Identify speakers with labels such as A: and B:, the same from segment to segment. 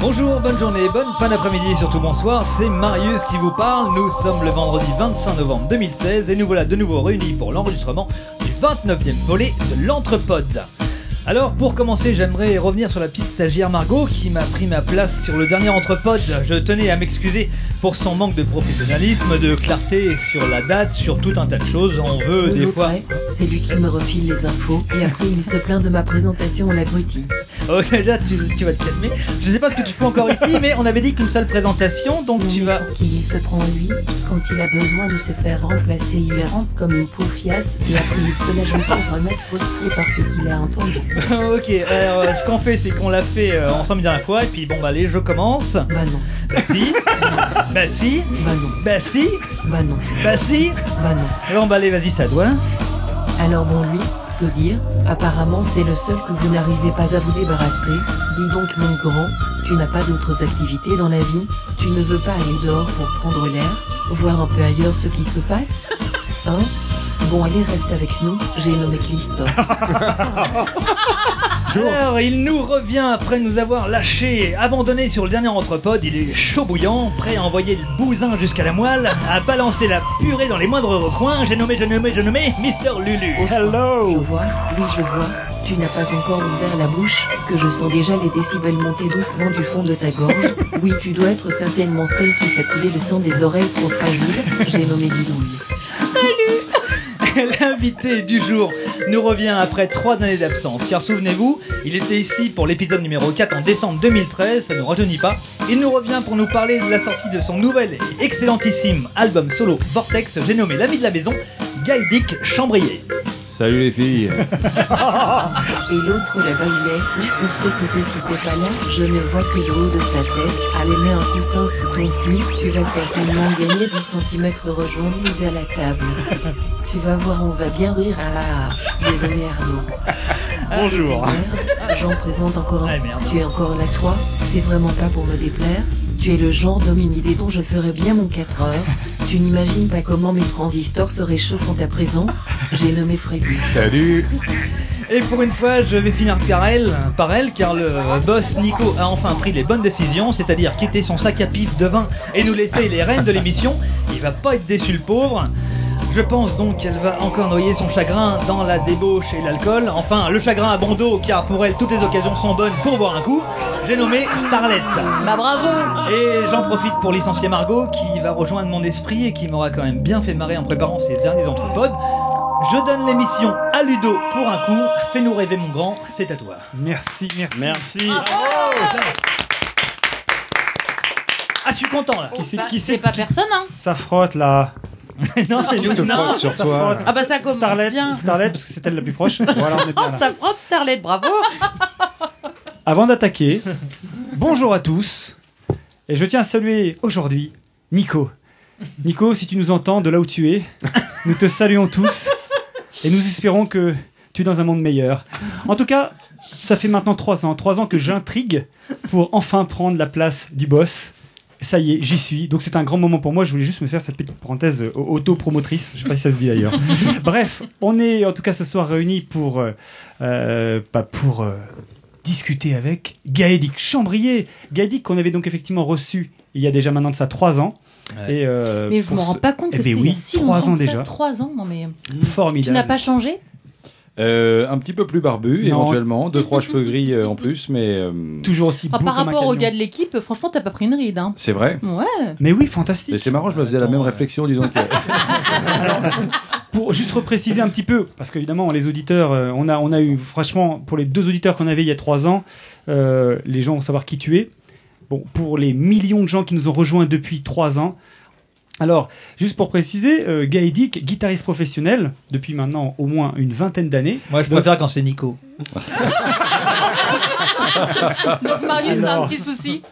A: Bonjour, bonne journée, bonne fin d'après-midi et surtout bonsoir, c'est Marius qui vous parle. Nous sommes le vendredi 25 novembre 2016 et nous voilà de nouveau réunis pour l'enregistrement du 29e volet de l'Entrepode. Alors pour commencer, j'aimerais revenir sur la petite stagiaire Margot qui m'a pris ma place sur le dernier Entrepode. Je tenais à m'excuser pour son manque de professionnalisme, de clarté sur la date, sur tout un tas de choses. On veut
B: Le
A: des
B: l'autre
A: fois...
B: est, c'est lui qui me refile les infos, et après il se plaint de ma présentation l'abruti.
A: Oh, déjà, tu, tu vas te calmer. Je sais pas ce que tu fais encore ici, mais on avait dit qu'une seule présentation, donc tu vas.
B: Qui se prend lui, quand il a besoin de se faire remplacer, il rampe comme une pauvre fiasse, et après il se lâche pour remettre fausse pied par ce qu'il a entendu.
A: ok, alors, euh, ce qu'on fait, c'est qu'on l'a fait euh, ensemble la dernière fois, et puis bon, bah, allez, je commence.
B: Bah non,
A: Bah, si. Bah, si.
B: bah non,
A: Bah, si.
B: bah non,
A: Bah, si.
B: bah non.
A: Bon, bah, allez, vas-y, ça doit.
B: Alors bon lui, que dire Apparemment c'est le seul que vous n'arrivez pas à vous débarrasser. Dis donc mon grand, tu n'as pas d'autres activités dans la vie Tu ne veux pas aller dehors pour prendre l'air Voir un peu ailleurs ce qui se passe Hein Bon allez reste avec nous, j'ai nommé Clistop.
A: Alors, il nous revient après nous avoir lâchés, abandonnés sur le dernier entrepode. Il est chaud bouillant, prêt à envoyer le bousin jusqu'à la moelle, à balancer la purée dans les moindres recoins. J'ai nommé, j'ai nommé, j'ai nommé Mister Lulu.
B: Je
C: Hello
B: vois, oui je vois, tu n'as pas encore ouvert la bouche, que je sens déjà les décibels monter doucement du fond de ta gorge. Oui tu dois être certainement celle qui fait couler le sang des oreilles trop fragiles, j'ai nommé Didouille.
A: L'invité du jour nous revient après trois années d'absence, car souvenez-vous, il était ici pour l'épisode numéro 4 en décembre 2013, ça ne rajeunit pas. Il nous revient pour nous parler de la sortie de son nouvel et excellentissime album solo Vortex, j'ai nommé L'ami de la maison, Guy Dick Chambrier.
D: Salut les filles
B: Et l'autre là-bas il est, on sait que t'es si t'es pas là, je ne vois que le haut de sa tête, allez mets un coussin sous ton cul, tu vas certainement gagner 10 cm rejoignez à la table. Tu vas voir on va bien rire, ah, ah, ah. j'ai donné Arnaud.
C: Bonjour
B: Merde, J'en présente encore un.
A: Ah, merde.
B: Tu es encore là toi, c'est vraiment pas pour me déplaire. Tu es le genre d'homme inidée dont je ferais bien mon 4 heures. Tu n'imagines pas comment mes transistors se réchauffent en ta présence. J'ai nommé Freddy.
D: Salut
A: Et pour une fois, je vais finir par elle, par elle, car le boss Nico a enfin pris les bonnes décisions, c'est-à-dire quitter son sac à pipe de vin et nous laisser les rênes de l'émission. Il va pas être déçu le pauvre. Je pense donc qu'elle va encore noyer son chagrin dans la débauche et l'alcool. Enfin, le chagrin à bon dos, car pour elle, toutes les occasions sont bonnes pour boire un coup. J'ai nommé Starlet.
E: Bah bravo
A: Et j'en profite pour licencier Margot, qui va rejoindre mon esprit et qui m'aura quand même bien fait marrer en préparant ces derniers entrepodes. Je donne l'émission à Ludo pour un coup. Fais-nous rêver, mon grand, c'est à toi.
C: Merci, merci. Merci.
A: Ah, je suis content là.
C: Qui c'est
E: Bah,
C: qui
E: c'est pas personne, hein
C: Ça frotte là.
A: non, mais
D: Qui se
A: nous-
D: frotte sur
C: Ça
D: toi
C: frotte.
E: Ah bah ça commence
C: Starlet,
E: bien
C: Starlet, parce que c'est elle la plus proche. voilà, on est bien là.
E: Ça frotte Starlet, bravo
C: Avant d'attaquer, bonjour à tous. Et je tiens à saluer aujourd'hui Nico. Nico, si tu nous entends de là où tu es, nous te saluons tous. Et nous espérons que tu es dans un monde meilleur. En tout cas, ça fait maintenant trois ans. Trois ans que j'intrigue pour enfin prendre la place du boss. Ça y est, j'y suis. Donc c'est un grand moment pour moi. Je voulais juste me faire cette petite parenthèse euh, auto-promotrice. Je sais pas si ça se dit d'ailleurs. Bref, on est en tout cas ce soir réunis pour... euh, euh, bah, pour... euh, discuter avec Gaëdic Chambrier. Gaëdic qu'on avait donc effectivement reçu il y a déjà maintenant de ça trois ans.
A: Ouais.
C: Et euh,
E: Mais je
C: pour
E: me rends
C: ce-
E: pas compte
C: Eh
E: que c'est
C: ben
E: il y
C: oui,
E: a si
C: trois
E: longtemps
C: ans
E: que ça,
C: déjà.
E: Trois ans, non mais... Tu
C: Formidable.
E: n'as pas changé
D: Euh, Un petit peu plus barbu,
C: Non.
D: éventuellement. Deux, trois cheveux gris euh, en plus, mais... euh,
C: Toujours
B: Oh,
C: aussi
E: Ah,
C: beau
E: Par
C: comme un
E: rapport au
C: camion.
E: gars de l'équipe, franchement t'as pas pris une ride, hein
D: C'est vrai
E: Ouais
C: Mais oui,
D: mais
C: fantastique.
D: c'est marrant, je me faisais la
A: Attends,
D: même
A: euh.
D: réflexion, dis donc.
C: Pour juste repréciser un petit peu, parce qu'évidemment, les auditeurs, euh, on, a, on a eu, franchement, pour les deux auditeurs qu'on avait il y a trois ans, euh, les gens vont savoir qui tu es. Bon, pour les millions de gens qui nous ont rejoints depuis trois ans. Alors, juste pour préciser, euh, Gaëdic, guitariste professionnel, depuis maintenant au moins une vingtaine d'années.
A: Moi, je
C: Donc-
A: préfère quand c'est Nico.
E: Donc
B: Ah,
E: Marius a
C: Alors.
E: un petit souci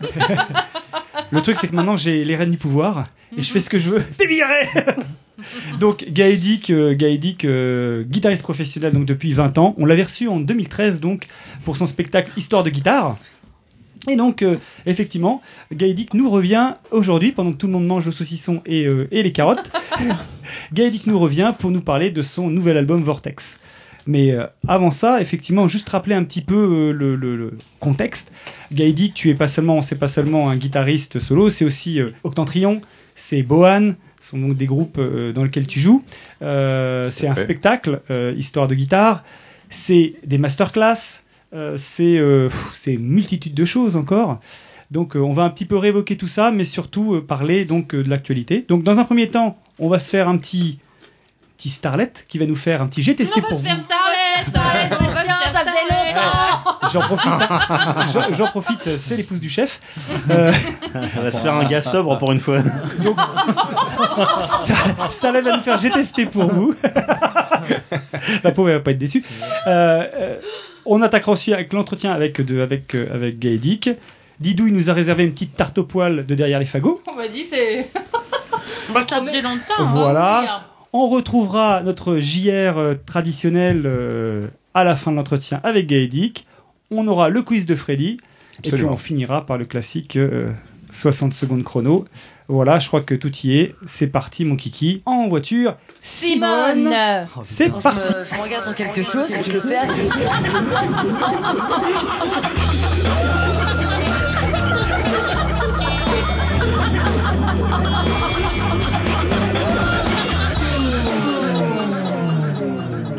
C: Le truc, c'est que maintenant j'ai les rênes du pouvoir et je fais ce que je veux. T'es viré Donc, Gaëdic, euh, Gaëdic, euh, guitariste professionnel donc depuis 20 ans. On l'avait reçu en 2013 donc pour son spectacle Histoire de guitare. Et donc, euh, effectivement, Gaëdic nous revient aujourd'hui, pendant que tout le monde mange le saucisson et, euh, et les carottes, Gaëdic nous revient pour nous parler de son nouvel album Vortex. Mais euh, avant ça, effectivement, juste rappeler un petit peu euh, le, le- le contexte. Gaïdi, tu es pas seulement, c'est pas seulement un guitariste solo, c'est aussi euh, Octantrion, c'est Bohan, ce sont donc des groupes euh, dans lesquels tu joues. Euh, c'est un
D: fait.
C: spectacle, euh, histoire de guitare. C'est des masterclass. euh, c'est euh, pff, c'est multitude de choses encore. Donc euh, on va un petit peu révoquer tout ça, mais surtout euh, parler donc euh, de l'actualité. Donc dans un premier temps, on va se faire un petit petit Starlet qui va nous faire un petit j'ai testé pour vous.
B: Starlet, Starlet, on va se faire
E: ça faisait
B: Starlet.
C: J'en profite. hein. J'en- J'en profite, euh, c'est les pouces du chef. Euh,
F: On va se faire un gars sobre pour une fois.
C: donc, ça, ça va nous faire j'ai testé pour vous. La pauvre elle va pas être déçue. Euh, euh, on attaquera ensuite avec l'entretien avec de, avec euh, avec Guy et Dick. Didou il nous a réservé une petite tarte au poil de derrière les fagots.
B: On m'a dit, c'est. ça faisait longtemps. hein.
C: Voilà. On retrouvera notre JR euh, traditionnel euh, à la fin de l'entretien avec Gaëdic. On aura le quiz de Freddy. Et
D: Absolument.
C: puis on finira par le classique euh, 60 secondes chrono. Voilà, je crois que tout y est. C'est parti, mon kiki. En voiture,
B: Simone.
C: Oh, c'est
E: Quand
C: parti.
E: je, me- je regarde dans quelque chose, je le fais avec.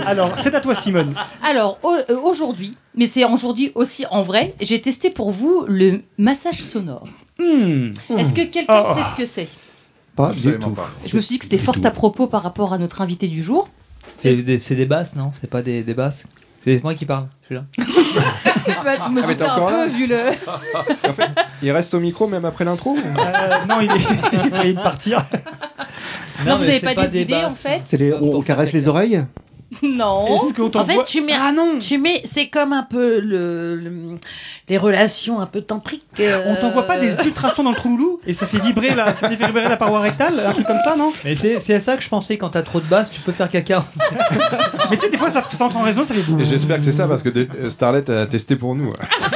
C: Alors, c'est à toi, Simone.
B: Alors, au- euh, aujourd'hui, mais c'est aujourd'hui aussi en vrai, j'ai testé pour vous le massage sonore.
C: Hmm.
B: Est-ce que quelqu'un
C: Ah.
B: sait ce que c'est
G: Pas du
D: Absolument
G: tout.
D: pas.
B: Je me suis dit que c'était
G: Du
B: fort
G: tout.
B: à propos par rapport à notre invité du jour.
A: C'est des, c'est des basses, non C'est pas des, des basses C'est moi qui parle, celui-là.
B: Bah, tu me
G: Ah, mais
B: doutais
G: t'es encore
B: un
G: là
B: peu vu le.
G: Il reste au micro même après l'intro
C: Euh, non, il est, il est de partir.
B: Non, vous
A: mais
B: n'avez
A: c'est
B: pas,
A: pas
B: des,
A: des
B: idées en
A: basses.
B: fait
G: C'est les- on, on caresse les oreilles
B: Non.
C: Est-ce qu'on
E: En fait,
C: t'envoie-
E: tu mets,
C: Ah non
E: tu mets, c'est comme un peu le, le- les relations un peu tantriques. euh,
C: On t'envoie pas des ultrasons dans le trou loulou et ça fait vibrer la, ça fait vibrer la paroi rectale, un truc comme ça, non
A: Mais c'est c'est à ça que je pensais, quand t'as trop de basses, tu peux faire caca.
C: Mais tu sais, des fois, ça, ça entre en raison, ça fait.
G: Et j'espère que c'est ça parce que dé- euh, Starlet a testé pour nous. hein.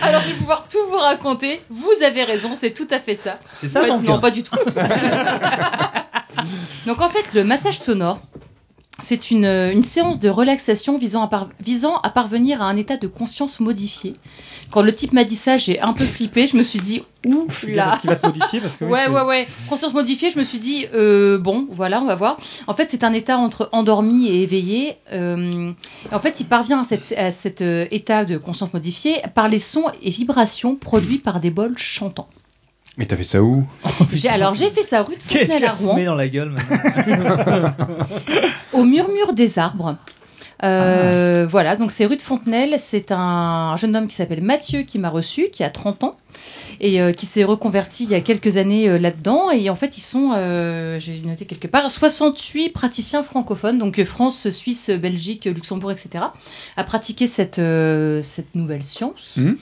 B: Alors je vais pouvoir tout vous raconter. Vous avez raison, c'est tout à fait ça.
A: C'est ça,
B: Ouais,
A: donc
B: Non, pas du tout. donc en fait, le massage sonore, c'est une, euh, une séance de relaxation visant à, par- visant à parvenir à un état de conscience modifié. Quand le type m'a dit ça, j'ai un peu flippé. Je me suis dit, ouf
C: Fais gaffe à
B: là.
C: ce qu'il va te modifier parce que. oui,
B: Ouais,
C: c'est-
B: ouais, ouais. Conscience modifiée, je me suis dit, euh, bon, voilà, on va voir. En fait, c'est un état entre endormi et éveillé. Euh, et en fait, il parvient à, cette- à cet euh, état de conscience modifiée par les sons et vibrations produits par des bols chantants.
G: Mais t'as fait ça où
B: J'ai- Alors, j'ai fait ça rue de
A: Qu'est-ce
B: Fontenay à
A: qu'elle se
B: Rouen,
A: met dans la gueule maintenant
B: au murmure des arbres. Euh, Voilà, donc c'est rue de Fontenelle. C'est un jeune homme qui s'appelle Mathieu qui m'a reçu, qui a 30 ans et euh, qui s'est reconverti il y a quelques années euh, là-dedans. Et en fait, ils sont, euh, j'ai noté quelque part, 68 praticiens francophones, donc euh, France, Suisse, euh, Belgique, euh, Luxembourg, etc., à pratiquer cette, euh, cette nouvelle science.
G: Mhm.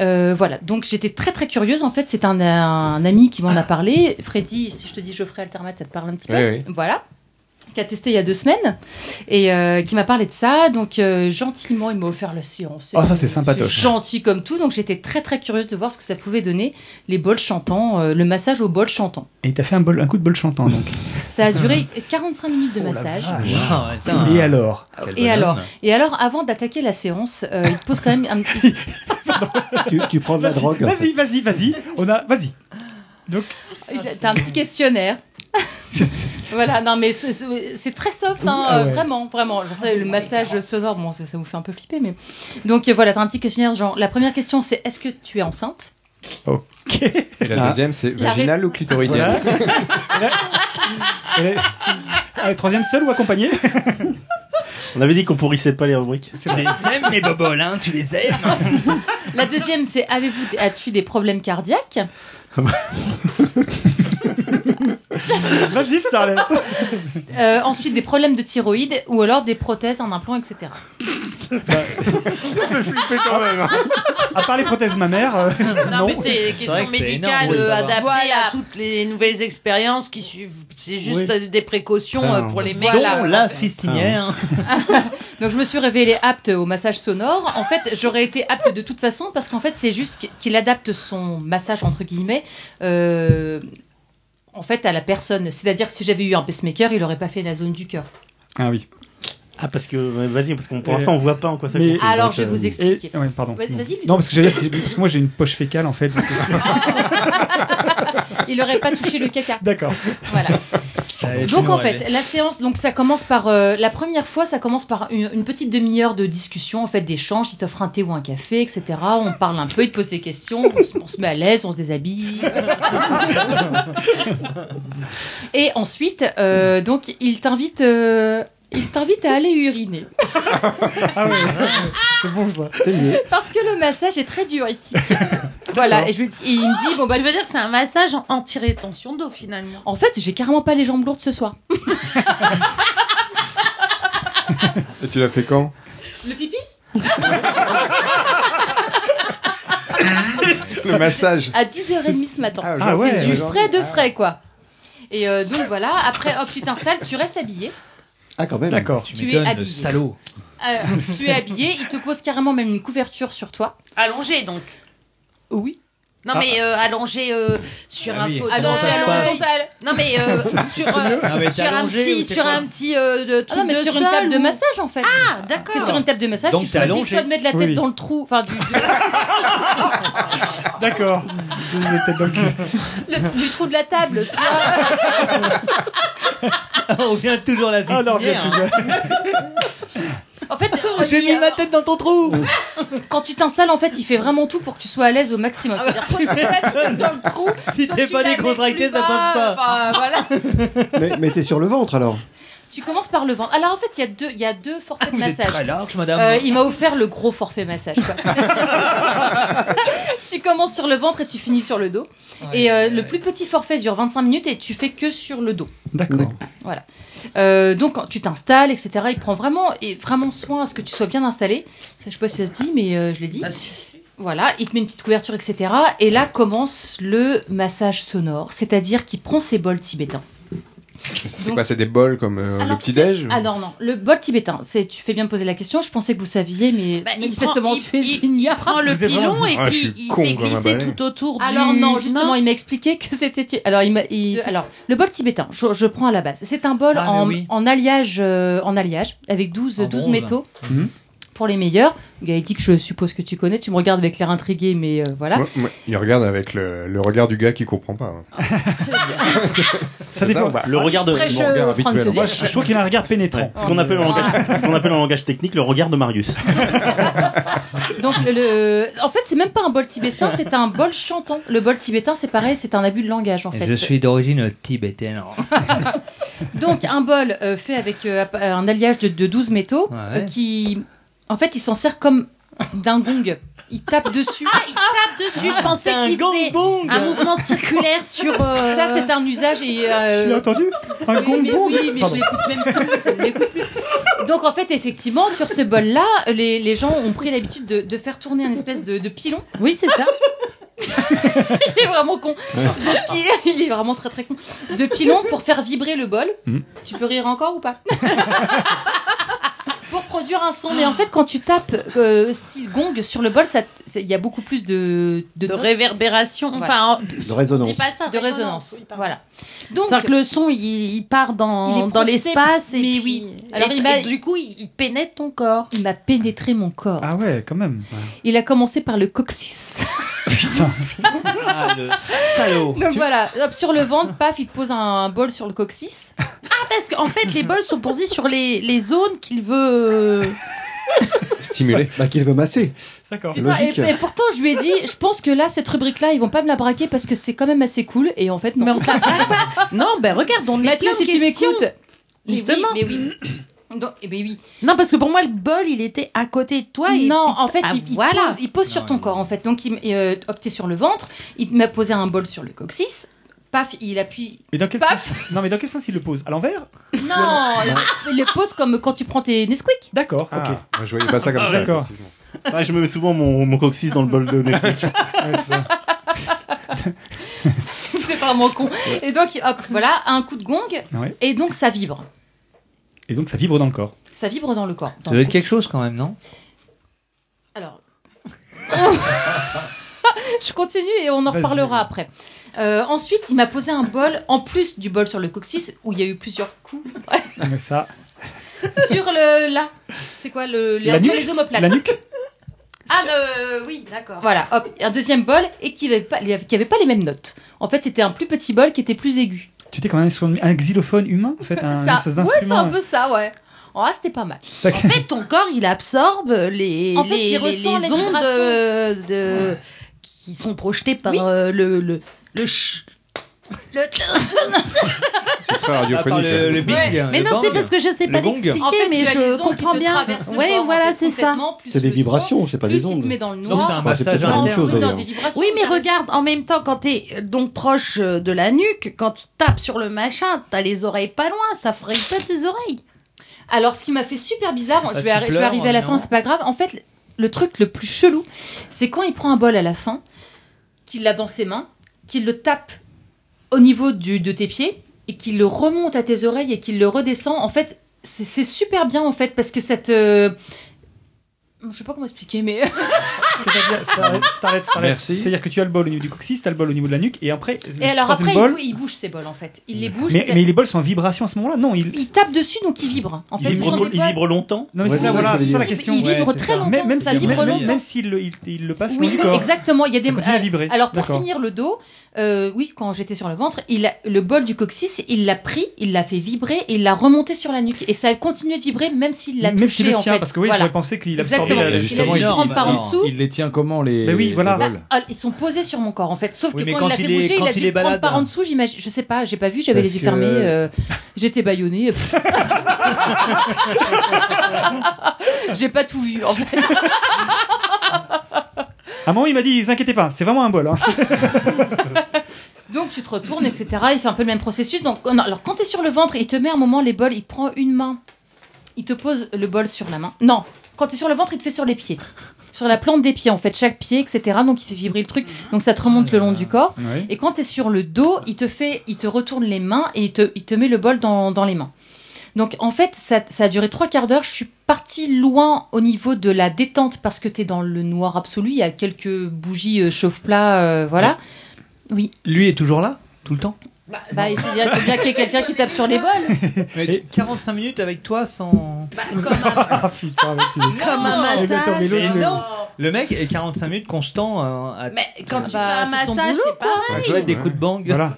B: Euh, voilà, donc j'étais très très curieuse. En fait, c'est un, un ami qui m'en a parlé. Freddy, si je te dis Geoffrey Altermat, ça te parle un petit peu.
G: Oui,
B: Voilà. Qui a testé il y a deux semaines et euh, qui m'a parlé de ça. Donc, euh, gentiment, il m'a offert la séance.
C: Ah, ça, c'est sympatoche.
B: Gentil comme tout. Donc, j'étais très, très curieuse de voir ce que ça pouvait donner, les bols chantants, euh, le massage aux bols chantants.
C: Et t'as fait un, bol, un coup de bol chantant donc.
B: Ça a duré 45 minutes
C: Oh
B: de massage.
A: Waouh, putain.
C: Et alors
A: Quel
B: Et
A: bonhomme.
B: alors, et alors, avant d'attaquer la séance, euh, il te pose quand même un petit.
G: tu, prends de la
C: Vas-y,
G: drogue.
C: Vas-y, vas-y, vas-y. On a, vas-y. Donc,
B: Ah, T'as un petit questionnaire. voilà, non, mais ce- ce- c'est très soft, hein,
C: Ah
B: euh,
C: ouais.
B: vraiment, vraiment. Vous savez, le massage sonore, bon, ça, ça vous fait un peu flipper, mais. Donc euh, voilà, t'as un petit questionnaire, genre, la première question, c'est est-ce que tu es enceinte
G: Et la deuxième, c'est
B: La
G: vaginale ou clitoridienne
C: Ah. voilà. Et la- Ah, troisième seul ou accompagné
F: On avait dit qu'on pourrissait pas les rubriques.
A: Tu les aimes, les boboles, hein Tu les aimes
B: La deuxième, c'est avez-vous, as-tu des problèmes cardiaques
C: Vas-y, Starlet.
B: Euh, Ensuite, des problèmes de thyroïde ou alors des prothèses, un implant, etc.
C: À part les prothèses mammaires, euh,
E: Non, mais c'est des questions
A: vrai que Ah c'est
E: médicales
A: énorme, oui,
E: euh,
A: bah, ça va.
C: bah,
E: adaptées
B: Voilà.
E: à toutes les nouvelles expériences qui suivent. C'est juste
C: Oui.
E: euh, des précautions
F: Ah.
E: euh, pour les mecs.
B: Voilà.
A: Dont la fistinière.
B: Donc je me suis révélée apte au massage sonore. En fait, j'aurais été apte de toute façon parce qu'en fait, c'est juste qu'il adapte son massage entre guillemets. euh, en fait, à la personne. C'est-à-dire que si j'avais eu un pacemaker, il n'aurait pas fait la zone du cœur.
C: Ah oui.
F: Ah, parce que, euh, vas-y, parce qu'on pour l'instant, on voit pas en quoi ça consiste.
B: Alors, je vais vous expliquer.
C: euh, Et- ouais, pardon.
B: Vas- vas-y, Ludo.
C: non, parce que, j'allais dire, c'est- parce que moi j'ai une poche fécale en fait. donc c'est-
B: Il n'aurait pas touché le caca.
C: D'accord.
B: Voilà.
C: Allez,
B: Donc
C: fais-nous
B: en
C: rêver.
B: fait, la séance, donc ça commence par euh, la première fois, ça commence par une, une petite demi-heure de discussion, en fait, d'échange. Il t'offre un thé ou un café, etc. On parle un peu, il te pose des questions, on se, on se met à l'aise, on se déshabille. Et ensuite, euh, donc il t'invite, euh, il t'invite à aller uriner,
C: Ah ouais, c'est bon ça.
G: C'est mieux.
B: parce que le massage est très diurétique. voilà. Et je lui dis, et il me dit bon bah
E: je veux dire, c'est un massage en- anti-rétention d'eau finalement.
A: Ah
B: en fait, j'ai carrément pas les jambes lourdes ce soir.
G: Et tu l'as fait quand
B: Le pipi Ah.
G: Le massage.
B: à 10h30 ce matin.
G: Ah,
C: Ah ouais.
B: C'est du
G: genre-
B: frais de
G: ah.
B: frais, quoi. Et euh, donc voilà, après, hop, tu t'installes, tu restes habillé.
G: Ah, quand même.
C: D'accord.
A: Tu,
B: Tu es
A: m'étonnes,
B: habillé.
A: salaud.
B: Alors, Euh, tu es habillé, il te pose carrément même une couverture sur toi.
E: Allongé donc.
B: Oui.
E: Non
A: Ah.
E: mais euh, allongé euh, sur
A: Ah
E: un
A: oui,
E: fauteuil.
A: Comment ça se passe
B: horizontale.
E: Non mais euh, sur, euh,
A: Ah, mais t'es
E: sur un
A: allongé ou
E: petit
A: c'est
E: sur
A: quoi
E: un petit euh, de
B: Ah
E: truc
B: non, mais
E: de
B: sur une
E: sol
B: table de
E: ou-
B: massage en fait.
E: Ah, D'accord.
B: T'es sur une table de massage,
A: Donc,
B: tu
A: t'es
B: choisis
A: allongé.
B: soit de mettre la tête
C: Oui, oui.
B: dans le trou, enfin du, du-
C: D'accord. Je vous mets peut-être dans le cul.
B: le- du trou de la table, soit,
A: on vient toujours à la
C: Ah non,
A: fusilière,
C: bien,
A: hein.
B: en fait,
A: J'ai
B: il-
A: mis ma tête dans ton trou.
B: quand tu t'installes, en fait, il fait vraiment tout pour que tu sois à l'aise au maximum. C'est-à-dire, soit tu mets la tête dans le trou,
A: Si
B: soit
A: t'es
B: tu
A: pas
B: la mets
A: décontracté,
B: plus
A: ça passe
B: bas, enfin,
A: pas.
B: voilà.
G: Mais, mais t'es sur le ventre alors
B: Tu commences par le ventre. Alors en fait, il y a deux, il y a deux forfaits de
H: Ah
A: Vous êtes très
B: massage.
A: large, madame.
B: Euh, il m'a offert le gros forfait massage. quoi. tu commences sur le ventre et tu finis sur le dos. et euh, le plus petit forfait dure 25 minutes et tu fais que sur le dos.
C: D'accord.
B: Euh, donc quand tu t'installes, etc. Il prend vraiment et vraiment soin à ce que tu sois bien installé. Ça, je sais pas si ça se dit, mais euh, je l'ai dit. Voilà, il te met une petite couverture, etc. Et là commence le massage sonore, c'est-à-dire qu'il prend ses bols tibétains.
G: C'est
B: Donc-
G: quoi C'est des bols comme euh, le
B: Alors,
G: petit-déj
B: Ah non, non, le bol tibétain, c'est, tu fais bien de poser la question, je pensais que vous saviez, mais
E: Bah, il, prend,
B: manifestement
E: il-
B: tu es
E: il-
B: une
E: il
B: ignorante.
E: prend le
A: Vous êtes
E: pilon et
G: Ah, je
E: puis
G: suis
E: il
G: con ah,
E: fait
G: comme un
E: glisser
G: balai.
E: tout autour du.
B: Alors non, justement, il m'a expliqué que c'était... Alors, il m'a- il-
E: Le-
B: Alors le bol tibétain, je, je prends à la base. C'est un bol
A: Ah, mais
B: en,
A: oui.
B: en alliage, euh, en alliage, avec 12,
A: En
B: 12
A: bronze.
B: métaux.
C: Mhm.
B: Pour les meilleurs, Gaëti, que je suppose que tu connais, tu me regardes avec l'air intrigué, mais euh, voilà. Ah.
G: Ouais, ouais. Il regarde avec le, le regard du gars qui comprend pas. hein.
C: Ça
G: C'est ça
C: dépend.
G: ou pas
F: Le regard de.
B: Prêche,
G: mon regard
B: euh, Franck
G: habituel,
B: Sauzet.
C: Moi, je, je trouve qu'il a un regard pénétrant.
F: Ouais, Ce qu'on appelle, en langage- ce qu'on appelle en langage technique le regard de Marius.
B: Donc, le, le- en fait, c'est même pas un bol tibétain, c'est un bol chantant. Le bol tibétain, c'est pareil, c'est un abus de langage, en fait. euh,
A: d'origine tibétaine.
B: Donc un bol euh, fait avec euh, un alliage de, de 12 métaux
A: Ouais.
B: euh, qui, en fait, il s'en sert comme d'un gong. Il tape dessus.
E: Ah, il tape dessus. je pensais
A: Ah, un
E: qu'il faisait
A: gong
E: un mouvement circulaire sur. euh,
B: Ça, c'est un usage et. euh,
C: Tu l'as entendu Un
B: oui,
C: gong
B: mais,
C: bong
B: oui, mais je
C: Pardon.
B: l'écoute même plus. je ne l'écoute plus. Donc en fait, effectivement, sur ce bol-là, les, les gens ont pris l'habitude de, de faire tourner un espèce de, de pilon.
E: Oui, c'est ça.
B: Il est vraiment con. De pil- Il est vraiment très très con. De pilon pour faire vibrer le bol.
C: Mhm.
B: Tu peux rire encore ou pas Pour produire un son. Mais en fait, quand tu tapes euh, style gong sur le bol, ça t- c'est- il y a beaucoup plus de de,
E: De
B: notes,
E: réverbération. Enfin, en-
G: De
E: on dit
G: résonance.
E: pas ça.
B: de résonance.
E: oui, pardon.
B: voilà. Donc
E: C'est-à-dire que le son, il, il part dans,
B: Il est
E: dans
B: projeté,
E: l'espace. et
B: mais
E: puis-
B: oui.
E: et-
B: Alors, il
E: et
B: m'a-
E: du coup, il, il pénètre ton corps.
B: il m'a pénétré mon corps.
C: Ah ouais, quand même.
B: Il a commencé par le coccyx.
C: Putain.
G: bah
A: Ah, le salaud
B: Donc voilà, hop, sur le ventre, paf, il te pose un bol sur le coccyx.
E: Ah, parce qu'en fait, les bols sont posés sur les, les zones qu'il veut.
G: Stimulé. Bah, qu'il veut masser.
C: D'accord.
B: Putain, et,
G: Logique.
B: et pourtant, je lui ai dit, je pense que là, cette rubrique-là, ils vont pas me la braquer parce que c'est quand même assez cool. Et en fait, non.
E: Mais on te la braque pas. Non, ben regarde, on est
B: Mathieu,
E: plein
B: si
E: de
B: tu
E: questions.
B: m'écoutes.
E: Justement.
B: Mais oui. Mais oui. Donc, eh ben oui.
E: Non, parce que pour moi, le bol, il était à côté de toi. et-
B: non, en fait,
E: Ah,
B: il, il
E: voilà.
B: pose, il pose sur
A: Non,
B: ton
A: il-
B: corps, en fait. Donc, il, m- et, euh, hop, t'es sur le ventre. Il m'a posé un bol sur le coccyx. Paf, il appuie.
C: Mais dans quel
B: Paf.
C: sens Non, mais dans quel sens il le pose À l'envers
B: Non, il le pose comme quand tu prends tes Nesquik.
C: D'accord.
G: Ah,
C: Ok.
G: ouais, je voyais pas ça comme
C: Ah,
G: ça.
C: d'accord.
G: effectivement.
F: Ah, je mets souvent mon, mon coccyx dans le bol de Nesquik.
C: Ouais, c'est ça.
B: c'est vraiment con. Et donc, hop, voilà, un coup de gong.
C: Ouais.
B: Et donc, ça vibre.
C: Et donc ça vibre dans le corps.
B: Ça vibre dans le corps. dans
A: Ça doit
B: le
A: être quelque
B: coccyx.
A: chose quand même, non
B: Alors. Je continue et on en
C: Vas-y.
B: reparlera après. Euh, ensuite, il m'a posé un bol, en plus du bol sur le coccyx, où il y a eu plusieurs coups.
C: Mais ça,
B: sur le là. C'est quoi le les,
C: La
B: entre
C: nuque
B: les omoplates
C: La nuque
B: Ah le- oui, d'accord. Voilà, hop, un deuxième bol et qui avait pas qui avait pas les mêmes notes. En fait, c'était un plus petit bol qui était plus aigu.
C: Tu t'es quand même sur un xylophone humain, en fait, un
B: ça,
C: espèce
B: ouais, c'est
C: d'instrument.
B: un peu ça, ouais. Oh, ah, c'était pas mal.
C: Tac.
E: En fait, ton corps, il absorbe les,
B: En fait,
E: les-
B: il
E: les-
B: ressent
E: les
B: les
E: ondes
B: vibrations.
E: euh, de- qui sont projetées par
B: Oui.
E: euh, le le le ch- le-
G: C'est très
A: À part
G: radiophonique. hein.
A: le, le big.
B: Ouais,
A: le
E: mais non,
A: bang.
E: c'est parce que je sais
A: le
E: pas
A: gong.
E: l'expliquer,
B: En fait,
E: mais
B: tu as les
E: je
B: ondes
E: comprends
B: qui te
E: bien.
B: traversent le
E: Ouais,
B: corps, en
E: voilà,
B: fait,
E: c'est ça.
B: complètement, plus
H: C'est des
B: le son,
H: vibrations, c'est pas
B: plus
H: des
B: il te
H: ondes.
B: met dans le
A: Donc c'est
B: noir.
A: un
H: Enfin, c'est
A: massage
H: peut-être la
B: Non,
H: même
A: interne.
H: chose,
B: oui, non,
H: d'ailleurs.
B: des vibrations
E: Oui, mais
B: intérieures.
E: regarde, en même temps, quand t'es euh, donc proche euh, de la nuque, quand il tape sur le machin, t'as les oreilles pas loin, ça fraye pas tes oreilles.
B: Alors, ce qui m'a fait super bizarre, je
A: tu
B: vais, arri- je vais
A: pleures,
B: arriver à la
A: non
B: fin, c'est pas grave. En fait, le truc le plus chelou, c'est quand il prend un bol à la fin, qu'il l'a dans ses mains, qu'il le tape au niveau du- de tes pieds, et qu'il le remonte à tes oreilles, et qu'il le redescend. En fait, c'est c'est super bien, en fait, parce que cette... euh, Je sais pas comment expliquer, mais...
C: C'est-à-dire, Starlet, Starlet, Starlet.
D: Merci.
C: C'est-à-dire que tu as le bol au niveau du coccyx, tu as le bol au niveau de la nuque, et après, le
B: Et alors
C: troisième
B: après, il,
C: bol-
B: bou- il bouge ses bols, en fait. Il les bouge.
C: mais,
B: c'est-
C: mais les bols sont en vibration à ce moment-là Non, ils.
B: Il tape dessus, donc il vibre. En
F: Il
B: fait, ce
F: vibre,
B: sont des
F: il
B: bols-
F: vibre longtemps.
C: Non, mais
H: Ouais,
C: c'est ça,
H: c'est ça,
C: voilà,
H: je
C: c'est ça la
H: veux
B: il-
C: question.
B: il vibre
A: Ouais, c'est
B: très
A: ça.
B: longtemps,
C: Même, même
B: ça
C: si-
B: vibre
C: même-
B: longtemps.
C: même s'il le, il, il le passe au
B: Oui,
C: niveau du corps.
B: exactement. Il y a des
C: Ça continue à vibrer.
B: Alors pour
C: D'accord.
B: finir le dos, euh, oui, quand j'étais sur le ventre, il a- le bol du coccyx, il l'a pris, il l'a fait vibrer et il l'a remonté sur la nuque et ça a continué de vibrer même s'il l'a
C: Même s'il
B: touché
C: le
B: en
C: tient,
B: fait.
C: parce que oui,
B: Voilà.
C: j'aurais pensé qu'il absorbait
B: Exactement.
C: la-
B: Il
C: la
B: a dû le prendre par en
D: alors,
B: dessous.
D: il les tient comment les
C: Mais oui,
D: les
C: voilà.
D: bols
B: Ah, ils sont posés sur mon corps en fait. Sauf
A: Oui,
B: que
A: mais
B: quand,
A: quand
B: il l'a fait
A: il est-
B: bouger, il
A: quand
B: a
A: il
B: dû
A: est
B: le prendre
A: balade.
B: par en dessous. J'imagine, je sais pas, j'ai pas vu, j'avais
D: Parce
B: les yeux
D: que-
B: fermés, euh, j'étais bâillonnée. j'ai pas tout vu en fait.
C: À un moment, il m'a dit, vous inquiétez pas, c'est vraiment un bol. hein.
B: Donc tu te retournes, etc. Il fait un peu le même processus. Donc, oh non, alors quand tu es sur le ventre, il te met un moment les bols, il te prend une main, il te pose le bol sur la main. Non, quand tu es sur le ventre, il te fait sur les pieds. Sur la plante des pieds, en fait, chaque pied, etc. Donc il fait vibrer le truc, donc ça te remonte le long du corps.
C: Ouais.
B: Et quand tu es sur le dos, il te fait, il te retourne les mains et il te, il te met le bol dans, dans les mains. Donc en fait, ça, ça a duré trois quarts d'heure. Je suis partie loin au niveau de la détente parce que tu es dans le noir absolu. Il y a quelques bougies euh, chauffe-plat, euh, voilà.
A: Lui est toujours là tout le temps.
B: Bah, il faut bien il faut bien qu'il y ait quelqu'un qui tape sur les bols.
A: Mais 45 minutes avec toi sans.
B: Bah,
C: Ah putain, mec, il est-
E: Comme un
C: mais
E: massage.
C: attends, mais l'autre,
A: Mais
C: il est-
A: non. Le mec est 45 minutes constant. euh, à...
E: Mais quand tu
B: Bah,
E: fais un
B: c'est son
E: massage,
B: boulot,
E: c'est pas
A: Ça doit être des coups de bang.
C: Voilà.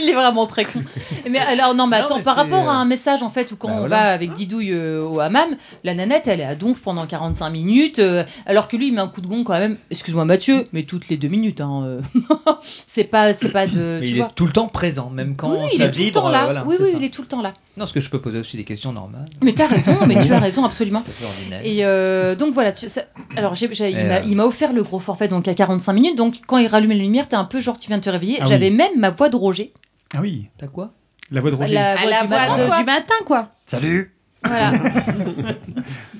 B: Il est vraiment très con. Mais alors, non, mais
A: Non,
B: attends,
A: mais
B: par
A: c'est,
B: rapport à
A: euh,
B: un message, en fait, où quand
A: bah
B: on
A: voilà.
B: va avec Didouille euh, au hammam, la nanette, elle est à donf pendant 45 minutes, euh, alors que lui, il met un coup de gong quand même, excuse-moi Mathieu, mais toutes les deux minutes, hein. euh. c'est pas, c'est pas de.
A: Mais
B: Euh, tu
A: il
B: vois.
A: est tout le temps présent, même quand
B: oui, oui,
A: ça
B: il est tout le
A: vibre.
B: temps là.
A: euh, voilà,
B: oui,
A: c'est
B: oui,
A: ça.
B: il est tout le temps là.
A: Non, parce que je peux poser aussi des questions normales.
B: Mais t'as raison, mais tu as raison, absolument.
A: C'est ordinaire.
B: Et euh, donc voilà, tu- ça- alors j'ai- j'ai- il
A: Et,
B: m'a-
A: euh,
B: il m'a offert le gros forfait donc à 45 minutes, donc quand il rallumait la lumière, t'es un peu genre tu viens de te réveiller.
C: Ah oui.
B: J'avais même ma voix de Roger.
C: Ah oui,
A: T'as quoi
C: la voix de Roger.
B: La
E: À la
B: du
E: voix
B: matin,
E: de-
B: quoi.
E: du matin, quoi.
A: Salut.
B: Voilà.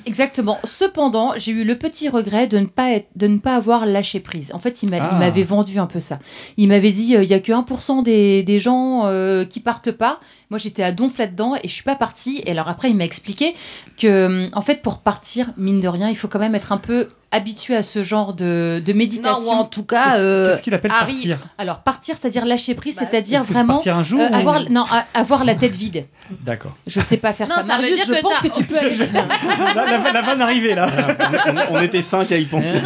B: Exactement. Cependant, j'ai eu le petit regret de ne pas être, de ne pas avoir lâché prise. En fait, il m'a-
C: Ah.
B: il m'avait vendu un peu ça. Il m'avait dit, euh, il y a que 1% des, des gens euh, qui partent pas. Moi, j'étais à donf là-dedans et je suis pas partie. Et alors après, il m'a expliqué que, euh, en fait, pour partir, mine de rien, il faut quand même être un peu habitué à ce genre de, de
E: Non, ou
B: méditation.
E: en tout cas,
C: Qu'est-ce
E: euh,
C: qu'est-ce qu'il appelle
E: Harry,
C: partir
B: Alors partir, c'est-à-dire lâcher prise,
E: Bah,
B: c'est-à-dire
C: Est-ce que c'est
B: vraiment
C: partir un jour
B: euh,
C: ou-
B: avoir, non, a- avoir la tête vide.
C: D'accord.
B: Je sais pas faire
E: Non,
B: ça.
E: ça veut
B: Marius,
E: dire
B: je
E: que
B: pense
E: t'as-
B: que tu peux aller.
C: la, la, la vanne arrivée là.
F: on, on était cinq à y penser.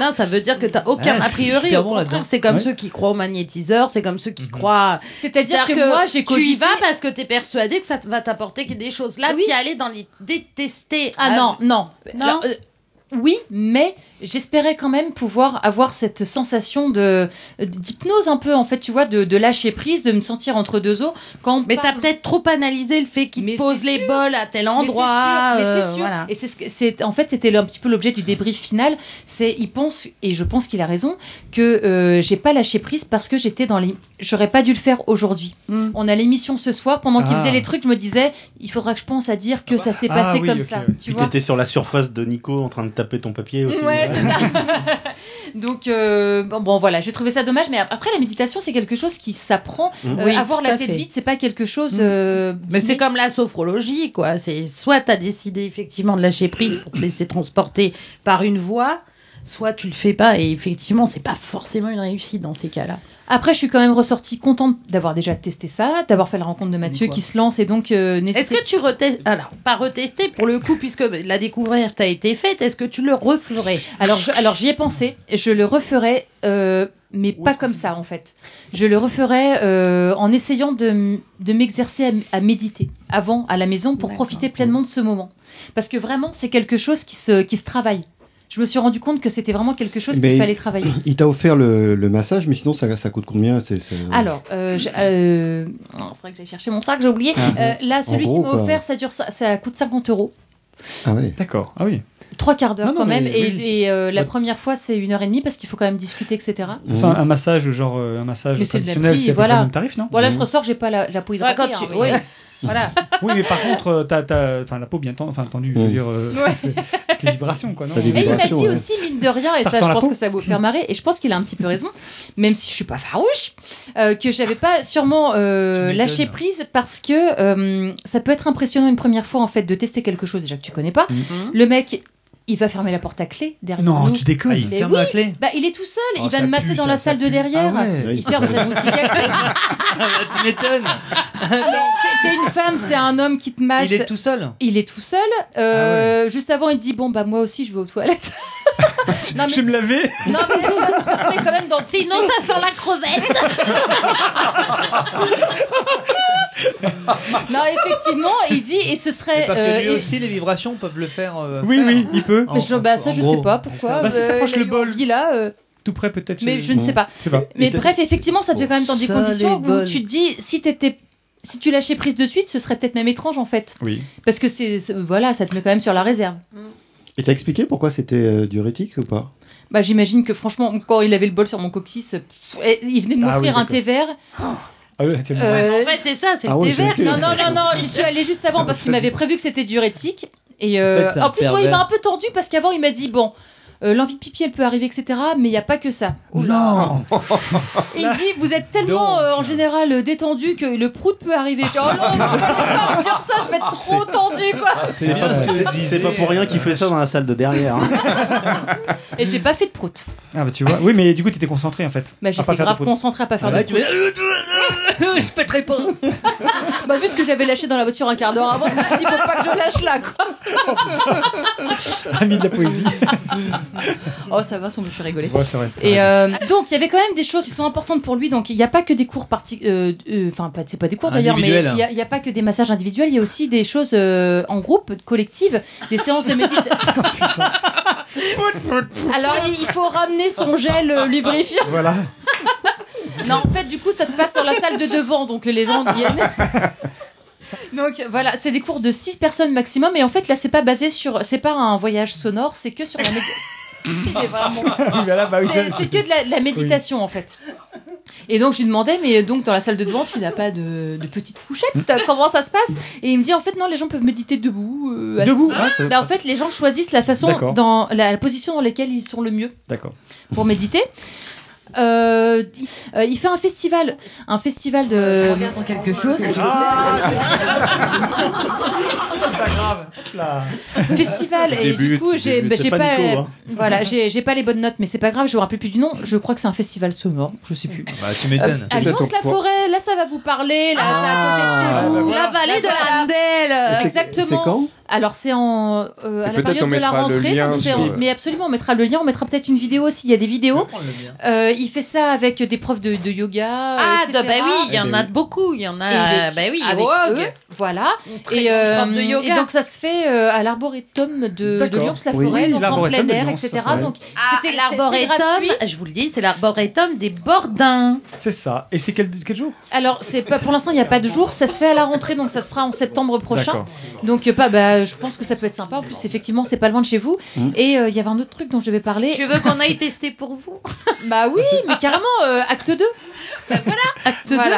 E: Non, ça veut dire que t'as aucun
A: Ah,
E: a
A: je suis
E: priori.
A: super
E: Au
A: bon
E: contraire,
A: là-dedans.
E: c'est comme
A: Ouais.
E: ceux qui croient au magnétiseur, c'est comme ceux qui croient.
B: C'est-à-dire que, moi,
E: tu
B: j'ai
E: y
B: cogité.
E: vas parce que t'es persuadé que ça te- va t'apporter des choses. Là,
B: Ah Oui.
E: t'y allais dans les détester.
B: Ah non, non.
E: Non.
B: Alors, euh, oui, mais j'espérais quand même pouvoir avoir cette sensation de euh, d'hypnose un peu, en fait, tu vois, de, de lâcher prise, de me sentir entre deux eaux. Quand on
E: Mais
B: parle-
E: t'as peut-être trop analysé le fait qu'il
B: Mais
E: te pose
B: c'est
E: les bols à tel
B: Mais c'est sûr,
E: endroit.
B: mais c'est
E: euh,
B: sûr.
E: voilà.
B: Et c'est ce que- c'est en fait c'était un petit peu l'objet du débrief final. C'est il pense et je pense qu'il a raison que euh, j'ai pas lâché prise parce que j'étais dans les j'aurais pas dû le faire aujourd'hui.
E: Mm.
B: On a l'émission ce soir pendant qu'il
C: Ah.
B: faisait les trucs, je me disais il faudra que je pense à dire que ça s'est
C: Ah
B: passé
C: oui,
B: comme
C: ok,
B: ça,
C: ouais.
B: tu
F: Tu
B: vois.
F: étais sur la surface de Nico en train de taper ton papier aussi.
B: Ouais, c'est ça. Donc, euh, bon, bon, voilà, j'ai trouvé ça dommage, mais après, la méditation, c'est quelque chose qui s'apprend. Euh,
E: Oui,
B: avoir
E: tout
B: la
E: à
B: tête
E: fait.
B: vide, c'est pas quelque chose.
E: Mm.
B: euh,
E: Mais
B: qui
E: c'est
B: n'est-
E: comme la sophrologie, quoi. C'est soit t'as décidé effectivement de lâcher prise pour te laisser transporter par une voie, soit tu le fais pas et effectivement c'est pas forcément une réussite dans ces cas-là.
B: Après, je suis quand même ressortie contente d'avoir déjà testé ça, d'avoir fait la rencontre de Mathieu qui se lance et donc euh, n'hésitez-
E: Est-ce que tu retestes Alors, pas retester pour le coup, puisque la découverte a été faite, est-ce que tu le referais
B: Alors, je- alors j'y ai pensé. Je le referais, euh, mais pas comme ça en fait. Je le referais euh, en essayant de, m- de m'exercer à m- à, méditer avant à la maison pour profiter pleinement de ce moment. Parce que vraiment, c'est quelque chose qui se, qui se travaille. Je me suis rendu compte que c'était vraiment quelque chose
H: Mais
B: qu'il fallait travailler.
H: Il t'a offert le, le massage, mais sinon ça, ça coûte combien c'est, c'est-
B: Alors, euh, je- euh, oh, faudrait que j'aille chercher mon sac, j'ai oublié. Euh, là,
H: Ah, En
B: celui
H: gros,
B: qui m'a
H: quoi.
B: offert, ça, dure, ça, ça coûte 50 euros.
H: Ah oui.
C: D'accord. Ah oui.
B: Trois quarts d'heure
C: Non, non,
B: quand
C: mais
B: même. Et,
C: oui.
B: et, euh, la première fois, c'est une heure et demie parce qu'il faut quand même discuter, etc.
C: De toute façon, un massage, genre euh, un massage
B: Mais c'est de la
C: traditionnel,
B: prix,
C: c'est à peu près
B: voilà.
C: le même tarif, non
B: Voilà, je ressors, j'ai pas la, la peau hydratée.
E: quand tu-
B: hein, mais-
E: oui. Voilà.
C: Oui, mais par contre, euh, t'as, t'as- enfin, la peau bien tendue, enfin, tendue, je veux
H: Mm.
C: dire, euh,
B: Ouais.
C: c'est- avec les vibrations, quoi, non
H: T'as des
B: Et il m'a dit
H: vibrations, ouais.
B: aussi, mine de rien, et
C: Ça
B: ça,
C: retend
B: je
C: la
B: pense
C: peau.
B: que ça va vous faire marrer, et je pense qu'il a un petit peu raison, même si je suis pas farouche, euh, que j'avais pas sûrement euh,
C: hein.
A: Tu m'étonnes.
B: lâché prise parce que euh, ça peut être impressionnant une première fois, en fait, de tester quelque chose déjà que tu connais pas.
E: Mhm.
A: Mm-hmm.
B: Le mec, il va fermer la porte à clé derrière
C: Mm-hmm. Non,
B: nous.
C: tu déconnes.
A: Ah, il
B: Mais
A: ferme
B: oui.
A: la clé.
B: Bah, il est tout seul,
A: Oh,
B: il va
A: ça
B: me masser
A: pue,
B: dans
A: ça,
B: la
A: ça
B: salle de
A: pue.
B: derrière.
C: Ah ouais.
B: Il ferme sa boutique à clé. Ah,
A: Ah, tu m'étonnes.
B: mais t'es- T'es une femme, Ah, c'est un homme qui te masse.
A: Il est tout seul.
B: Il est tout seul.
C: Ah
B: Euh, Juste avant, il dit Bon, bah, moi aussi, je vais aux toilettes. non,
C: Je vais me laver.
B: non, mais ça, ça remet quand même dans.
E: Sinon, ça sent la crevette
B: Non, effectivement, il dit, et ce
A: Et
B: serait.
A: parce que
B: euh,
A: lui
B: et-
A: aussi, les vibrations peuvent le faire. euh,
C: Oui,
A: faire.
C: oui, il peut.
A: En-
B: Je- bah, ça,
A: en
B: je
A: gros,
B: sais pas
A: c'est ça.
B: pourquoi.
C: Bah, ça
B: euh,
C: s'approche
B: il a
C: le
B: eu
C: bol.
B: envie, là, euh,
C: Tout près, peut-être.
B: mais
C: chez-
B: je ne sais pas.
C: Je sais pas.
B: Mais
C: Il t'a-
B: bref, effectivement, ça devait quand même dans des
A: Ça,
B: conditions
A: les
B: où
A: bols.
B: tu te dis, si t'étais. Si tu lâchais prise de suite, ce serait peut-être même étrange en fait.
C: Oui.
B: Parce que c'est. c'est- Voilà, ça te met quand même sur la réserve.
H: Et t'as expliqué pourquoi c'était euh, diurétique ou pas
B: Bah, j'imagine que franchement, quand il avait le bol sur mon coccyx, pff, et il venait de
C: Ah oui,
B: m'offrir un
C: d'accord.
B: thé vert.
C: Ah ouais, tiens,
B: Euh,
E: En fait, c'est ça, c'est
H: Ah
E: le
H: ouais,
E: thé vert.
H: j'ai été-
B: Non, non, non, non, j'y suis allée juste avant parce qu'il m'avait prévu que c'était diurétique. Et euh, en,
A: En fait, c'est un
B: plus, ouais, il
A: pervers.
B: m'a un peu tendu parce qu'avant, il m'a dit bon. euh, L'envie de pipi, elle peut arriver, etc. Mais il n'y a pas que ça.
C: Non
B: Et il me dit, vous êtes tellement
A: Donc.
B: euh, en général euh, détendu que le prout peut arriver. Je dis, oh non, mais faut pas me dire ça, je vais être trop tendu, quoi.
F: C'est
A: bien
F: pas,
A: ce que
F: c'est-
A: je disais,
F: c'est pas pour rien qu'il
A: euh,
F: fait ça dans la salle de derrière. hein.
B: Et j'ai pas fait de prout.
C: Ah bah tu vois. Oui, mais du coup, t'étais concentré en fait.
B: Bah,
C: À pas
B: j'étais
C: faire
B: grave
C: de faute.
B: concentrée à pas faire
A: Ah,
B: de
A: tu
B: prout.
A: vas- Je pèterai pas.
B: Bah, vu ce que j'avais lâché dans la voiture un quart d'heure avant, je me suis dit, faut pas que je lâche là, quoi.
C: Ami de la poésie.
B: Oh, ça va, ça me fait rigoler.
C: Ouais, c'est vrai.
B: Et euh, donc il y avait quand même des choses qui sont importantes pour lui. Donc il n'y a pas que des cours parti, euh, euh, enfin pas- c'est pas des cours d'ailleurs, mais
A: Individuels.
B: il n'y a, il y a pas que des massages individuels. Il y a aussi des choses euh, en groupe, collectives, des séances de méditation. Alors il il faut ramener son gel euh, lubrifiant.
C: Voilà.
B: Non, en fait du coup ça se passe dans la salle de devant, donc les gens viennent. Donc voilà, c'est des cours de 6 personnes maximum et en fait là c'est pas basé sur c'est pas un voyage sonore, c'est que sur la médi- Il est vraiment
C: Oui, bah là, bah oui.
B: c'est c'est que de la, de la méditation en fait. Et donc je lui demandais, mais donc dans la salle de devant, tu n'as pas de, de petite couchette Comment ça se passe Et il me dit, en fait, non, les gens peuvent méditer debout. euh, assis.
C: Debout. Ah, ça-
B: Bah, en fait, les gens choisissent la façon,
C: D'accord.
B: dans la, la position dans laquelle ils sont le mieux
C: D'accord.
B: pour méditer. Euh, euh, il fait un festival, un festival de. Ah. quelque chose.
C: Ah,
A: Bah,
C: Pas grave. Là.
B: festival et
D: Débute,
B: du coup j'ai
D: débute.
B: bah,
F: C'est
B: j'ai pas,
F: pas Nico, hein.
B: voilà j'ai j'ai pas les bonnes notes mais c'est pas grave je me rappelle plus du nom je crois que c'est un festival sonore je sais plus
A: Bah, tu m'étonnes.
B: à
G: Peut-être
B: Lyon, la
G: on-
B: forêt là ça va vous parler là c'est
C: Ah,
B: à côté de chez vous
C: bah
E: La vallée de la Handel
H: Et c'est-
B: exactement.
H: C'est quand
B: alors c'est en euh, à la
G: peut-être
B: période
G: on
B: de la
G: mettra le
B: rentrée
G: lien
B: donc c'est en-
G: sur-
B: mais absolument on mettra le lien on mettra peut-être une vidéo s'il y a des vidéos Euh, il fait ça avec des profs de, de yoga euh,
E: Ah,
B: etc.
E: de- bah oui, il y en a beaucoup, il y en
B: Et
E: a.
B: il est
E: Bah oui,
B: avec
E: Vogue.
B: eux, voilà
E: Une très
B: et,
E: grande
B: euh,
E: prof de yoga.
B: et donc ça se fait euh, à l'arboretum de, de
C: D'accord.
B: Lyons-la-Forêt,
C: Oui,
B: donc en
C: l'arboretum
B: plein
C: de
B: air,
C: Lyons,
B: etc.
C: ouais.
B: Donc
E: Ah,
B: c'était c'est gratuit.
E: l'arboretum, je vous le dis, c'est l'arboretum des Bordins.
C: C'est ça. Et c'est quel, quel jour
B: Alors c'est pas pour l'instant il n'y a pas de jour, ça se fait à la rentrée, donc ça se fera en septembre prochain.
C: D'accord.
B: Donc euh, pas, bah je pense que ça peut être sympa. En plus effectivement c'est pas loin de chez vous.
C: Mmh.
B: Et euh, il y avait un autre truc dont je devais parler.
E: Tu veux qu'on aille tester pour vous
B: Bah oui, mais carrément euh, acte 2.
E: Bah Acte
B: voilà.
E: deux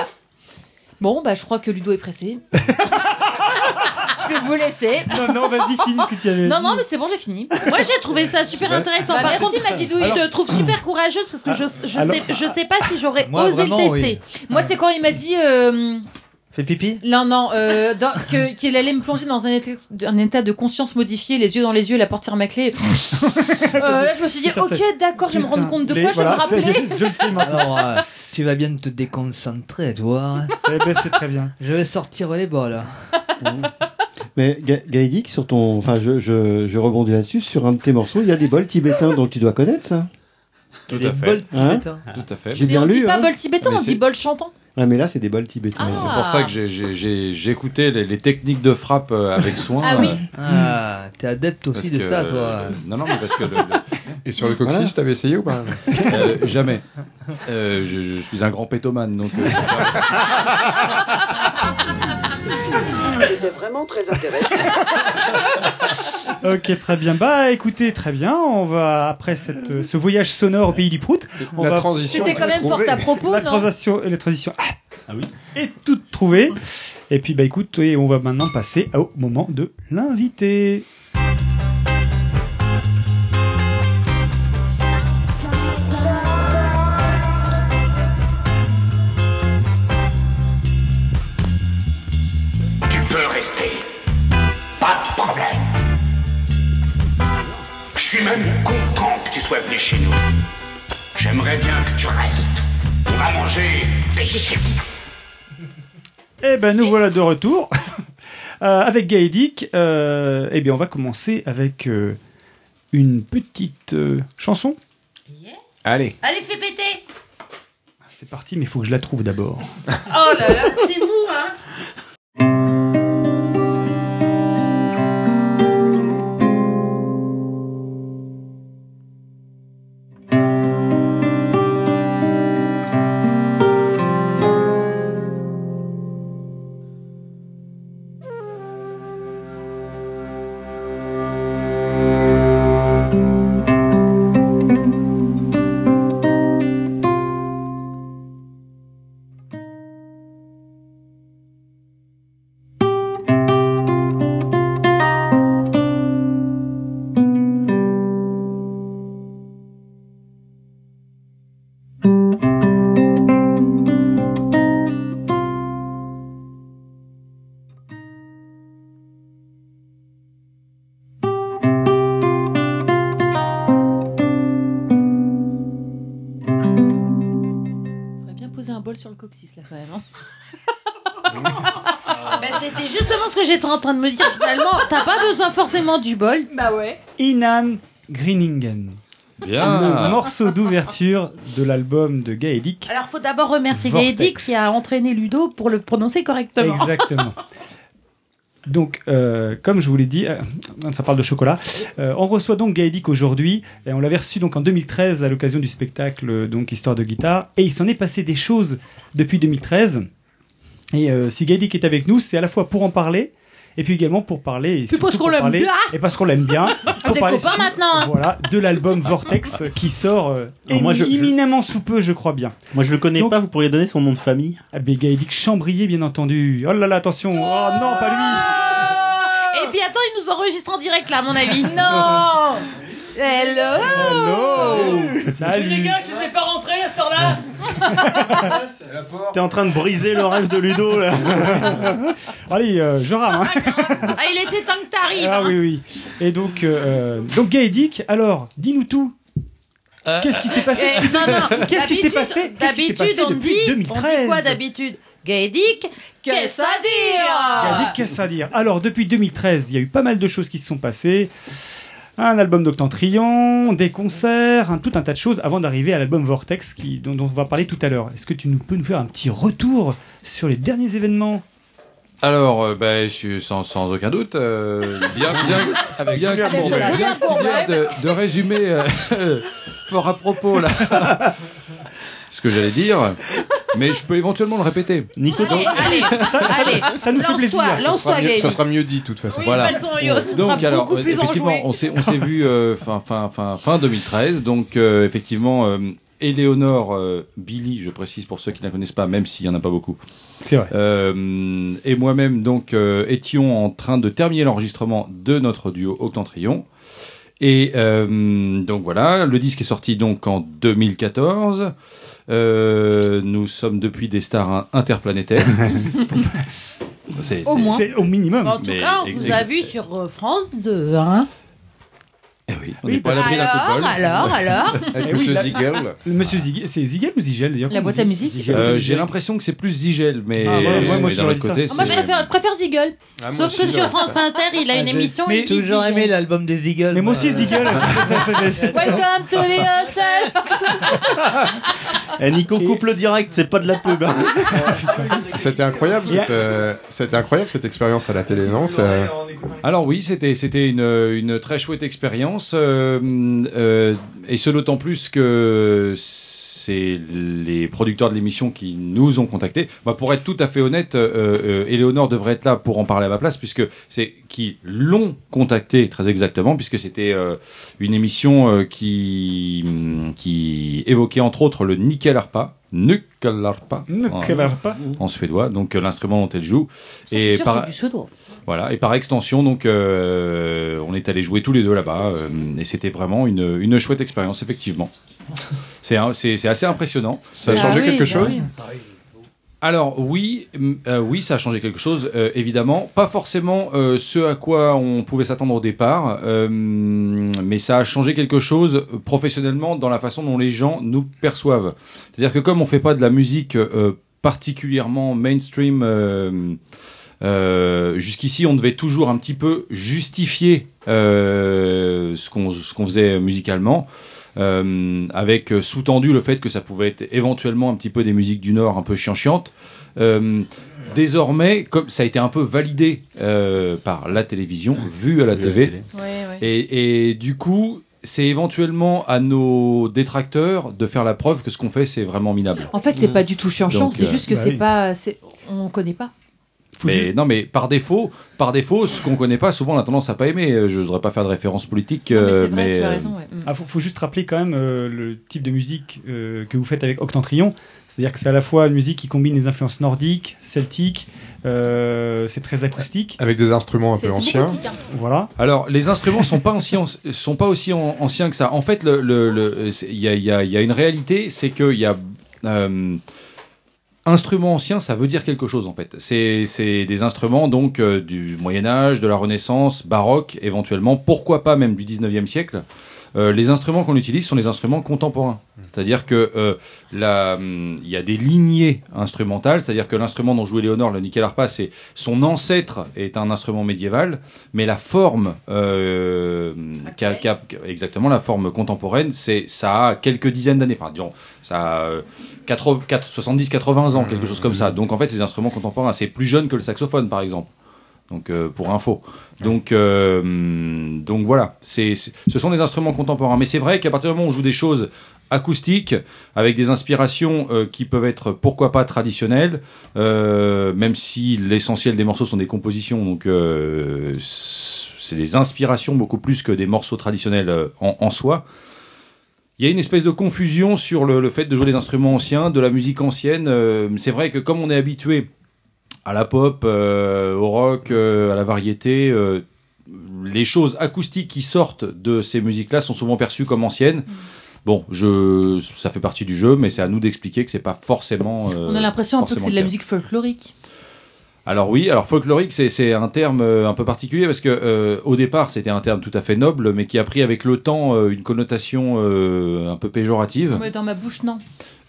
B: Bon bah je crois que Ludo est pressé. je vais vous laisser.
C: Non, non, vas-y, finis ce que tu avais.
B: Non
C: dit.
B: non mais c'est bon j'ai fini.
E: Moi j'ai trouvé ça super intéressant.
B: Bah,
E: Par
B: merci
E: contre,
B: ma didouille.
E: je te trouve super courageuse parce que je, je,
C: alors- ah.
E: sais, je sais pas si j'aurais
A: Moi,
E: osé
A: vraiment,
E: le tester.
B: Moi c'est quand il m'a dit euh,
I: Fait pipi
B: Non, non, euh, dans- que- qu'il allait me plonger dans un état, un état de conscience modifié, les yeux dans les yeux, la porte ferme à clé. Euh, là, je me suis dit,
A: Putain,
B: ok,
A: c'est-
B: d'accord, je vais me rendre compte de quoi, je vais me rappeler.
A: Alors, euh, tu vas bien te déconcentrer, toi.
C: Eh ben, c'est très bien.
A: Je vais sortir les balles.
H: Mais Ga- Gaïdic, sur ton. Enfin, je, je, je rebondis là-dessus. Sur un de tes morceaux, il y a des bols tibétains, donc tu dois connaître ça.
D: Tout
H: Des
D: à fait.
H: bols
A: Hein
C: hein.
H: tibétains.
D: Tout à fait.
H: J'ai
B: Et
H: bien
B: on dit
H: lu.
B: pas
H: hein.
B: bol tibétain,
C: Ah,
D: Mais
B: on dit Ah.
D: c'est-
B: bol chantant.
H: Ouais, mais là, c'est des bols tibétains.
D: C'est pour ça que j'ai- j'ai- j'ai j'ai écouté les, les techniques de frappe euh, avec soin.
B: Ah oui.
A: Ah, t'es adepte aussi
D: parce
A: de
D: que,
A: ça, toi.
D: euh, non, non, mais parce que. le- le-
G: Et sur le coccyx,
D: Voilà.
G: t'avais essayé ou pas
D: Euh, jamais. Euh, je, je- je suis un grand pétomane, donc. euh,
J: C'était vraiment très intéressant.
C: Ok, très bien. Bah, écoutez, très bien. On va après cette, euh, ce voyage sonore au pays du prout. On
G: La
C: va-
G: transition
B: C'était quand même fort à propos,
C: la
B: non
C: transition, la transition ah, est toute trouvée. Et puis, bah, écoute, et on va maintenant passer au moment de l'invité.
K: Tu peux rester. Pas de problème. Je suis même content que tu sois venu chez nous. J'aimerais bien que tu restes. On va manger des chips.
C: Eh ben, nous voilà de retour Euh, avec Gaïdic. Euh, eh bien, on va commencer avec euh, une petite euh, chanson. Allez.
E: Allez, fais péter
C: Ah, C'est parti, mais il faut que je la trouve d'abord.
E: Oh là là, c'est mou, hein
B: Faudrait bien poser un bol sur le coccyx, là, quand même. hein.
E: Ben, C'était justement ce que j'étais en train de me dire finalement. T'as pas besoin forcément du bol.
B: Bah ouais.
C: Inan Greeningen.
D: Bien.
C: Le morceau d'ouverture de l'album de Gaédic.
E: Alors, faut d'abord remercier
C: Vortex.
E: Gaëdic qui a entraîné Ludo pour le prononcer correctement.
C: Exactement. Donc, euh, comme je vous l'ai dit, euh, ça parle de chocolat. Euh, on reçoit donc Gaëdic aujourd'hui, et on l'avait reçu donc en 2013 à l'occasion du spectacle euh, donc Histoire de guitare, et il s'en est passé des choses depuis 2013. Et euh, si Gaëdic est avec nous, c'est à la fois pour en parler, et puis également pour parler. Et surtout
E: parce qu'on
C: pour
E: l'aime
C: parler-
E: bien. Ah,
C: Et parce qu'on l'aime bien.
B: Ah,
C: pour
E: C'est
C: parler
E: copain
C: surtout,
E: maintenant.
C: Voilà, de l'album Vortex euh, qui sort euh,
F: Alors moi, je- je-
C: imminemment sous peu, je crois bien.
F: Moi, je le connais pas, vous pourriez donner son nom de famille
C: Ah, mais Gaëdic Chambrier, bien entendu. Oh là là, attention. Oh non, pas lui.
E: Et puis attends, il nous enregistre en direct là, à mon avis. Non Hello
C: Salut
A: tu ne pas rentrer à cette heure-là
F: T'es en train de briser le rêve de Ludo, là.
C: Allez, euh, je rame. hein.
E: Ah, il était temps que t'arrives
C: Ah
E: hein.
C: oui, oui. Et donc, euh, donc Gaëdic, alors, dis-nous tout. Qu'est-ce qui s'est passé
E: Eh,
C: depuis-
E: non, non,
C: Qu'est-ce qui s'est
E: d'habitude-
C: passé Qu'est-ce qui s'est passé
E: D'habitude, on
C: depuis
E: dit. On dit
C: 2013
E: quoi d'habitude Gaëdic, qu'est-ce à dire
B: Ah.
C: Gaëdic, qu'est-ce à dire Alors, depuis 2013, il y a eu pas mal de choses qui se sont passées. Un album d'Octentrion, des concerts, un- tout un tas de choses avant d'arriver à l'album Vortex qui, dont, dont on va parler tout à l'heure. Est-ce que tu nous peux nous faire un petit retour sur les derniers événements
D: Alors, euh, ben, je suis sans, sans aucun doute, euh, bien, bien,
G: Avec
D: bien,
G: Julien
D: que- bien,
G: Courbet.
D: que tu viens de, de résumer euh, fort à propos là ce que j'allais dire, mais je peux éventuellement le répéter.
F: Nico,
E: Allez, allez, allez, lance-toi, lance-toi, Gaëdic.
D: mieux dit de toute façon.
E: Oui, pas le temps, ce sera
D: donc alors
E: beaucoup plus enjoué.
D: effectivement, on s'est on s'est vu euh, fin fin fin fin 2013. Donc euh, effectivement, euh, Eleonore euh, Billy, je précise pour ceux qui ne la connaissent pas, même s'il y en a pas beaucoup.
C: C'est vrai.
D: Euh, et moi-même donc euh, étions en train de terminer l'enregistrement de notre duo Octantrion. Et euh, donc voilà, le disque est sorti donc en 2014. Euh, nous sommes depuis des stars in- interplanétaires. C'est-
E: Au
D: c'est-
E: moins.
C: au minimum.
E: En tout
D: Mais
E: cas, on
D: ex-
E: vous a
D: ex-
E: vu sur euh, France 2, hein
D: oui,
C: on n'est
D: pas à l'abri d'un coup de bol. Eh
E: Alors,
B: Ah.
E: alors
D: Avec monsieur Ziegel.
C: Eh Monsieur Ziegel, c'est Ziegel ou Zigel d'ailleurs
B: La boîte à musique
D: Euh, J'ai l'impression que c'est plus Zigel, mais,
C: Ah, moi, moi, moi,
D: mais d'un autre
C: j'aurais dit ça.
D: côté,
B: Ah, moi, je
D: c'est-
B: préfère, je préfère Ziggle.
D: Ah, moi
B: Sauf
D: aussi, Ah,
B: que sur
D: j'aurais-
B: France Inter, il a une émission.
A: J'ai
B: il dit
A: toujours
B: Ziggle.
A: aimé l'album des Eagles. Mais
C: moi aussi, Zigel.
B: Welcome to the
C: Ah.
B: hotel.
F: Eh, Nico, coupe le direct, c'est pas de la pub. hein.
G: C'était incroyable,
F: Yeah.
G: cette, euh, c'était incroyable cette expérience à la télé, non ça-
D: Alors oui, c'était c'était une, une très chouette expérience euh, euh, et ce d'autant plus que c'est les producteurs de l'émission qui nous ont contactés. Bah, pour être tout à fait honnête, euh, euh, Éléonore devrait être là pour en parler à ma place puisque c'est qui l'ont contacté très exactement puisque c'était euh, une émission euh, qui mm, qui évoquait entre autres le nickel harpa. Nukalarpa,
C: Nyckelarpa.
D: en, en suédois, donc euh, l'instrument dont elle joue.
B: C'est sûr, c'est du pseudo.
D: Voilà, et par extension, donc, euh, on est allé jouer tous les deux là-bas, euh, et c'était vraiment une, une chouette expérience, effectivement. C'est un- c'est c'est assez impressionnant.
G: Ça a Ah changé oui, quelque bah chose oui.
D: Alors oui, m- euh, oui, ça a changé quelque chose, euh, évidemment. Pas forcément euh, ce à quoi on pouvait s'attendre au départ, euh, mais ça a changé quelque chose euh, professionnellement dans la façon dont les gens nous perçoivent. C'est-à-dire que comme on fait pas de la musique euh, particulièrement mainstream, euh, euh, jusqu'ici on devait toujours un petit peu justifier euh, ce qu'on ce qu'on faisait musicalement. Euh, avec euh, sous-tendu le fait que ça pouvait être éventuellement un petit peu des musiques du Nord un peu chiantes. Euh, désormais, comme ça a été un peu validé euh, par la télévision, vu à la TV, Et, et du coup, c'est éventuellement à nos détracteurs de faire la preuve que ce qu'on fait, c'est vraiment minable.
B: En fait, c'est pas du tout chiant,
D: Donc,
B: c'est
D: euh,
B: juste que
D: bah
B: c'est
D: oui.
B: pas. c'est- On connaît pas.
D: Mais non, mais par défaut, par défaut, ce qu'on connaît pas, souvent on a tendance à pas aimer. Euh, Je voudrais pas faire de référence politique, euh, mais, euh,
E: Mm.
C: Ah, faut, faut juste rappeler quand même euh, le type de musique euh, que vous faites avec Octentrion. C'est-à-dire que c'est à la fois une musique qui combine les influences nordiques, celtiques, euh, c'est très acoustique.
G: Avec des instruments un peu anciens.
B: hein.
C: Voilà.
D: Alors, les instruments sont pas anciens, sont pas aussi an- anciens que ça. En fait, le- le- le- c'est- il y, a, il y a- il y a une réalité, c'est qu'il y a euh, instruments anciens, ça veut dire quelque chose en fait. C'est c'est des instruments donc euh, du Moyen Âge, de la Renaissance, baroque, éventuellement, pourquoi pas même du 19e siècle. Euh, les instruments qu'on utilise sont les instruments contemporains. C'est-à-dire que euh, la, hum, il y a des lignées instrumentales, c'est-à-dire que l'instrument dont jouait Léonore, le nickel harpa, c'est son ancêtre est un instrument médiéval, mais la forme, euh, qu'a- qu'a- exactement la forme contemporaine, c'est ça a quelques dizaines d'années, enfin disons ça a euh, 70-80 ans, quelque chose comme ça. Donc en fait, ces instruments contemporains, c'est plus jeune que le saxophone, par exemple. Donc euh, pour info. Donc euh, hum, donc voilà, c'est c'est- ce sont des instruments contemporains. Mais c'est vrai qu'à partir du moment où on joue des choses acoustiques avec des inspirations euh, qui peuvent être pourquoi pas traditionnelles, euh, même si l'essentiel des morceaux sont des compositions, donc euh, c'est des inspirations beaucoup plus que des morceaux traditionnels euh, en, en soi. Il y a une espèce de confusion sur le, le fait de jouer des instruments anciens, de la musique ancienne. Euh, c'est vrai que comme on est habitué à la pop, euh, au rock, euh, à la variété, euh, les choses acoustiques qui sortent de ces musiques-là sont souvent perçues comme
B: Mm.
D: anciennes. Bon, je, ça fait partie du jeu, mais c'est à nous d'expliquer que c'est pas forcément. euh,
B: On a l'impression un peu que
D: forcément
B: c'est de la
D: le cas.
B: musique folklorique.
D: Alors oui, alors folklorique, c'est- c'est un terme euh, un peu particulier parce que euh, au départ c'était un terme tout à fait noble, mais qui a pris avec le temps euh, une connotation euh, un peu péjorative.
B: Mais dans ma bouche, non.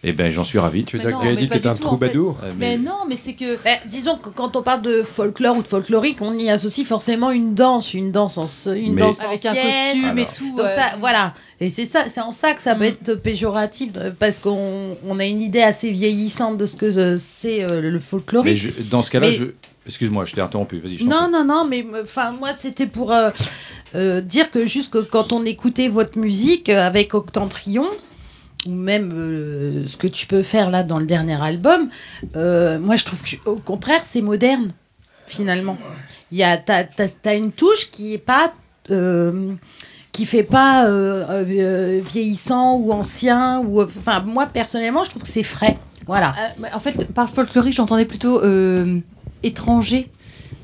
D: Eh ben j'en suis ravi. Tu
B: Mais non, mais pas du tout, en fait.
D: mais...
B: Mais non, mais c'est que.
E: Bah, disons que quand on parle de folklore ou de folklorique, on y associe forcément une danse, une danse en ce- une
B: Mais-
E: danse
B: Avec un
E: ancienne.
B: costume et Alors. tout,
E: Donc
B: euh,
E: ça, voilà. Et c'est ça, c'est en ça que ça peut être péjoratif euh, parce qu'on on a une idée assez vieillissante de ce que euh, c'est euh, le folklorique.
D: mais je- dans ce cas-là,
E: Mais-
D: je... excuse-moi, je t'ai interrompu. Vas-y. je t'en
E: Non,
D: prie.
E: non, non, mais euh, enfin, moi, c'était pour euh, euh, dire que juste que quand on écoutait votre musique euh, avec Octentrion, ou même euh, ce que tu peux faire là dans le dernier album, euh, moi, je trouve qu'au contraire, c'est moderne, finalement. Il y a, t'as, t'as- t'as une touche qui est pas. euh, qui fait pas euh, euh, vieillissant ou ancien ou enfin moi personnellement je trouve que c'est frais voilà
B: en fait par folklorique j'entendais plutôt euh, étranger,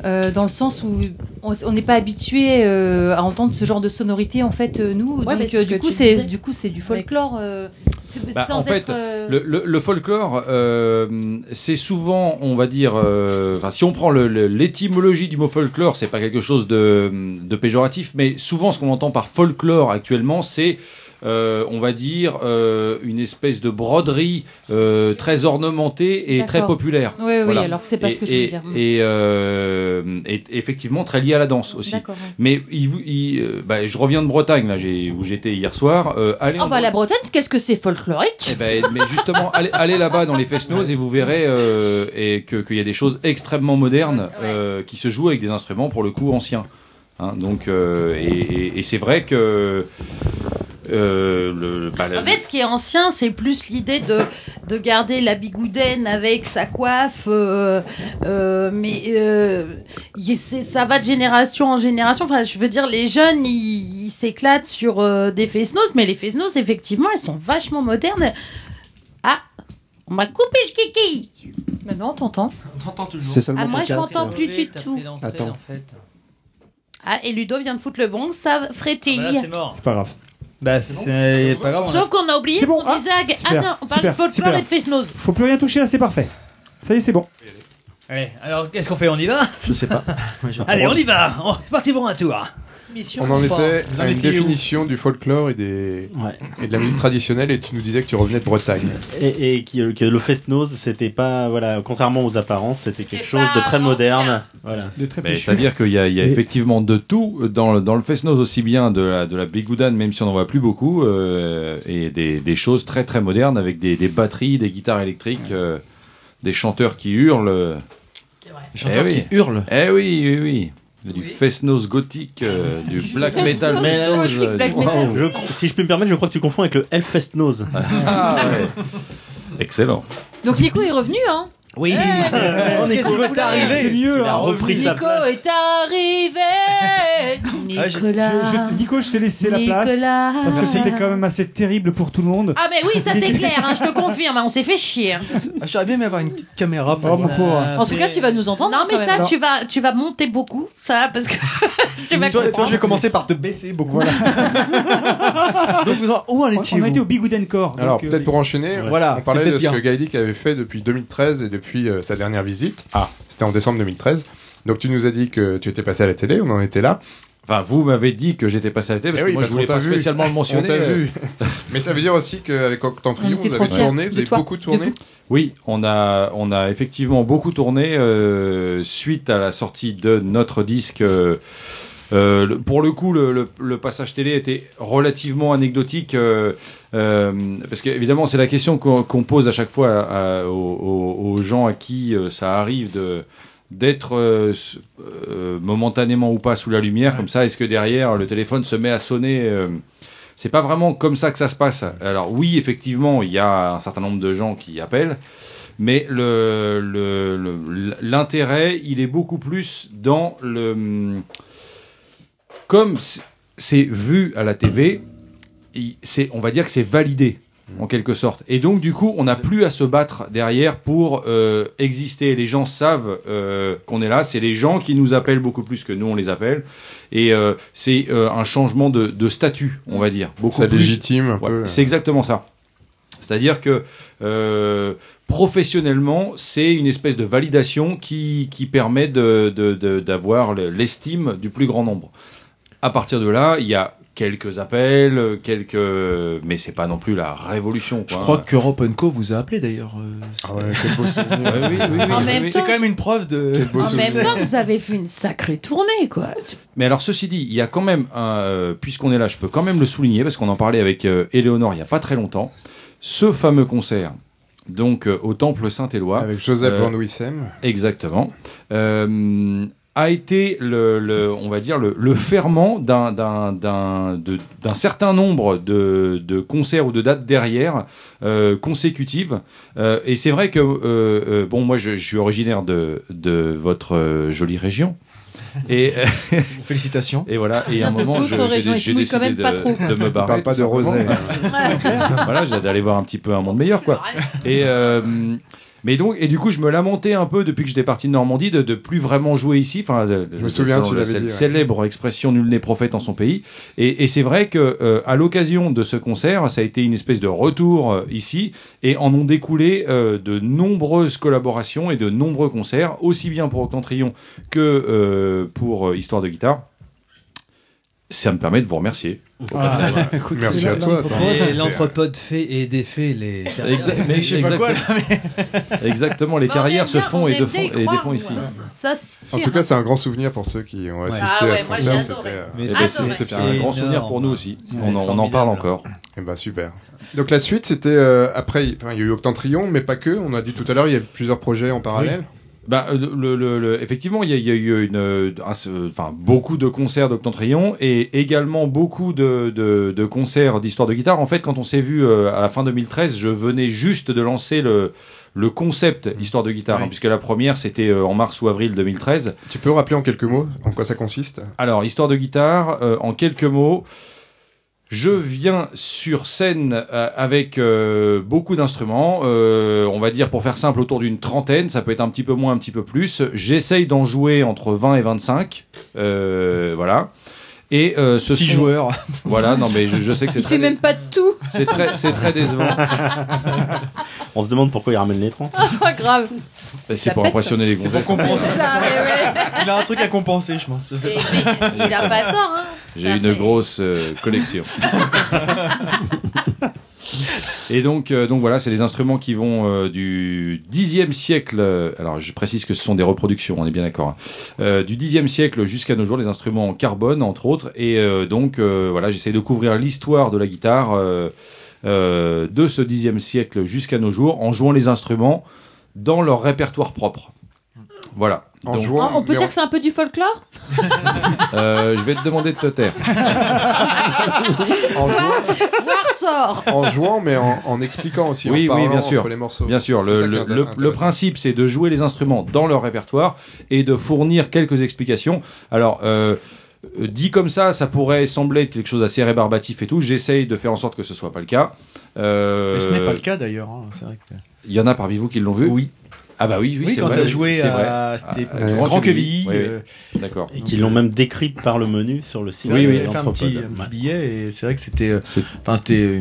B: euh, dans euh, le sens où on- on on n'est pas habitué euh, à entendre ce genre de sonorité en fait euh, nous.
E: Ouais, mais
B: donc
E: c'est
B: euh,
E: ce
B: du
E: que
B: coup
E: tu
B: c'est
E: disais.
B: du coup c'est du folklore. euh, c'est-
D: Bah,
B: sans
D: en fait,
B: être, euh,
D: le, le- le folklore, euh, c'est souvent, on va dire, euh, enfin, si on prend le- le- l'étymologie du mot folklore, c'est pas quelque chose de, de péjoratif, mais souvent ce qu'on entend par folklore actuellement, c'est euh, on va dire euh, une espèce de broderie euh, très ornementée et
B: D'accord.
D: très populaire.
B: Oui, oui, alors que c'est pas
D: Et-
B: ce que je voulais
D: et-
B: dire.
D: Et, euh, et- effectivement très lié à la danse aussi.
B: D'accord, ouais.
D: Mais il, vous- il, euh, bah, je reviens de Bretagne, là, j'ai- où j'étais hier soir. Euh, allez
B: Ah
D: en
B: bah la Bretagne, qu'est-ce que c'est folklorique
D: eh ben, mais justement, allez, allez là-bas dans les Fesnos et vous verrez euh, et que qu'il y a des choses extrêmement modernes euh, qui se jouent avec des instruments pour le coup anciens. Hein, donc, euh, et, et- et c'est vrai que euh, le, bah, le-
E: En fait, ce qui est ancien, c'est plus l'idée de, de garder la bigoudaine avec sa coiffe, euh, euh, mais euh, y- c'est- ça va de génération en génération. Enfin, je veux dire, les jeunes, ils ils s'éclatent sur euh, des fesnos, mais les fesnos, effectivement, elles sont vachement modernes. Ah, on m'a coupé le kiki
B: Maintenant, on t'entend.
A: On t'entend toujours.
H: C'est seulement
E: Ah, moi,
H: ton
E: je
H: casque,
E: m'entends
H: là.
E: plus du tout.
H: Attends.
E: Ah, et Ludo vient de foutre le bon, ça frétille.
A: Ah bah là, c'est mort.
H: C'est pas grave.
A: Bah, c'est pas grave. on a-
E: Sauf qu'on a oublié
C: C'est bon,
E: qu'on disait à- Ah
C: super,
E: non, on parle
C: super,
E: de folklore
C: super.
E: et de fesnos.
C: Faut plus rien toucher là, c'est parfait. Ça y est, c'est bon.
A: Allez, alors qu'est-ce qu'on fait On y va
C: Je sais pas.
A: Allez, on y va On est parti pour un tour.
G: On en était
A: Vous en
G: à une
A: étiez où
G: définition du folklore et, des... et de la musique traditionnelle, et tu nous disais que tu revenais de Bretagne.
F: Et, et qui- euh, que le fest nose, c'était pas, voilà, contrairement aux apparences, c'était quelque chose de très moderne. Voilà.
C: De très
D: Mais C'est-à-dire qu'il y a, il y a effectivement de tout dans le, dans le Fesnos, aussi bien de la, de la bigoudane, même si on n'en voit plus beaucoup, euh, et des, des choses très très modernes avec des, des batteries, des guitares électriques, euh, des chanteurs qui hurlent. Des
I: chanteurs qui
D: hurlent Eh oui, oui, oui. Du Fesnos gothique, euh, du black
F: Fesnos
D: metal
F: gothique,
D: mélange. euh,
F: black
D: du-
F: metal. Je- si je peux me permettre, je crois que tu confonds avec le Hellfest Nose.
D: Ah, ouais. Excellent.
B: Donc Nico est revenu, hein
F: Oui,
B: Eh,
I: on est
F: content.
A: Ah,
C: C'est mieux. hein.
F: Il a repris sa
B: Nico est arrivé
C: Ah, je- je- je- Nico, je t'ai laissé la place.
E: Nicolas.
C: Parce que c'était quand même assez terrible pour tout le monde.
E: Ah, mais oui, ça c'est clair, hein, je te confirme, hein, on s'est fait chier. hein.
I: Ah, J'aurais bien aimé avoir une petite caméra pour
C: Oh, mon pauvre.
E: euh,
I: Ah,
B: En tout cas, tu vas nous entendre.
E: Non, mais
B: quand
E: ça,
B: même.
E: tu vas, tu vas monter beaucoup, ça, parce que tu vas
I: toi, toi,
E: comprendre.
I: je vais commencer par te baisser beaucoup. Donc vous en...
A: Oh,
I: Où en étiez
C: On a été au Big Wooden Core. donc,
G: Alors,
C: euh,
G: peut-être pour enchaîner,
I: Voilà,
G: on
I: c'est
G: parlait
I: peut-être
G: de ce
I: bien.
G: que Gaëlic avait fait depuis 2013 et depuis euh, sa dernière visite. Ah. C'était en décembre 2013. Donc, tu nous as dit que tu étais passé à la télé, on en était là.
D: Enfin, vous m'avez dit que j'étais passé à la télé parce
G: Eh
D: que
G: oui,
D: moi je
G: qu'on
D: voulais
G: t'a
D: pas
G: vu.
D: spécialement le mentionner.
G: On t'a
D: euh,
G: vu. Mais ça veut dire aussi qu'avec Octantrion,
B: On était
G: vous
B: trop
G: avez
B: fiers
G: tourné,
B: de
G: vous avez
B: toi,
G: beaucoup
B: de
G: tourné.
B: vous.
D: Oui, on a, on a effectivement beaucoup tourné euh, suite à la sortie de notre disque. euh, euh, le- pour le coup, le, le- le passage télé était relativement anecdotique euh, euh, parce que évidemment, c'est la question qu'on qu'on pose à chaque fois à- à- aux, aux- aux gens à qui euh, ça arrive de d'être euh, s- euh, momentanément ou pas sous la lumière comme ça. Est-ce que derrière le téléphone se met à sonner euh, c'est pas vraiment comme ça que ça se passe. Alors oui, effectivement, il y a un certain nombre de gens qui appellent, mais le- le- le- l'intérêt, il est beaucoup plus dans le... Comme c- c'est vu à la TV, il- c'est, on va dire que c'est validé
G: Mmh.
D: en quelque sorte. Et donc du coup, on n'a plus à se battre derrière pour euh, exister. Les gens savent euh, qu'on est là. C'est les gens qui nous appellent beaucoup plus que nous on les appelle. Et euh, c'est euh, un changement de, de statut, on va dire. Beaucoup
G: Ça
D: plus.
G: légitime un
D: Ouais,
G: peu.
D: C'est exactement ça. C'est-à-dire que euh, professionnellement, c'est une espèce de validation qui, qui permet de- de- de- d'avoir le- l'estime du plus grand nombre. À partir de là, il y a quelques appels, quelques, mais c'est pas non plus la révolution.
I: Je
D: quoi.
I: crois qu'Europe Co vous a appelé d'ailleurs. euh,
G: Ah ouais, quel beau souvenir.
D: Ouais, oui, oui, oui,
E: En
D: oui,
E: même
D: oui.
I: C'est quand même une preuve de.
G: Quel beau
E: En même
G: souvenir.
E: temps, vous avez fait une sacrée tournée, quoi.
D: Mais alors, ceci dit, il y a quand même, un, euh, puisqu'on est là, je peux quand même le souligner, parce qu'on en parlait avec euh, Éléonore il n'y a pas très longtemps, ce fameux concert, donc euh, au Temple Saint-Éloi.
G: Avec Joseph
D: Euh,
G: Van Wissem.
D: Exactement. Euh, a été le, le- on va dire le, le ferment d'un d'un d'un de- d'un certain nombre de, de concerts ou de dates derrière euh, consécutives Euh, et c'est vrai que euh, euh, bon moi je, je suis originaire de de votre euh, jolie région et euh,
I: Félicitations.
D: et voilà et à un
B: De
D: moment
B: votre
D: je-
B: région,
D: j'ai
B: il se
D: j'ai
B: mouille quand
D: décidé
B: même
D: de,
B: pas trop, quoi.
D: de me barrer
G: parle pas
D: tout
G: de
D: simplement.
G: Rosaire.
D: voilà j'ai d'aller voir un petit peu un monde meilleur quoi et euh, Mais donc, et du coup, je me lamentais un peu depuis que j'étais parti de Normandie de, de plus vraiment jouer ici. Enfin, de- de-
G: Je me souviens de ce que
D: de
G: j'avais
D: cette
G: dit, ouais.
D: célèbre expression nul n'est prophète en son pays. Et, et c'est vrai que euh, à l'occasion de ce concert, ça a été une espèce de retour euh, ici, et en ont découlé euh, de nombreuses collaborations et de nombreux concerts, aussi bien pour Aucantrion que euh, pour euh, Histoire de guitare. Ça me permet de vous remercier. au
A: Ah,
D: passage.
A: bah, écoute, c'est l'anthropode. Et l'anthropode fait et défait les.
D: Exa-
A: Mais je sais pas quoi, là,
D: Exactement, les
A: Mais on
D: carrières
A: aime
D: se
A: bien-
D: font
A: on
D: et,
A: aime
D: de
A: bien
D: font,
A: y
D: et
A: croire,
D: défont ici.
E: hein. Ça, c'est
G: En
E: sûr. hein.
G: tout cas, c'est un grand souvenir pour ceux qui ont assisté
E: Ah
G: à
E: ouais,
G: ce
E: moi,
G: concert.
E: j'ai
G: c'était,
E: adoré.
G: euh,
D: Mais Eh c'est- ben, c'est- c'est c'est un grand énorme. souvenir pour nous aussi. On en- on en formidable. parle encore.
G: Et ben super. Donc la suite, c'était euh, après. enfin, il y a eu Octantrion, mais pas que. On a dit tout à l'heure, il y a eu plusieurs projets en parallèle.
D: Bah, euh, le, le- le- effectivement, il y, a- il y a eu une, euh, un- ce- enfin, beaucoup de concerts d'Octantrion et également beaucoup de, de- de concerts d'histoire de guitare. En fait, quand on s'est vu euh, à la fin 2013, je venais juste de lancer le, le concept histoire de guitare, hein, puisque la première, c'était euh, en mars ou avril 2013.
G: Tu peux rappeler en quelques mots en quoi ça consiste
D: Alors, histoire de guitare, euh, en quelques mots. Je viens sur scène euh, avec euh, beaucoup d'instruments, euh, on va dire pour faire simple autour d'une trentaine, ça peut être un petit peu moins, un petit peu plus. J'essaye d'en jouer entre 20 et 25, euh, voilà. Et euh, ce
C: Petit
D: sont-
C: joueur.
D: Voilà, non mais je, je sais que c'est
B: Il fait
D: très,
B: même pas de tout.
D: c'est très, c'est très décevant.
F: On se demande pourquoi il ramène l'écran.
B: Ah, grave.
D: C'est
B: Ça
D: pour
B: pète.
D: impressionner les gonzesses.
B: C'est ça, mais ouais.
I: Il a un truc à compenser, je pense.
E: Il a pas tort, hein.
D: J'ai une grosse euh, collection. Et donc, euh, donc voilà, c'est les instruments qui vont euh, du 10e siècle, euh, alors je précise que ce sont des reproductions, on est bien d'accord, hein, euh, du 10e siècle jusqu'à nos jours, les instruments en carbone, entre autres. Et euh, donc, euh, voilà, j'essaie de couvrir l'histoire de la guitare euh, euh, de ce 10e siècle jusqu'à nos jours en jouant les instruments dans leur répertoire propre. Voilà. Donc,
B: Ah, on peut dire que c'est un peu du folklore
D: euh, je vais te demander de te taire.
G: En jouant,
B: Voir sort
G: en jouant, mais en, en expliquant aussi.
D: oui,
G: en
D: oui,
G: parlant
D: bien sûr.
G: Entre les morceaux.
D: Bien sûr.
G: C'est
D: Le,
G: ça qui
D: le- le-
G: est
D: le principe, c'est de jouer les instruments dans leur répertoire et de fournir quelques explications. Alors. euh, euh, dit comme ça, ça pourrait sembler être quelque chose d'assez rébarbatif et tout. J'essaye de faire en sorte que ce soit pas le cas. Euh,
I: Mais ce n'est pas le cas d'ailleurs. hein, C'est vrai que...
D: Il y en a parmi vous qui l'ont vu
I: Oui.
D: Ah bah oui, oui,
I: Oui,
D: c'est
I: quand
D: vrai.
I: t'as joué
D: c'est
I: à-
D: vrai.
I: c'était
D: Ah,
I: Grand Quevilly,
D: Oui, oui.
I: euh,
D: D'accord.
F: Et qui l'ont même décrit par le menu sur le site.
I: oui,
F: de
I: oui, fait un
F: l'anthropode.
I: petit, euh, un petit billet et c'est vrai que c'était. euh, Enfin, c'était. euh,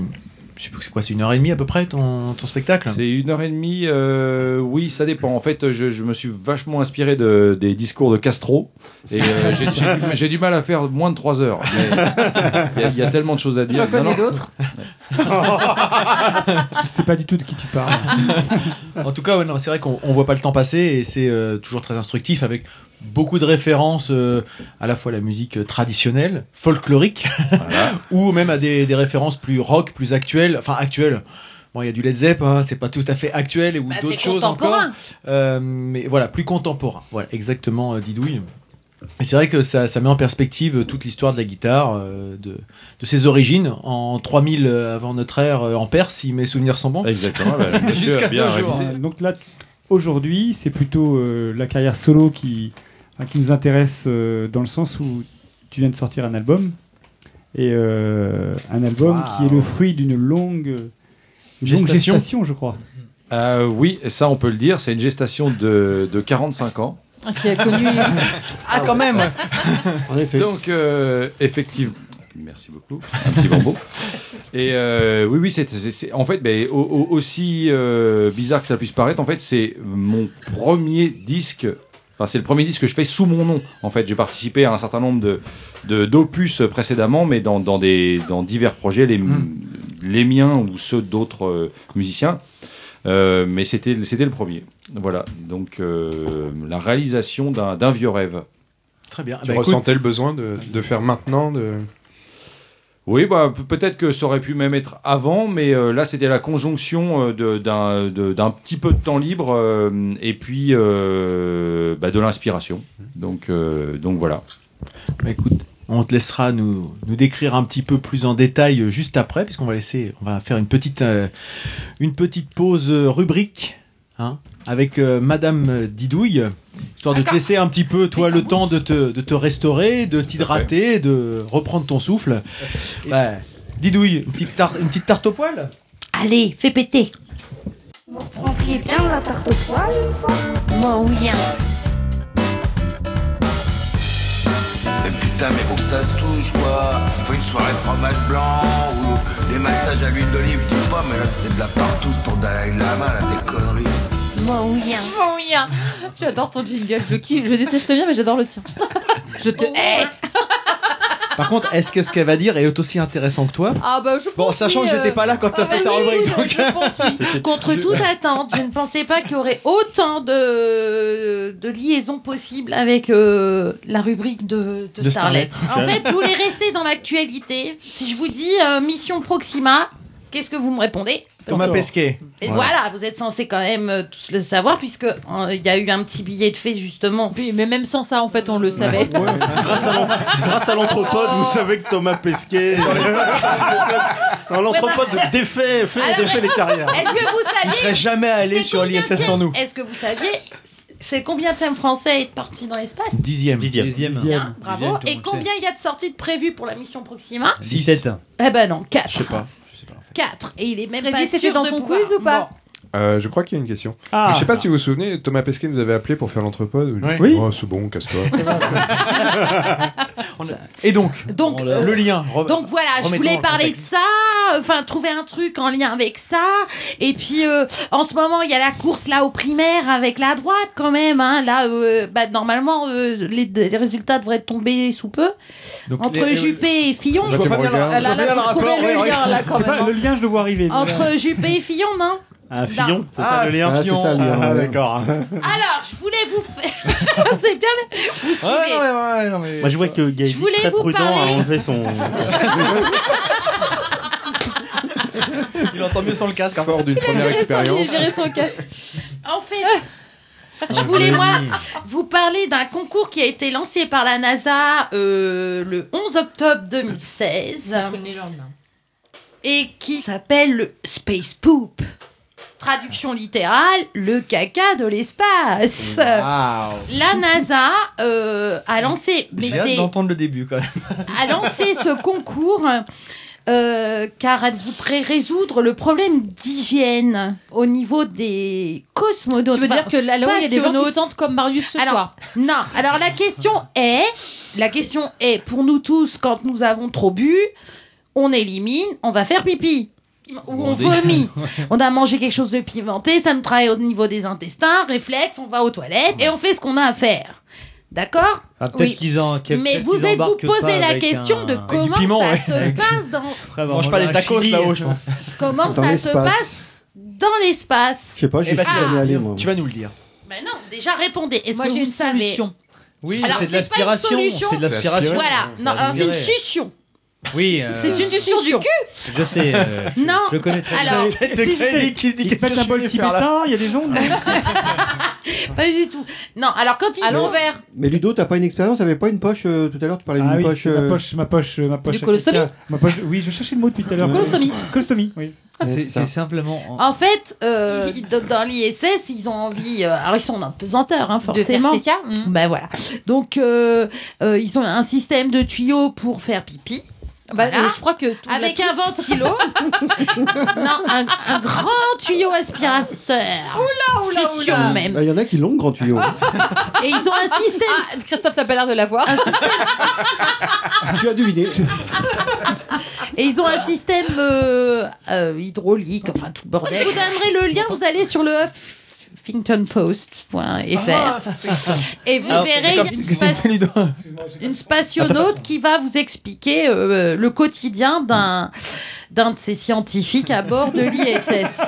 I: Je sais plus c'est quoi, c'est une heure et demie à peu près ton, ton spectacle
D: C'est une heure et demie. euh, oui, ça dépend. En fait, je, je me suis vachement inspiré de, des discours de Castro. Et euh, j'ai- j'ai du- j'ai du mal à faire moins de trois heures. Mais Il y a- il y, a tellement de choses à dire.
B: J'en connais
D: Non, non.
B: d'autres.
C: Je sais pas du tout de qui tu parles.
I: en tout cas, ouais, non, c'est vrai qu'on on voit pas le temps passer et c'est euh, toujours très instructif avec beaucoup de références euh, à la fois à la musique euh, traditionnelle, folklorique, ou même à des, des références plus rock, plus actuelles, enfin actuelles. Bon, il y a du Led Zepp, hein, c'est pas tout à fait actuel, ou
E: Bah,
I: d'autres
E: c'est
I: choses encore.
E: contemporain.
I: Euh, mais voilà, plus contemporain. Voilà, exactement, euh, Didouille. Et c'est vrai que ça, ça met en perspective toute l'histoire de la guitare, euh, de, de ses origines, en 3000 avant notre ère, euh, en Perse, si mes souvenirs sont bons.
D: Exactement,
I: Jusqu'à nos jours. hein.
C: Euh, Donc là, aujourd'hui, c'est plutôt euh, la carrière solo qui, hein, qui nous intéresse euh, dans le sens où tu viens de sortir un album. Et euh, un album qui est le fruit d'une longue, une longue
D: Gestation.
C: gestation, je crois.
D: Euh, oui, ça on peut le dire. C'est une gestation de, de 45 ans.
B: qui a connu.
I: Ah, quand même
D: Donc, euh, effectivement. Merci beaucoup. Un petit bambou. Et euh, oui, oui, c'est, c'est- c'est- en fait, ben, au- au- aussi euh, bizarre que ça puisse paraître, en fait, c'est mon premier disque. Enfin, c'est le premier disque que je fais sous mon nom. En fait, j'ai participé à un certain nombre de, de- d'opus précédemment, mais dans, dans des, dans divers projets, les, les miens ou ceux d'autres euh, musiciens. Euh, mais c'était, c'était le premier. Voilà. Donc, euh, la réalisation d'un, d'un vieux rêve.
I: Très
D: Ah,
I: bien.
G: Tu
I: Bah, écoute,
G: ressentais le besoin de, de faire maintenant de...
D: Oui, bah, pe- peut-être que ça aurait pu même être avant, mais euh, là, c'était la conjonction euh, de- d'un de- d'un petit peu de temps libre euh, et puis euh, bah, de l'inspiration. Donc, euh, donc voilà.
I: Bah, écoute, on te laissera nous, nous décrire un petit peu plus en détail euh, juste après, puisqu'on va laisser, on va faire une petite, euh, une petite pause euh, rubrique, hein, avec euh, Madame euh, Didouille, histoire de te laisser un petit peu, toi, le temps de te, de te restaurer, de t'hydrater, de reprendre ton souffle. Bah, Ouais. Didouille, une petite tarte, une petite tarte au poil.
E: Allez, fais péter.
K: Thank
L: Remplis bien la tarte aux poils une fois. Moi,
E: hein.
L: oui.
M: Mais putain, mais faut que ça se touche quoi. Faut une soirée fromage blanc ou des massages à l'huile d'olive, je dis pas, mais là c'est de la partouze pour Dalai Lama, là des conneries.
L: Moi, oui.
B: Mon mien. J'adore ton jingle. Je, kiffe. je déteste le mien, mais j'adore le tien. Je
E: Oh,
B: te hais.
I: Par contre, est-ce que ce qu'elle va dire est aussi intéressant que toi
B: Ah bah je
I: Bon,
B: pense,
I: sachant
B: oui,
I: que j'étais
B: euh,
I: pas là quand t'as
B: ah,
I: fait ta
B: oui, oui,
I: rubrique,
B: oui,
I: donc-
B: je pense, oui.
I: C'était-
E: Contre
I: du-
E: toute attente, je ne pensais pas qu'il y aurait autant de, de liaisons possibles avec euh, la rubrique de, de
B: De
E: Starlet.
B: Starlet.
E: En fait, je voulais rester dans l'actualité. Si je vous dis euh, mission Proxima, qu'est-ce que vous me répondez
I: Thomas Pesquet.
E: Et voilà, vous êtes censés quand même euh, tous le savoir, puisque euh, il y a eu un petit billet de fait, justement.
B: Oui, mais même sans ça, en fait, on le savait.
F: Grâce à l'anthropode, vous savez que Thomas Pesquet. Dans l'anthropode défait, fait,
E: bah. Alors,
F: défait les carrières.
E: Est-ce que vous saviez
I: Il serait jamais allé sur l'ISS sans nous.
E: Est-ce que vous saviez c'est combien de thèmes français est parti dans l'espace
I: Dixième.
F: Dixième.
E: Bien, bravo. Et combien il y a de sorties de prévues pour la mission Proxima
A: 17.
E: Eh ben non, 4.
I: Je sais pas.
E: 4. Et il est même
B: Freddy,
E: pas
B: c'était
E: sûr
B: dans
E: de
B: ton
E: pouvoir.
B: quiz ou pas
G: Euh, je crois qu'il y a une question.
B: Ah.
G: Mais je sais pas si vous vous souvenez, Thomas Pesquet nous avait appelé pour faire l'anthropode.
I: Ouais.
G: Oui. Oh, c'est bon, casse-toi.
I: Et donc,
E: donc
I: le lien. re-
E: Donc voilà, je
I: remettons
E: voulais
I: en
E: parler de
I: contexte.
E: ça, enfin trouver un truc en lien avec ça. Et puis euh, en ce moment, il y a la course là au primaire avec la droite quand même. hein. Là, euh, bah, normalement, euh, les, les résultats devraient tomber sous peu.
C: Donc,
E: Entre
C: les-
E: Juppé et Fillon,
C: Je vois pas bien le-
E: Ah, là, là,
C: je vois bien le
E: vous trouvez
C: rapport,
E: le
C: ouais,
E: lien,
C: ouais.
E: là, quand
C: C'est
E: même,
C: pas-
E: hein.
C: le lien, je le vois arriver.
E: Entre Juppé et Fillon, hein. non
F: Ah,
E: Fillon,
F: c'est ça le lien
H: Ah, c'est ça, le lien,
F: Ah,
H: ouais.
F: d'accord.
E: Alors, je voulais vous faire. C'est bien. le- Vous
I: Ouais,
E: suivez.
I: non, mais- ouais, non, mais-
F: Moi, je vois que Gaël
E: Je voulais
F: est très
E: vous
F: prudent
E: parler-
F: à enlever son.
I: Il entend mieux sans le casque.
G: Fort d'une
B: Il
G: première
B: a géré son- il a
G: expérience. Ah,
B: géré son casque.
E: En fait, je voulais moi vous parler d'un concours qui a été lancé par la NASA euh, le 11 octobre 2016 et qui s'appelle le Space Poop. Traduction littérale, le caca de l'espace. La NASA euh, a lancé, mais
I: J'ai hâte
E: c'est
I: d'entendre le début quand même. Eh ben,
E: a lancé ce concours euh, car elle voudrait résoudre le problème d'hygiène au niveau des cosmonautes.
B: Tu veux dire que là- là-haut, il y a des gens qui sentent
E: comme Marius
B: ce
E: alors,
B: soir.
E: Non, alors la question est, la question est, pour nous tous, quand nous avons trop bu, on élimine, on va faire pipi. Ou on
B: dit-
E: vomit. On a mangé quelque chose de pimenté, ça nous travaille au niveau des intestins, réflexe, on va aux toilettes et on fait ce qu'on a à faire. D'accord
A: Ah, peut-être qu'ils en- qu'ils-
E: Mais
A: peut-être
E: vous
A: qu'ils
E: êtes-vous
A: embarquent
E: posé
A: pas
E: la
A: avec
E: question
A: un-
E: de
A: avec du
E: comment
A: piment,
E: ça
A: ouais.
E: se
A: Avec-
E: passe dans
A: Après avoir
I: Mange
A: mangé
I: pas
A: un
I: les tacos
A: chili,
I: là-haut, je pense.
E: comment
H: Dans
E: ça se
H: l'espace.
E: passe dans l'espace
H: Je sais pas, je suis
I: Eh ben,
H: jamais
I: tu-
H: allé, moi.
I: Tu vas nous le dire.
E: Mais non, déjà répondez. Est-ce
B: Moi,
E: que
B: j'ai
E: vous
B: une
E: le savez
B: solution.
A: Oui,
E: Alors,
A: c'est de
E: c'est pas une
A: l'aspiration,
E: solution.
A: c'est de l'aspiration.
E: Voilà.
A: Ça
E: Non, alors c'est une
A: dirait.
E: succion.
A: Oui, euh,
E: C'est une succion du cul.
A: je sais. euh, je-
E: Non.
A: je connais
C: Ah.
A: très
E: Alors,
A: bien.
I: Tête de crédit qui se dit qu'est-ce que
C: un
I: je
C: bol
I: vais faire, là
C: tibétain, il y a des ondes.
E: Pas du tout. Non, alors quand ils
B: À
E: sont
B: l'envers.
H: Mais Ludo, t'as pas une expérience T'avais pas une poche euh, tout à l'heure Tu parlais d'une
C: Ah oui,
H: poche.
C: c'est ma
H: euh,
C: poche, ma poche, euh, ma poche.
B: colostomie
C: Ma poche- Oui, je cherchais le mot depuis tout à l'heure.
B: Colostomie.
C: Colostomie, oui.
A: C'est c'est simplement. en-
E: En fait, euh, ils- dans- dans l'ISS, ils ont envie. euh, alors, ils sont en pesanteur, hein,
B: De faire
E: forcément.
B: caca, hmm.
E: Ben voilà. Donc, euh, euh, ils ont un système de tuyaux pour faire pipi.
B: Bah,
E: Voilà.
B: euh, je crois que tout-
E: Avec
B: on a
E: un
B: tous-
E: ventilo. non, un, un grand tuyau aspirateur. Oula,
B: oula, oula.
H: Bah, Il
E: même.
H: y en a qui l'ont, le grand tuyau.
E: Et ils ont un système.
B: Ah, Christophe, t'as pas l'air de l'avoir.
H: tu as deviné.
E: Et ils ont un système euh, euh, hydraulique, enfin tout le bordel. Je vous donnerai le lien, vous allez sur le Ah, huffingtonpost.fr et vous
I: Alors,
E: verrez
I: c'est
E: il y a
I: comme-
E: une,
I: c'est
E: spa-
I: comme Ludo.
E: une spationaute qui va vous expliquer euh, le quotidien d'un d'un de ces scientifiques à bord de l'ISS.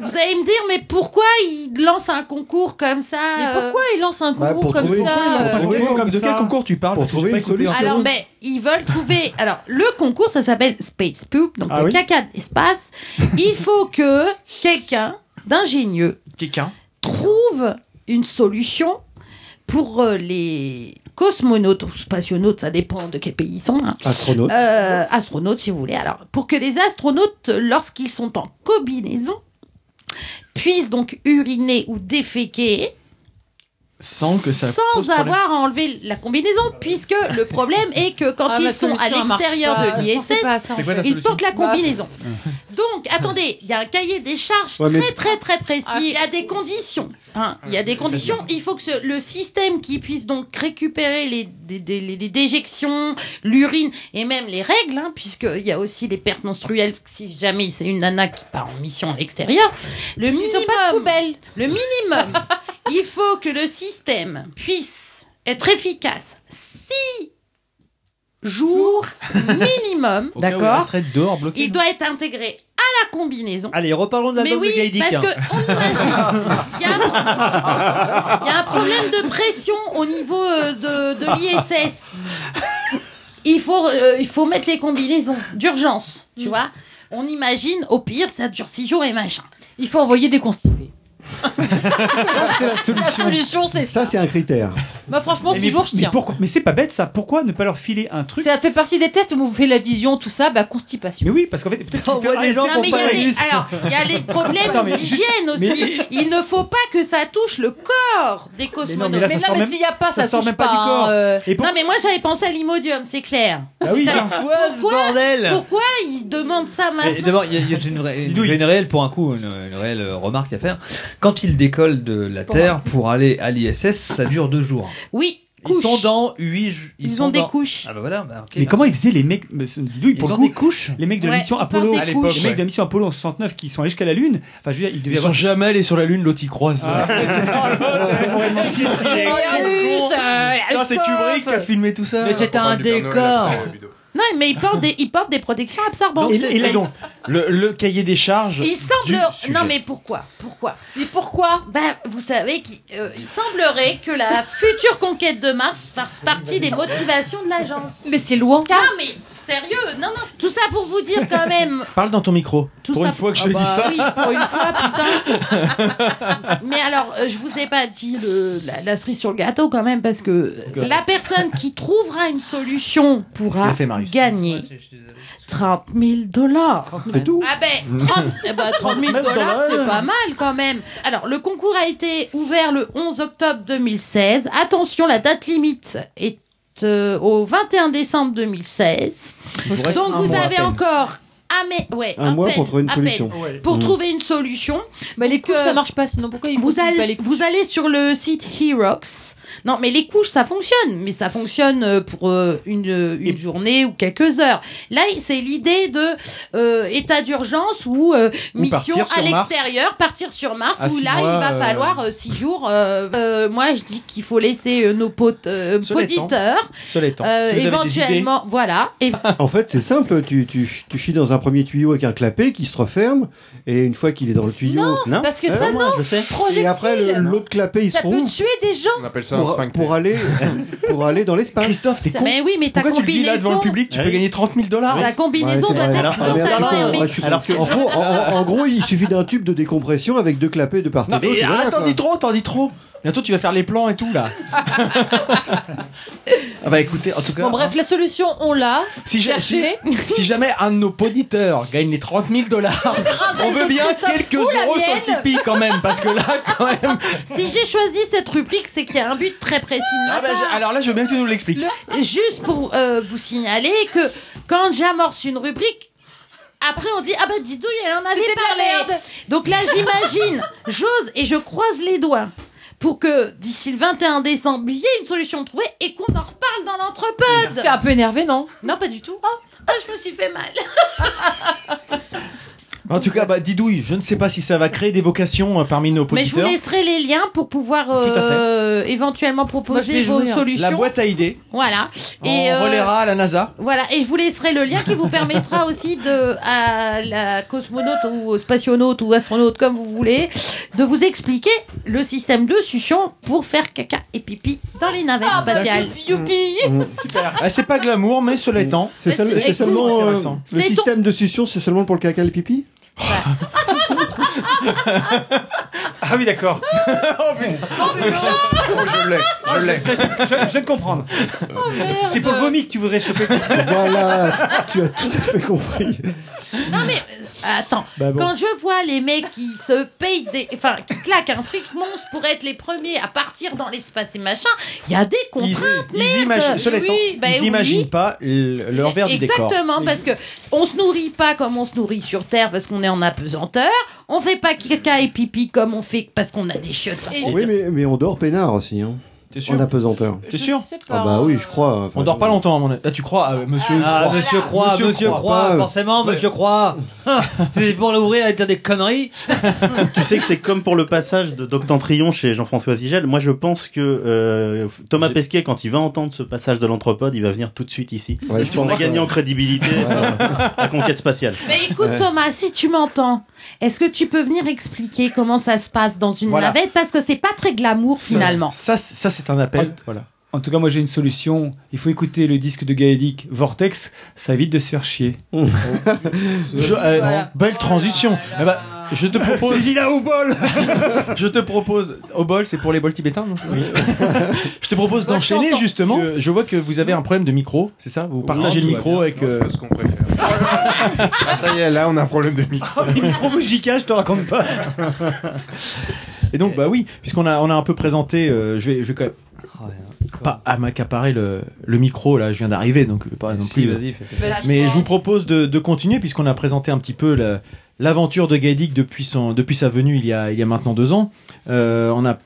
E: Vous allez me dire, mais pourquoi il lance un concours comme ça
B: Mais
E: euh,
B: pourquoi il lance un
H: Bah,
B: concours
H: pour
B: comme
H: trouver une
B: ça
H: solution.
B: euh,
H: Pour trouver
I: De
H: comme
I: quel
H: ça.
I: concours tu parles
H: Pour
I: Parce que
H: trouver
I: j'ai pas
H: une
I: écouté.
H: solution.
E: Alors, ben, ils veulent trouver. Alors, le concours, ça s'appelle Space Poop, donc
I: Ah
E: le
I: oui
E: caca de l'espace. Il faut que quelqu'un d'ingénieux
I: Quelqu'un
E: trouve une solution pour euh, les cosmonautes ou spationautes, ça dépend de quel pays ils sont. hein.
H: Astronaute.
E: Euh, astronautes, si vous voulez. Alors, pour que les astronautes, lorsqu'ils sont en combinaison, puissent donc uriner ou déféquer
I: sans que ça pose
E: sans
I: problème.
E: avoir enlevé la combinaison, puisque le problème est que quand
B: Ah, ma
E: ils sont à
B: solution, elle marche
E: l'extérieur
B: pas.
E: de
B: Je pensais pas à
E: l'ISS,
B: ça, en C'est quoi fait. ta
E: ils portent la
B: solution Bah,
E: combinaison. Donc, attendez, il y a un cahier des charges
B: Ouais, mais-
E: très très très précis, à des conditions. hein. Il y a des conditions, il faut que ce- le système qui puisse donc récupérer les, des- des- les- les déjections, l'urine et même les règles, hein, puisqu'il y a aussi les pertes menstruelles, si jamais c'est une nana qui part en mission à l'extérieur, le minimum, le minimum, il faut que le système puisse être efficace six jours minimum,
A: Au cas où il
E: d'accord
A: resterait dehors bloqué,
E: Il doit être intégré à la combinaison.
A: Allez, reparlons de la
E: Mais
A: bombe
E: oui,
A: de Gaïdic.
E: parce
A: hein.
E: Il y a un problème de pression au niveau euh, de, de l'ISS. Il faut, euh, il faut mettre les combinaisons d'urgence, tu
C: Mm.
E: vois. On imagine, au pire, ça dure six jours et machin.
B: Il faut envoyer des constipés.
H: C'est la
B: solution. c'est ça.
H: c'est un critère.
B: Moi, franchement,
C: Mais-
B: 6 jours, je
C: mais
B: tiens.
C: pourquoi- mais c'est pas bête ça. Pourquoi ne pas leur filer un truc
B: Ça fait partie des tests où on vous fait la vision, tout ça, bah constipation.
C: Mais oui, parce qu'en fait, peut-être qu'il faut
E: Non, mais il y a des- alors, il y a les problèmes
C: Attends, mais juste-
E: d'hygiène
C: mais-
E: aussi. Il ne faut pas que ça touche le corps des cosmonautes.
C: mais là, ça sort même-
E: s'il n'y a pas,
C: ça
E: ça,
C: sort
E: touche
C: même pas du
E: hein,
C: corps.
E: euh.
C: Et pour-
E: Non, mais moi, j'avais pensé à l'imodium, c'est clair.
A: Ah oui,
E: Ça-
A: pourquoi ce bordel
E: Pourquoi ils demandent ça
A: Et
E: maintenant
A: D'abord, il y a, il y a une, vraie- une- il y a une réelle, pour un coup, une, une réelle euh, remarque à faire. Quand ils décollent de la
E: Pour
A: Terre pour aller à l'ISS, ça dure deux jours.
E: Oui,
A: Ils sont dans 8
E: Ils ont des couches.
A: Ah bah voilà, bah ok.
C: Mais comment ils faisaient les mecs mais ce- Didouille, pour
A: Ils
C: le
A: ont
C: coup,
A: des couches
C: les mecs de
A: Ouais,
C: la mission
A: ils portent
C: Apollo,
A: des
C: les
A: couches.
C: mecs de la mission Apollo en 69 qui sont allés jusqu'à la Lune. Enfin, je veux dire, ils devaient
I: Ils sont
C: avoir-
I: jamais allés sur la lune, l'autre y croise.
C: Ah,
E: euh,
I: Putain, c'est Kubrick qui a filmé tout ça.
A: Mais c'est un décor.
E: Non, mais ils portent des, ils portent des protections absorbantes.
I: Et, et là, donc, le, le cahier des charges.
E: Il
I: du
E: semble.
I: sujet.
E: Non, mais pourquoi Pourquoi Mais pourquoi Ben, vous savez qu'il euh, il semblerait que la future conquête de Mars fasse partie des motivations de l'agence.
B: Mais c'est loin.
E: Non, mais sérieux Non, non, tout ça pour vous dire quand même.
I: Parle dans ton micro.
E: Tout
I: pour
E: ça
I: une fois que je
E: Ah
I: te
E: bah
I: dis ça.
E: Oui, pour une fois, putain. mais alors, euh, je vous ai pas dit le, la, la cerise sur le gâteau quand même, parce que euh, la personne qui trouvera une solution pourra
I: Bien fait, Marius.
E: gagner 30 000 dollars.
I: C'est tout.
E: Ah ben, 30, eh ben, 30 000 dollars, c'est pas mal quand même. Alors, le concours a été ouvert le 11 octobre 2016. Attention, la date limite est euh, au 21 décembre 2016.
H: vous reste
E: Donc,
H: un
E: vous
H: mois à
E: avez
H: peine.
E: encore un, mai- ouais,
H: Un mois pour trouver une
E: à peine,
H: solution. Ouais.
E: Pour
H: Mm.
E: trouver une solution. euh,
B: Bah, les couches, ça marche pas, sinon pourquoi ils
E: vous
B: font pas
E: allez,
B: les
E: vous allez sur le site Herox. Non, mais les couches, ça fonctionne. Mais ça fonctionne euh, pour euh, une, euh, une journée ou quelques heures. Là, c'est l'idée de euh, état d'urgence ou euh,
B: Ou
E: mission
B: partir sur
E: à
B: Mars.
E: l'extérieur, partir sur Mars,
B: À
E: où
B: six
E: là,
B: mois,
E: il va
B: euh,
E: falloir euh, six jours. euh, euh, moi, je dis qu'il faut laisser euh, nos potes, euh,
H: Cela étant,
E: auditeurs
H: cela étant,
E: euh,
H: si vous avez des
E: éventuellement, voilà. Et-
H: En fait, c'est simple. Tu, tu, tu chies dans un premier tuyau avec un clapet qui se referme, et une fois qu'il est dans le tuyau,
B: Non, parce que ça,
H: Euh,
B: non,
H: je sais.
B: projectile.
H: Et après, le- l'autre clapet il
B: Ça
H: se
B: peut
H: trouve
B: tuer des gens.
H: On appelle
G: ça un
H: pour,
G: sphincter.
H: pour aller pour aller dans l'espace. Christophe,
E: t'es con. Mais oui, mais ta Pourquoi tu le dis là devant le combinaison- public
H: Ah
I: Tu peux gagner 30 000 dollars.
E: La combinaison doit être dans ta
H: alors,
E: permis.
H: alors en, gros, en, en- en gros, il suffit d'un tube de décompression avec deux clapets de part et
I: Non,
H: d'autre,
I: mais
H: et voilà,
I: attends,
H: quoi.
I: dis trop, t'en dis trop. Bientôt, tu vas faire les plans et tout, là. ah bah écoutez, en tout cas.
B: Bon, bref, la solution, on l'a.
I: Si, ja- si-
B: Cherchez.
I: si jamais un de nos auditeurs gagne les 30 000 dollars,
E: Grâce à
I: on veut
E: de
I: bien
E: Christophe
I: quelques
E: ou la
I: euros sur
E: mienne.
I: Tipeee quand même, parce que là, quand même.
E: Si j'ai choisi cette rubrique, c'est qu'il y a un but très précis. de ma
I: Ah bah,
E: part.
I: je- alors là, je veux bien que tu nous l'expliques.
E: Le- Juste pour euh, vous signaler que quand j'amorce une rubrique, après on dit ah bah Didouille elle en avait
B: C'était de la
E: parlé.
B: merde.
E: Donc là j'imagine, j'ose et je croise les doigts pour que d'ici le 21 décembre il y ait une solution trouvée et qu'on en reparle dans l'entrepode.
B: T'es un peu énervé, non
E: Non pas du tout. Oh, ah, je me suis fait mal.
I: En tout cas, bah, Didouille, je ne sais pas si ça va créer des vocations euh, parmi nos
E: Mais je vous
I: auditeurs.
E: laisserai les liens pour pouvoir
I: à fait.
E: euh, éventuellement proposer vos
B: hein.
E: solutions.
I: La boîte à idées.
E: Voilà. euh,
I: On relaiera à la NASA.
E: Voilà, et je vous laisserai le lien qui vous permettra aussi de à la cosmonaute ou au spationaute ou astronaute comme vous voulez de vous expliquer le système de succion pour faire caca et pipi dans les navettes spatiales.
B: Ah, bah,
E: Mm.
B: Youpi
I: Super. Ah, c'est pas glamour, mais cela étant.
H: C'est seul- c'est seulement euh,
I: intéressant.
H: le système de succion, c'est seulement pour le caca et le pipi.
C: Ah oui, d'accord. oh putain.
G: je l'ai,
E: Oh,
C: je l'ai. Je, je viens de comprendre.
K: Oh,
C: c'est pour le vomi que tu voudrais choper.
H: voilà, tu as tout à fait compris.
E: Non mais euh, Attends,
C: Bah bon.
E: quand je vois les mecs qui se payent des. Enfin, qui claquent un fric monstre pour être les premiers à partir dans l'espace et machin, il y a des
I: Ils,
E: contraintes,
I: ils
E: merde
I: imaginent, cela étant,
E: Oui, bah
I: ils
E: oui.
I: imaginent pas le- leur verre du décor.
E: Exactement, parce que on se nourrit pas comme on se nourrit sur Terre parce qu'on est en apesanteur, on fait pas caca et pipi comme on fait parce qu'on a des chiottes. Et-
H: Oui, mais, mais on dort peinard aussi. Hein.
I: T'es sûr
H: En apesanteur.
I: T'es sûr
H: Ah bah oui, je crois. enfin,
I: On dort pas longtemps, à mon avis. Ah, tu crois, ah, monsieur
A: Ah, monsieur Croix, monsieur, Croix,
I: pas, euh,
A: forcément, monsieur Croix. C'est pour l'ouvrir à dire des conneries.
F: tu sais que c'est comme pour le passage de d'Octentrion chez Jean-François Zigel. Moi, je pense que euh, Thomas Pesquet, quand il va entendre ce passage de l'anthropode, il va venir tout de suite ici.
H: Ouais,
F: Parce
H: je
F: qu'on a
H: pense,
F: gagné
H: ouais.
F: en crédibilité sur la conquête spatiale.
E: Mais écoute Thomas, si tu m'entends, est-ce que tu peux venir expliquer comment ça se passe dans une
C: Voilà.
E: navette parce que c'est pas très glamour finalement.
I: Ça, ça c'est un appel. voilà.
C: En tout cas, moi j'ai une solution. Il faut écouter le disque de Gaédic Vortex. Ça évite de se faire chier.
I: Je- euh, Belle transition. Eh ben, je te propose.
C: Saisis-la au bol.
I: je te propose au bol, c'est pour les bols tibétains. non je te propose d'enchaîner justement. Je, je vois que vous avez un problème de micro, c'est ça Vous partagez
G: Non,
I: le
G: tout va
I: micro
G: bien.
I: avec. euh,
G: Non, c'est pas ce qu'on préfère. Ah, ça y est, là, on a un problème de micro.
C: micro je te raconte pas.
I: Et donc, bah oui, puisqu'on a, on a un peu présenté, euh, je, vais, je vais quand même.
A: Ah,
I: Pas à m'accaparer le, le micro, là, je viens d'arriver, donc je vais pas non
A: si,
I: plus. euh,
A: vas-y, fais- fais- Vas-y.
I: Mais je vous propose de, de continuer, puisqu'on a présenté un petit peu la- l'aventure de Gaïdic depuis, son, depuis sa venue il y a, il y a maintenant deux ans. Euh, on a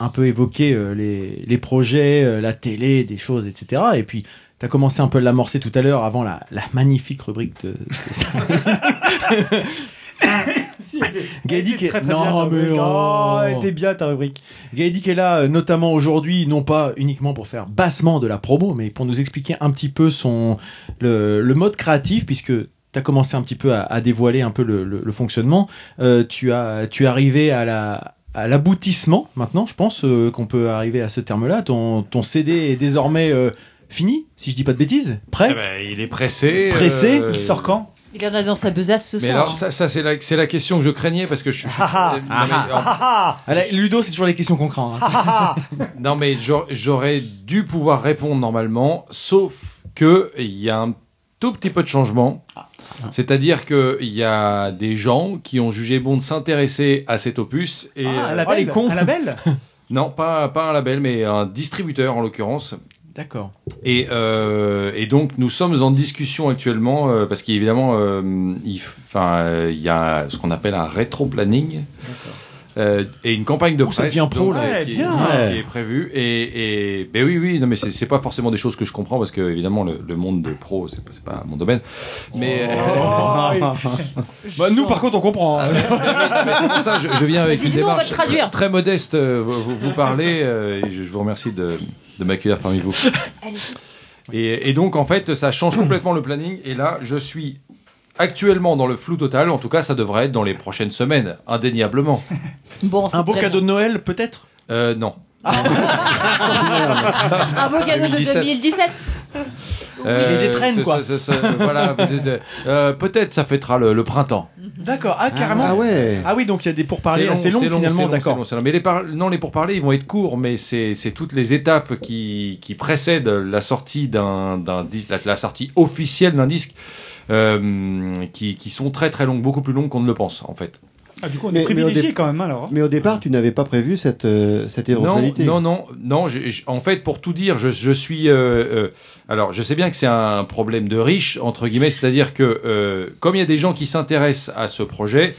I: un peu évoqué euh, les, les projets, euh, la télé, des choses, etc. Et puis. T'as commencé un peu à l'amorcer tout à l'heure avant la, la magnifique rubrique de, Gaïdic est
C: très, très
I: non,
C: bien, ta
I: mais
C: rubrique.
I: oh.
C: Oh, elle était bien ta rubrique.
I: Gaïdic est là euh, notamment aujourd'hui, non pas uniquement pour faire bassement de la promo, mais pour nous expliquer un petit peu son le, le mode créatif, puisque tu as commencé un petit peu à, à dévoiler un peu le, le- le fonctionnement. Euh, tu as tu es arrivé à la à l'aboutissement maintenant, je pense euh, qu'on peut arriver à ce terme-là. Ton, ton CD est désormais euh, fini, si je dis pas de bêtises. Prêt
D: Eh ben, il est pressé.
I: Pressé
D: euh,
I: Il sort quand
B: Il en a dans sa besace ce
D: Mais
B: soir.
D: alors, ça, ça, c'est la, c'est la question que je craignais parce que je suis.
B: ah,
D: Non, mais-
B: ah,
D: alors-
I: Ah là, Ludo, c'est toujours les questions qu'on
D: Ah,
I: craint. hein.
K: ah,
E: Ah,
D: non mais j'aur- j'aurais dû pouvoir répondre normalement, sauf que il y a un tout petit peu de changement.
C: Ah.
D: C'est-à-dire que il y a des gens qui ont jugé bon de s'intéresser à cet opus et
C: Ah, un
D: euh,
I: oh,
C: label, un label
D: non, pas, pas un label, mais un distributeur en l'occurrence.
I: D'accord.
D: Et, euh, et donc nous sommes en discussion actuellement euh, parce qu'évidemment euh, il, f- 'fin, euh, il y a ce qu'on appelle un rétro-planning euh, et une campagne de
I: Oh, ça
D: presse euh,
I: devient pro, là.
D: qui, est-
I: Ouais, bien.
D: qui est prévue et, et ben oui oui non mais c'est c'est pas forcément des choses que je comprends parce que évidemment le, le monde de pro c'est pas, c'est pas mon domaine mais
I: Oh, Bah, nous, par contre, on comprend. hein.
D: mais c'est pour ça, je, je viens avec
B: Vas-y,
D: une
B: dis-nous, on va
D: démarche
B: te traduire.
D: euh, très modeste. euh, Vous, vous- vous parlez euh, et je, je vous remercie de, de m'accueillir parmi vous. Et, et donc, en fait, ça change complètement le planning. Et là, je suis actuellement dans le flou total. En tout cas, ça devrait être dans les prochaines semaines, indéniablement.
B: Bon,
I: un beau cadeau de Noël, peut-être
D: Euh, non.
B: Un beau cadeau de
D: 2017.
B: 2017.
I: les étrennes,
D: Euh, ce-
I: quoi.
D: ce- ce- ce- voilà, peut-être, euh, euh, peut-être ça fêtera le- le printemps.
I: D'accord, ah carrément.
D: Ah ouais.
I: Ah oui, donc il y a des pourparlers assez longs
D: c'est
I: finalement,
D: long, c'est long,
I: d'accord.
D: c'est long. Mais les par- non, les pourparlers, ils vont être courts, mais c'est c'est toutes les étapes qui, qui précèdent la sortie d'un d'un dis- la, la sortie officielle d'un disque euh, qui, qui sont très très longues, beaucoup plus longues qu'on ne le pense en fait.
C: Ah, du coup, on
H: Mais-
C: est
H: mais au
C: privilégié
H: dé-
C: quand même
I: hein.
C: alors.
H: Mais au départ, tu n'avais pas prévu cette, euh, cette éventualité.
D: Non, non, non. non j'ai- j'ai- en fait, pour tout dire, je, je suis. euh, euh, alors, je sais bien que c'est un problème de riche, entre guillemets, c'est-à-dire que euh, comme il y a des gens qui s'intéressent à ce projet,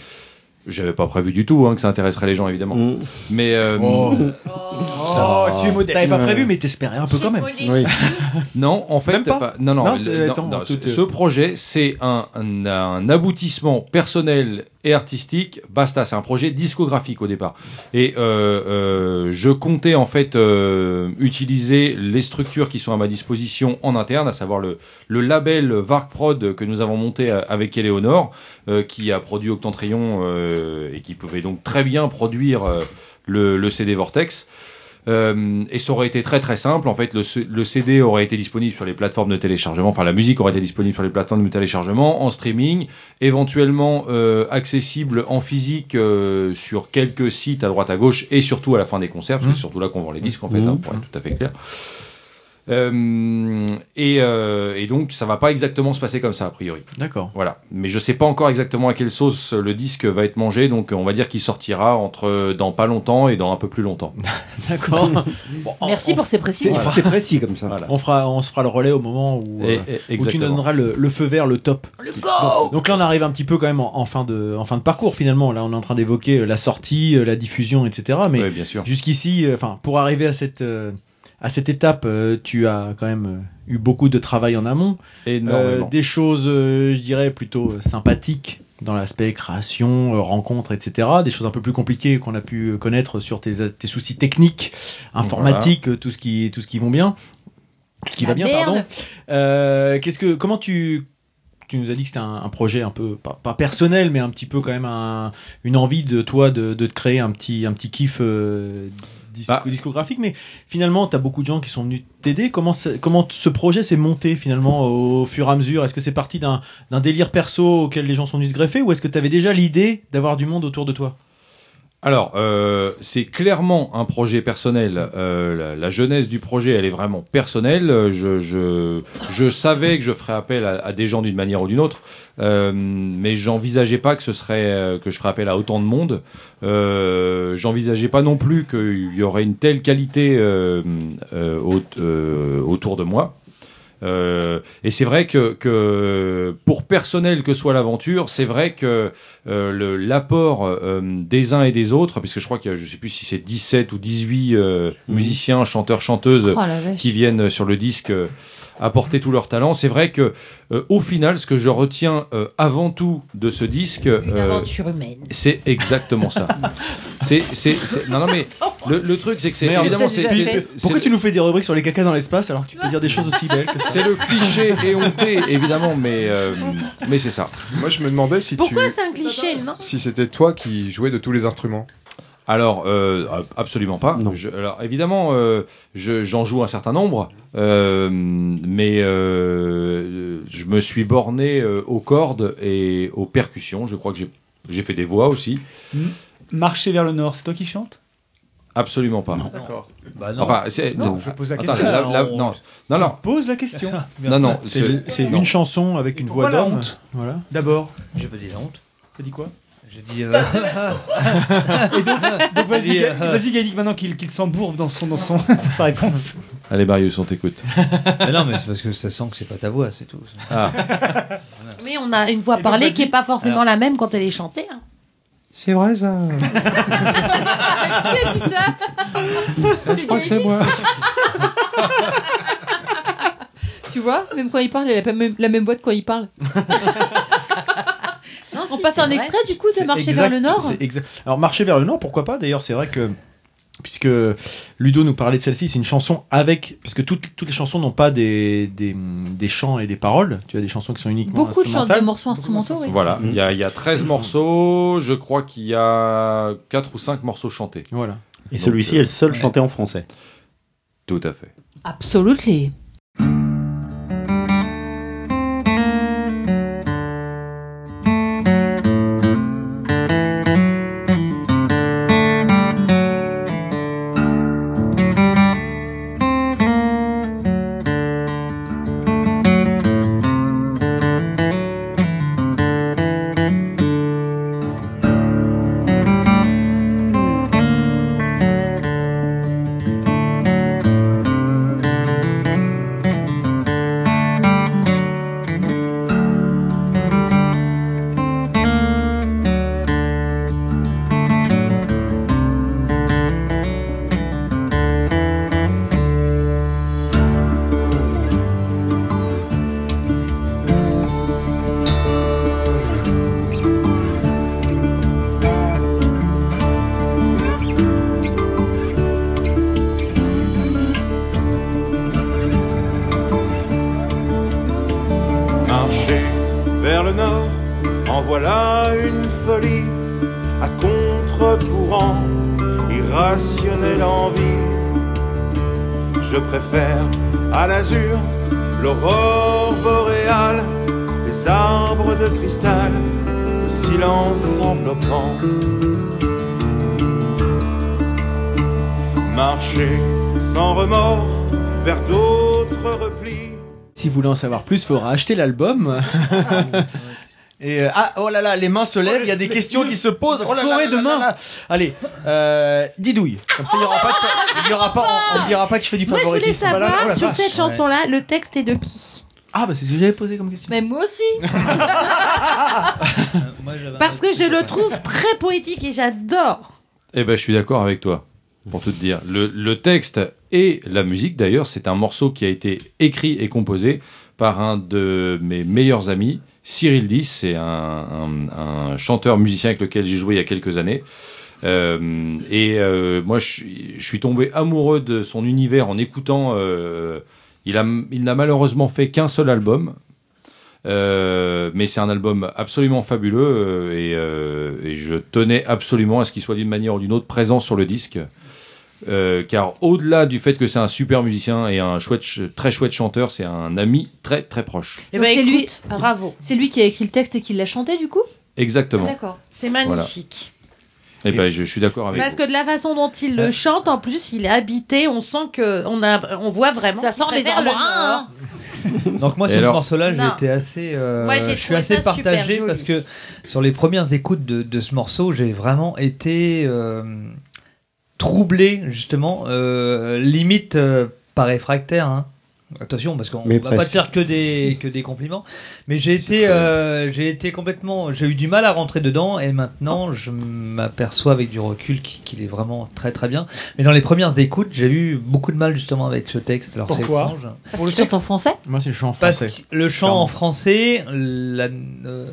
D: j'avais pas prévu du tout hein, que ça intéresserait les gens, évidemment.
H: Mm.
D: Mais. euh,
I: Oh.
D: Oh, tu es modeste.
I: T'avais pas prévu, mais t'espérais un peu quand même.
D: Non, en fait, enfin, non, non,
I: Non,
D: le-
I: c'est-
D: non,
I: attends,
D: non,
I: tout
D: ce,
I: est-
D: ce projet, c'est un, un- un aboutissement personnel et artistique. Basta, c'est un projet discographique au départ. Et euh, euh, je comptais en fait euh, utiliser les structures qui sont à ma disposition en interne, à savoir le, le label Vark Prod que nous avons monté euh, avec Eleonore, euh, qui a produit Octentrion euh, et qui pouvait donc très bien produire euh, le, le CD Vortex. Euh, et ça aurait été très très simple. En fait, le, C- le CD aurait été disponible sur les plateformes de téléchargement. Enfin, la musique aurait été disponible sur les plateformes de téléchargement en streaming, éventuellement euh, accessible en physique euh, sur quelques sites à droite à gauche et surtout à la fin des concerts, parce que c'est surtout là qu'on vend les disques en fait,
I: Mmh.
D: hein, pour être tout à fait clair. Euh, et, euh, et donc, ça va pas exactement se passer comme ça, a priori.
I: D'accord.
D: Voilà. Mais je sais pas encore exactement à quelle sauce le disque va être mangé, donc on va dire qu'il sortira entre dans pas longtemps et dans un peu plus longtemps.
I: D'accord.
B: Merci pour ces précisions.
H: précis comme ça.
I: On, fera, on se fera le relais au moment où,
D: Et-
I: euh,
D: et-
I: où tu
D: exactement.
I: nous donneras le, le feu vert, le top.
B: Go
I: Donc là, on arrive un petit peu quand même en, en fin, de, en fin de parcours finalement. Là, on est en train d'évoquer euh, la sortie, euh, la diffusion, etc. Mais jusqu'ici, euh, enfin, pour arriver à cette, euh, à cette étape, euh, tu as quand même euh, eu beaucoup de travail en amont.
D: Énormément.
I: des choses, euh, je dirais, plutôt euh, sympathiques dans l'aspect création, euh, rencontre, etc. Des choses un peu plus compliquées qu'on a pu euh, connaître sur tes, tes soucis techniques, informatiques, euh, tout ce qui, tout ce qui vont bien, tout ce qui
B: Ah,
I: va bien,
B: merde.
I: pardon. Euh, Qu'est-ce que, comment tu, tu nous as dit que c'était un, un projet un peu pas, pas personnel, mais un petit peu quand même un- une envie de toi de, de te créer un petit, un petit kiff. euh, disco- discographique mais finalement tu as beaucoup de gens qui sont venus t'aider comment ça- comment ce projet s'est monté finalement au fur et à mesure est-ce que c'est parti d'un d'un délire perso auquel les gens sont venus se greffer ou est-ce que tu avais déjà l'idée d'avoir du monde autour de toi
D: Alors, euh, c'est clairement un projet personnel. Euh, la, la jeunesse du projet, elle est vraiment personnelle. Euh, Je, je, je savais que je ferais appel à, à des gens d'une manière ou d'une autre, euh, mais j'envisageais pas que ce serait euh, que je ferais appel à autant de monde. Euh, j'envisageais pas non plus qu'il y aurait une telle qualité euh, euh, aut- euh, autour de moi. Euh, et c'est vrai que, que pour personnel que soit l'aventure, c'est vrai que euh, le- l'apport euh, des uns et des autres, puisque je crois que je sais plus si c'est 17 ou 18 euh, musiciens, chanteurs, chanteuses
B: Mhm. Oh, la vache.
D: qui viennent sur le disque euh, apporter tout leur talent, c'est vrai que euh, au final, ce que je retiens euh, avant tout de ce disque, euh,
E: Aventure humaine.
D: c'est exactement ça. c'est, c'est, c'est- non, non, mais le, le truc, c'est que c'est
I: Merde.
D: évidemment, c'est,
I: Puis,
D: c'est-
I: pourquoi
D: c'est-
I: tu nous fais des rubriques sur les cacas dans l'espace alors que tu peux dire des choses aussi belles que ça
D: c'est le cliché éhonté, évidemment, mais, euh, mais c'est ça.
G: Moi, je me demandais si tu-
E: Pourquoi c'est un cliché, non
G: si c'était toi qui jouais de tous les instruments.
D: Alors, euh, absolument pas. Je- alors, évidemment, euh, je- j'en joue un certain nombre, euh, mais euh, je me suis borné euh, aux cordes et aux percussions. Je crois que j'ai- j'ai fait des voix aussi.
C: Marcher vers le nord, c'est toi qui chantes
D: Absolument pas.
C: D'accord.
A: non.
D: Ah, Enfin, c'est-
C: Bah Non, je pose la
D: Attends,
C: question.
D: la- non, non, non.
C: Pose la question. Bah,
D: Non, non,
I: c'est c'est
D: non.
I: une chanson avec une voix
C: Pourquoi la
I: d'homme
C: honte
I: voilà
C: D'abord.
A: J'ai pas dit la honte.
C: T'as dit quoi
A: J'ai dit. euh,
C: Et donc, donc
A: J'ai dit,
C: vas-y, Ga-
A: euh,
C: vas-y Gaëlic, maintenant qu'il qu'il s'embourbe dans, son, dans, son, dans sa réponse.
D: Allez, Marius, on t'écoute.
A: Mais non, mais c'est parce que ça sent que c'est pas ta voix, c'est tout.
D: Ah.
E: Mais on a une
I: Eh
E: voix
I: ben,
E: parlée qui est pas forcément la même quand elle est chantée. hein.
A: C'est vrai ça.
B: Qui a dit ça
E: Je crois que c'est
B: Gaëlle.
E: moi.
B: Tu vois, même quand il parle, il a pas même- la même voix de quand il parle. On passe un extrait du coup de
I: C'est
B: Marcher
I: exact,
B: vers le Nord
I: c'est exact. Alors marcher vers le nord, pourquoi pas D'ailleurs, c'est vrai que puisque Ludo nous parlait de celle-ci, c'est une chanson avec parce que toutes, toutes les chansons n'ont pas des, des, des chants et des paroles. Tu as des chansons qui sont uniquement
B: Beaucoup de chants de
I: instrumentales.
B: morceaux instrumentaux, oui.
D: Voilà, il y, a- il y a 13 morceaux, je crois qu'il y a 4 ou 5 morceaux chantés. euh,
I: Voilà.
F: Et celui-ci est le seul chanté en français.
D: Tout à fait.
B: Absolutely.
N: Marcher vers le nord, en voilà une folie, à contre-courant, irrationnelle envie. Je préfère à l'azur, l'aurore boréale, les arbres de cristal, le silence enveloppant. Marcher sans remords vers d'autres autre repli.
I: Si vous voulez en savoir plus, il faudra acheter l'album. Et euh, ah, oh là là, les mains se lèvent, il y a des questions qui se posent. Oh là là, de mains. Allez, euh, didouille. Comme ça, il n'y aura pas, de fa- Ah, il y aura pas, on ne dira pas que je fais du
E: Moi, je voulais
I: favoritisme.
E: savoir
I: Voilà, oh la
E: sur
I: vache.
E: cette chanson-là, le texte est de qui
I: Ah, bah c'est ce que j'avais posé comme question.
E: Mais moi aussi Parce que je le trouve très poétique et j'adore.
D: Eh ben, je suis d'accord avec toi, pour tout te dire. Le, le texte et la musique, d'ailleurs, c'est un morceau qui a été écrit et composé par un de mes meilleurs amis, Cyril Dis. C'est un, un- un chanteur musicien avec lequel j'ai joué il y a quelques années. Euh, et euh, moi, je, suis- je suis tombé amoureux de son univers en écoutant. euh, il a- il n'a malheureusement fait qu'un seul album, euh, mais c'est un album absolument fabuleux euh, et, euh, et je tenais absolument à ce qu'il soit d'une manière ou d'une autre présent sur le disque. Euh, car au-delà du fait que c'est un super musicien et un chouette, ch- très chouette chanteur, c'est un ami très très proche.
E: Eh ben,
B: Donc c'est lui, bravo. C'est lui qui a écrit le texte et qui l'a chanté du coup
D: Exactement.
B: D'accord.
E: C'est
D: magnifique. Et, ben je, je suis
I: Ah
D: d'accord avec
E: Parce
D: vous.
E: que de la façon dont il le chante, en plus, il est habité, on sent que on a, on voit vraiment. Ça
B: sent les embruns,
A: Donc moi
D: Et
A: sur
D: alors
A: ce morceau-là,
E: Non.
A: j'étais assez, euh,
E: Moi, j'ai
A: je suis
E: trouvé
A: assez
E: ça super
A: partagé
E: joli.
A: parce que sur les premières écoutes de, de ce morceau, j'ai vraiment été euh, troublé justement, euh, limite euh, par réfractaire. hein. Attention parce qu'on
H: Mais
A: va pas te
H: presque.
A: faire que des que des compliments, mais j'ai été euh, j'ai été complètement j'ai eu du mal à rentrer dedans et maintenant je m'aperçois avec du recul qu'il qu'il est vraiment très très bien. Mais dans les premières écoutes, j'ai eu beaucoup de mal justement avec ce texte. Alors c'est
I: Pourquoi
A: étrange.
B: Parce qu'il chante en français
I: Moi, c'est le chant en
A: Parce
I: français.
A: que le chant en français, la- euh,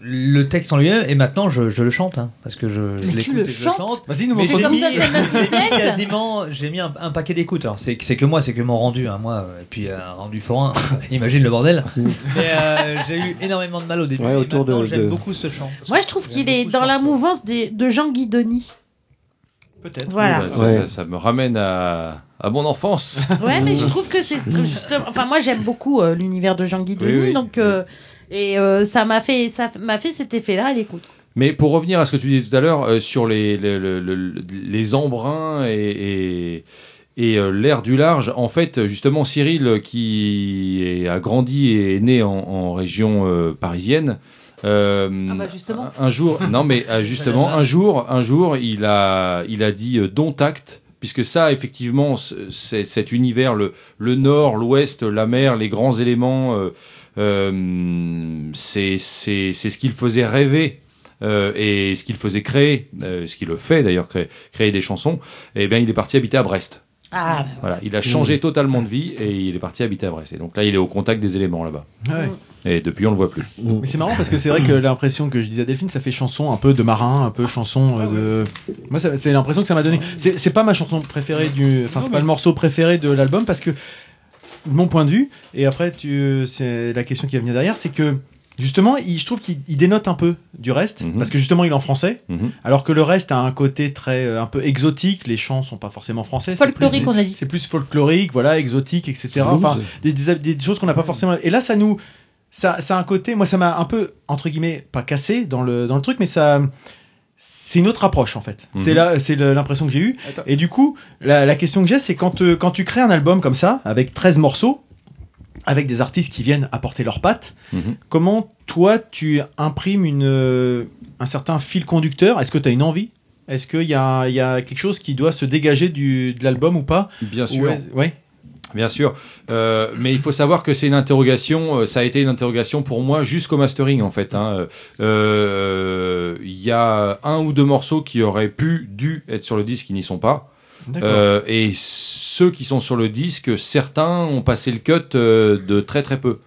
A: le texte en lui-même, et maintenant je, je le chante, hein, parce que je, je
B: Mais tu
A: l'écoute
B: le
A: et je
B: chantes
A: chante.
B: Vas-y, nous
A: Mais
B: montre.
A: j'ai
B: Comme ça,
A: mis-
B: c'est Massive
A: j'ai mis
B: Dex
A: quasiment, j'ai mis un, un paquet d'écoutes. Alors c'est c'est que moi, c'est que mon rendu, hein, moi, et puis un rendu forain. Imagine le bordel. Mais euh, j'ai eu énormément de mal au début.
H: Ouais,
A: et
H: autour de-
A: maintenant, j'aime
H: de-
A: beaucoup ce chant.
E: Moi, je trouve qu'il est dans la mouvance des- de Jean Guidoni.
A: Peut-être.
E: Voilà.
D: Oui, bah, ça,
H: Ouais.
D: ça- ça me ramène à, à mon enfance.
E: Ouais, mais je
D: Mmh.
E: trouve que c'est justement- Enfin, moi, j'aime beaucoup euh, l'univers de Jean Guidoni,
D: Oui, oui.
E: donc euh, et euh, ça m'a fait ça m'a fait cet effet-là à l'écoute.
D: Mais pour revenir à ce que tu disais tout à l'heure euh, sur les, le- le- le- les embruns et, et, et, euh, l'air du large, en fait, justement, Cyril, euh, qui est- a grandi et est né en, en région euh, parisienne, euh,
B: Ah bah justement.
D: un jour, non mais euh, justement, un jour, un jour, il a, il a dit euh, dont acte, puisque ça, effectivement, c- c'est cet univers, le, le nord, l'ouest, la mer, les grands éléments, euh, euh, c'est c'est- c'est ce qu'il faisait rêver. euh, et ce qu'il faisait créer, euh, ce qu'il le fait d'ailleurs créer, créer des chansons, et bien il est parti habiter à Brest.
E: Ah,
D: Voilà, il a changé totalement de vie et il est parti habiter à Brest. Et donc là, il est au contact des éléments là-bas.
I: Ouais.
D: Et depuis, on le voit plus.
I: Mais c'est marrant parce que c'est vrai que l'impression que je disais à Delphine, ça fait chanson un peu de marin, un peu chanson euh,
B: Ah
I: de. Moi, ça- c'est l'impression que ça m'a donné. C'est c'est pas ma chanson préférée du. Enfin, c'est
C: Non,
I: pas
C: mais-
I: le morceau préféré de l'album parce que. de Mon point de vue, et après, tu, c'est la question qui va venir derrière, c'est que justement, il- je trouve qu'il il dénote un peu du reste parce que justement, il est en français.
D: Mhm.
I: Alors que le reste a un côté très euh, un peu exotique, les chants sont pas forcément français. c'est
B: Folklorique,
I: plus-
B: on a dit.
I: C'est plus folklorique, voilà, exotique, etc.
H: Blues.
I: Enfin, des, des- des choses qu'on n'a pas forcément. Et là, ça nous, ça, ça a un côté. Moi, ça m'a un peu entre guillemets pas cassé dans le dans le truc, mais ça, c'est une autre approche en fait.
C: Mhm.
I: C'est là, c'est le- l'impression que j'ai eue.
C: Attends.
I: Et du coup, la, la question que j'ai, c'est quand euh, quand tu crées un album comme ça avec 13 morceaux, avec des artistes qui viennent apporter leurs pattes. Comment toi tu imprimes une, euh, un certain fil conducteur Est-ce que tu as une envie Est-ce qu'il y a, il y a quelque chose qui doit se dégager du, de l'album ou pas
D: Bien
I: Ou
D: sûr.
I: est-ce- ouais.
D: Bien sûr. Euh, mais il faut savoir que c'est une interrogation, euh, ça a été une interrogation pour moi jusqu'au mastering en fait. hein. Euh, Il y a un ou deux morceaux qui auraient pu, dû être sur le disque qui n'y sont pas.
I: D'accord.
D: Euh, et ceux qui sont sur le disque, certains ont passé le cut euh, de très très peu.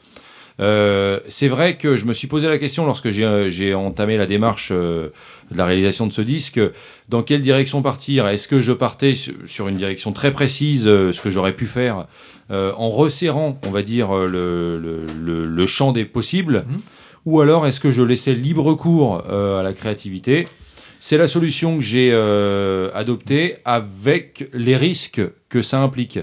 D: Euh, c'est vrai que je me suis posé la question lorsque j'ai, euh, j'ai entamé la démarche euh, de la réalisation de ce disque, euh, dans quelle direction partir Est-ce que je partais su- sur une direction très précise, euh, ce que j'aurais pu faire, euh, en resserrant, on va dire, euh, le, le- le- le champ des possibles Ou alors est-ce que je laissais libre cours euh, à la créativité c'est la solution que j'ai euh, adoptée avec les risques que ça implique.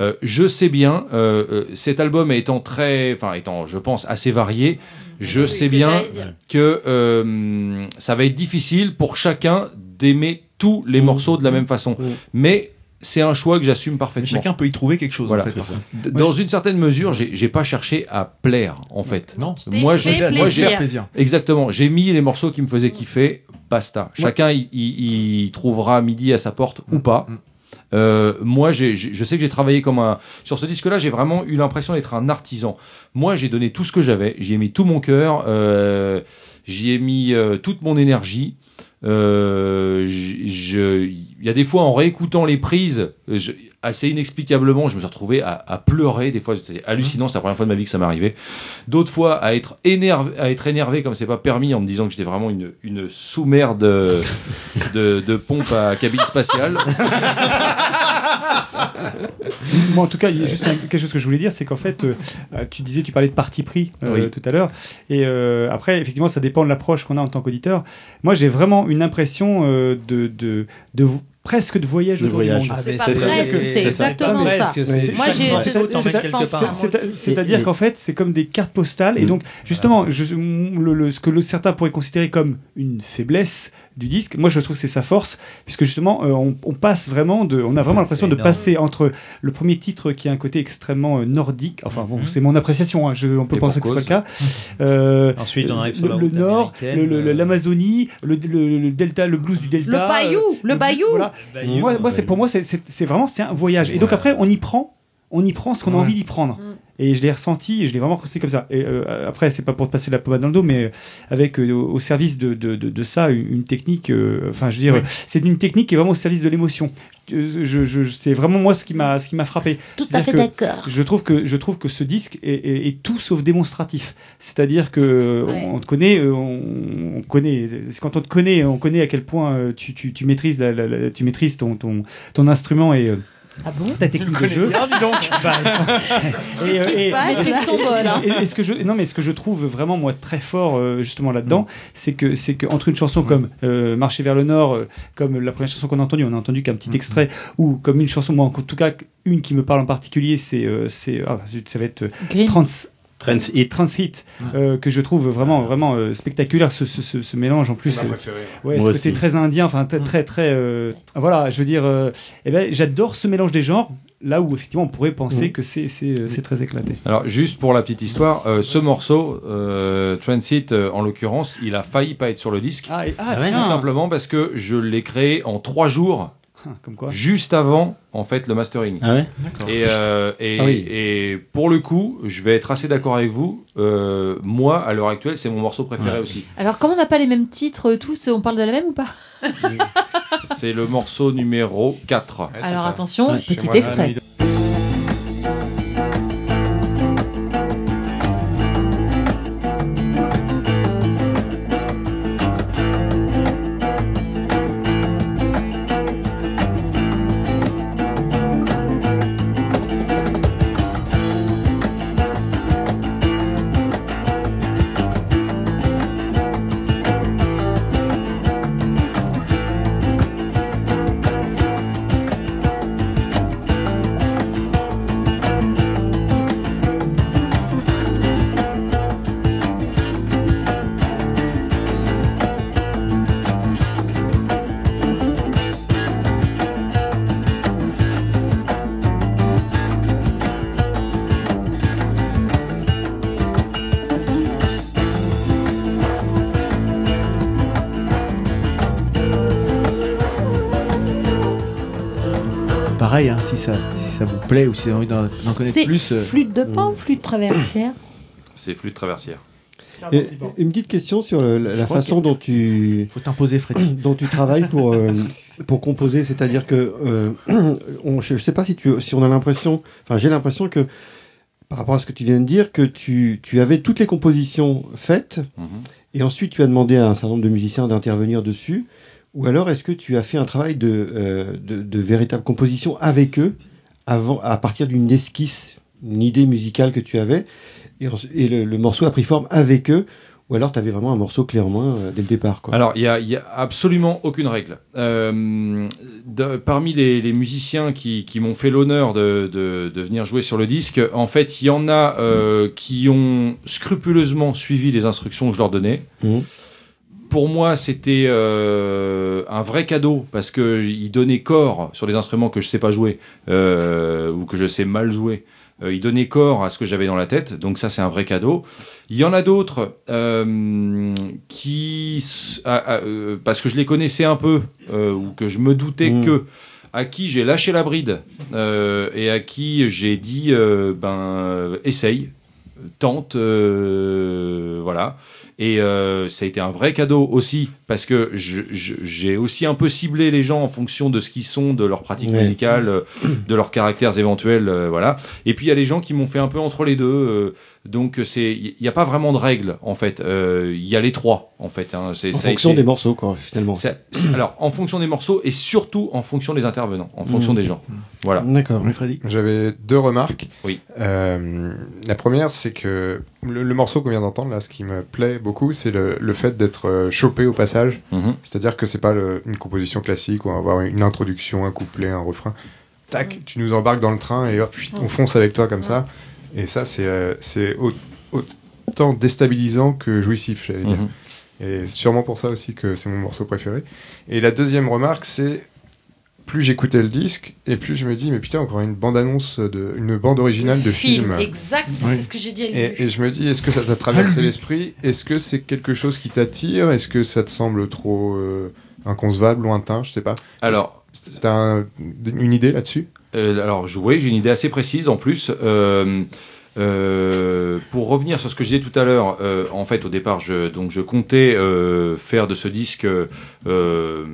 D: Euh, je sais bien, euh, euh, cet album étant très, enfin étant, je pense, assez varié, je sais bien
K: j'allais dire.
D: que euh,
I: Mmh.
D: ça va être difficile pour chacun d'aimer tous les morceaux de la même façon. Mais c'est un choix que j'assume parfaitement.
I: Chacun peut y trouver quelque chose.
D: Voilà.
I: en fait, parfois.
D: D- Dans une certaine mesure, j'ai j'ai pas cherché à plaire,
I: Mmh.
D: en fait.
I: Non.
D: moi
I: Fais
D: j'ai,
I: plaisir.
D: moi, j'ai-
I: Faire plaisir.
D: Exactement. J'ai mis les morceaux qui me faisaient kiffer. Basta. Chacun il il- il trouvera midi à sa porte ou pas. Euh, moi, j'ai- j'ai- je sais que j'ai travaillé comme un. Sur ce disque-là, j'ai vraiment eu l'impression d'être un artisan. Moi, j'ai donné tout ce que j'avais. J'y ai mis tout mon cœur. Euh, j'y ai mis euh, toute mon énergie. Euh, j- je- Il y a des fois, en réécoutant les prises, je- assez inexplicablement, je me suis retrouvé à, à pleurer. Des fois, c'est hallucinant. C'est la première fois de ma vie que ça m'arrivait. D'autres fois, à être énervé, à être énervé comme c'est pas permis, en me disant que j'étais vraiment une, une sous-merde euh, de, de pompe à cabine spatiale.
C: Moi, en tout cas, il y a juste un- quelque chose que je voulais dire, c'est qu'en fait, euh, euh, tu disais, tu parlais de parti pris euh,
D: Oui.
C: tout à l'heure, et euh, après, effectivement, ça dépend de l'approche qu'on a en tant qu'auditeur. Moi, j'ai vraiment une impression euh, de, de, de vo- presque de voyage
H: De
C: autour du
H: voyage.
C: monde.
H: Ah, mais C'est c'est pas ça. presque, c'est C'est ça. exactement
C: Ah, mais
H: ça.
C: c'est-
H: Moi, j'ai-
C: c'est-
H: c'est-
C: c'est-
H: autant
C: c'est-
H: mettre quelque
C: c'est-
H: part, moi
C: c'est- c'est-
H: aussi.
C: C'est-à-dire
H: Et-
C: qu'en fait, c'est comme des cartes postales, et
H: Mm.
C: donc, justement, je- le- le- ce que le- certains pourraient considérer comme une faiblesse du disque, moi, je trouve que c'est sa force, puisque justement, euh, on, on passe vraiment de, on a vraiment l'impression de
H: énorme.
C: passer c'est entre le premier titre qui a un côté extrêmement euh, nordique, enfin
H: Mhm.
C: bon, c'est mon appréciation, hein, je- on peut
H: Et
C: penser que
H: pour
C: c'est pas le
H: cause.
C: cas. Euh,
H: Ensuite, on arrive sur
C: le,
H: la
C: le
H: route
C: nord, le-
H: américaine, euh,
C: le- le- l'Amazonie, le, le- le delta, le blues du delta.
E: Le bayou,
C: euh,
E: le bayou.
C: voilà.
E: Le bayou.
C: Moi, moi, c'est pour moi, c'est- c'est c'est vraiment c'est un voyage. Et donc après, on y prend, on y prend ce qu'on a
H: Ouais.
C: envie d'y prendre. Et je l'ai ressenti, et je l'ai vraiment ressenti comme ça. Et euh, après, c'est pas pour te passer la pommade dans le dos, mais avec euh, au service de, de, de, de ça une, une technique. euh, Enfin, je veux dire,
H: Oui.
C: c'est une technique qui est vraiment au service de l'émotion. Euh, Je, je, je- c'est vraiment moi ce qui m'a ce qui m'a frappé.
E: Tout à fait
C: C'est-à-dire que
E: d'accord.
C: Je trouve que je trouve que ce disque est, est- est tout sauf démonstratif. C'est-à-dire que euh, on, on te connaît, euh, on, on connaît. C'est quand on te connaît, on connaît à quel point euh, tu, tu, tu maîtrises la- la- la- tu maîtrises ton ton ton instrument et euh,
E: Ah
C: ta technique de
K: Ah,
C: jeu.
E: bah,
K: Bah,
C: Et, euh, et-
B: passe,
C: et-
B: là C'est son bol, hein.
C: et- et ce que je non mais ce que je trouve vraiment moi très fort euh, justement
G: Mm.
C: là-dedans, c'est que c'est que entre une chanson comme euh, Marcher vers le nord, euh, comme la première chanson qu'on a entendue, on a entendu qu'un
G: Mm.
C: petit extrait ou comme une chanson moi en tout cas une qui me parle en particulier, c'est euh, c'est ah, zut, ça va être euh,
B: Green.
C: Trans Trans Hit, euh, que je trouve vraiment vraiment euh, spectaculaire ce, ce, ce- ce mélange en plus.
G: ma
C: euh,
G: préférée.
C: Ouais,
G: Moi
C: ce côté
G: aussi.
C: très indien, enfin très très, très, euh, voilà, je veux dire, euh, eh ben, j'adore ce mélange des genres. Là où effectivement on pourrait penser
D: Oui.
C: que c'est c'est, euh, c'est très éclaté.
D: Alors juste pour la petite histoire, euh, ce morceau, euh, Transit euh, en l'occurrence, il a failli pas être sur le disque.
C: Ah, et- ah,
D: Tout
C: tiens.
D: simplement parce que je l'ai créé en trois jours.
C: Ah, Comme quoi.
D: Juste avant, en fait, le mastering.
H: Ah ouais
C: D'accord.
D: et, euh, et,
H: Ah oui.
D: et pour le coup, je vais être assez d'accord avec vous. euh, moi, à l'heure actuelle, c'est mon morceau préféré aussi.
B: Alors, comme on n'a pas les mêmes titres euh, tous, on parle de la même ou pas
D: C'est le morceau numéro 4.
B: Alors, attention,
D: Ouais.
B: petit extrait.
I: Pareil, hein, si, ça, si ça vous plaît ou si vous avez envie d'en d'en connaître
E: C'est
I: plus. euh,
E: flûte de pan ou flûte traversière
D: C'est flûte traversière.
H: Et- une petite question sur le- la, la
I: crois
H: façon dont tu
I: faut t'imposer Freddy
H: dont tu travailles pour euh, pour composer c'est-à-dire que euh, on, je, je sais pas si tu si on a l'impression enfin j'ai l'impression que par rapport à ce que tu viens de dire que tu tu avais toutes les compositions faites
D: Mhm.
H: et ensuite tu as demandé à un certain nombre de musiciens d'intervenir dessus ou alors est-ce que tu as fait un travail de euh, de, de véritable composition avec eux avant à partir d'une esquisse une idée musicale que tu avais et, ensu- et le, le morceau a pris forme avec eux, ou alors tu avais vraiment un morceau clé en main euh, dès le départ. Quoi.
D: Alors, il n'y a, il y a absolument aucune règle. Euh, de- parmi les, les musiciens qui, qui m'ont fait l'honneur de, de- de venir jouer sur le disque, en fait, il y en a euh, qui ont scrupuleusement suivi les instructions que je leur donnais. pour moi, c'était euh, un vrai cadeau parce que il donnait corps sur des instruments que je sais pas jouer euh, ou que je sais mal jouer. Euh, il donnait corps à ce que j'avais dans la tête, donc ça c'est un vrai cadeau. Il y en a d'autres euh, qui, s- à- à- euh, parce que je les connaissais un peu euh, ou que je me doutais que, à qui j'ai lâché la bride euh, et à qui j'ai dit euh, ben euh, essaye, tente, euh, voilà. Et euh, ça a été un vrai cadeau aussi parce que je- je- j'ai aussi un peu ciblé les gens en fonction de ce qu'ils sont, de leur pratique
O: Ouais.
D: musicale, euh, de leurs caractères éventuels, euh, voilà. Et puis il y a les gens qui m'ont fait un peu entre les deux. euh, donc c'est, il n'y a pas vraiment de règles en fait. Euh, Il y a les trois en fait. hein. C'est-
H: En
D: ça a
H: fonction
D: été-
H: des morceaux, quoi, finalement.
D: ça- alors, en fonction des morceaux et surtout en fonction des intervenants, en fonction
H: Mmh.
G: Mm.
D: des gens. Voilà.
H: D'accord.
G: J'avais deux remarques.
D: Oui.
G: Euh, la première, c'est que le, le morceau qu'on vient d'entendre, là, ce qui me plaît beaucoup, c'est le, le fait d'être euh, chopé au passage.
D: Mhm.
G: C'est-à-dire que c'est pas le- une composition classique où on va avoir une introduction, un couplet, un refrain. Tac, tu nous embarques dans le train et hop, chut, on fonce avec toi comme ça. Et ça, c'est euh, c'est au- autant déstabilisant que jouissif, j'allais dire.
D: Mhm.
G: Et sûrement pour ça aussi que c'est mon morceau préféré. Et la deuxième remarque, c'est plus j'écoutais le disque et plus je me dis mais putain encore une bande annonce de une bande originale de film.
E: Film, exact, c'est ce que j'ai dit à lui.
G: Et, et je me dis est-ce que ça t'a traversé l'esprit Est-ce que c'est quelque chose qui t'attire Est-ce que ça te semble trop euh, inconcevable, lointain Je sais pas.
D: Alors-
G: Est-ce- t'as un- une idée là-dessus
D: Euh, alors, je- oui, j'ai une idée assez précise en plus. Euh, euh, pour revenir sur ce que je disais tout à l'heure, euh, en fait, au départ, je, donc, je comptais euh, faire de ce disque euh,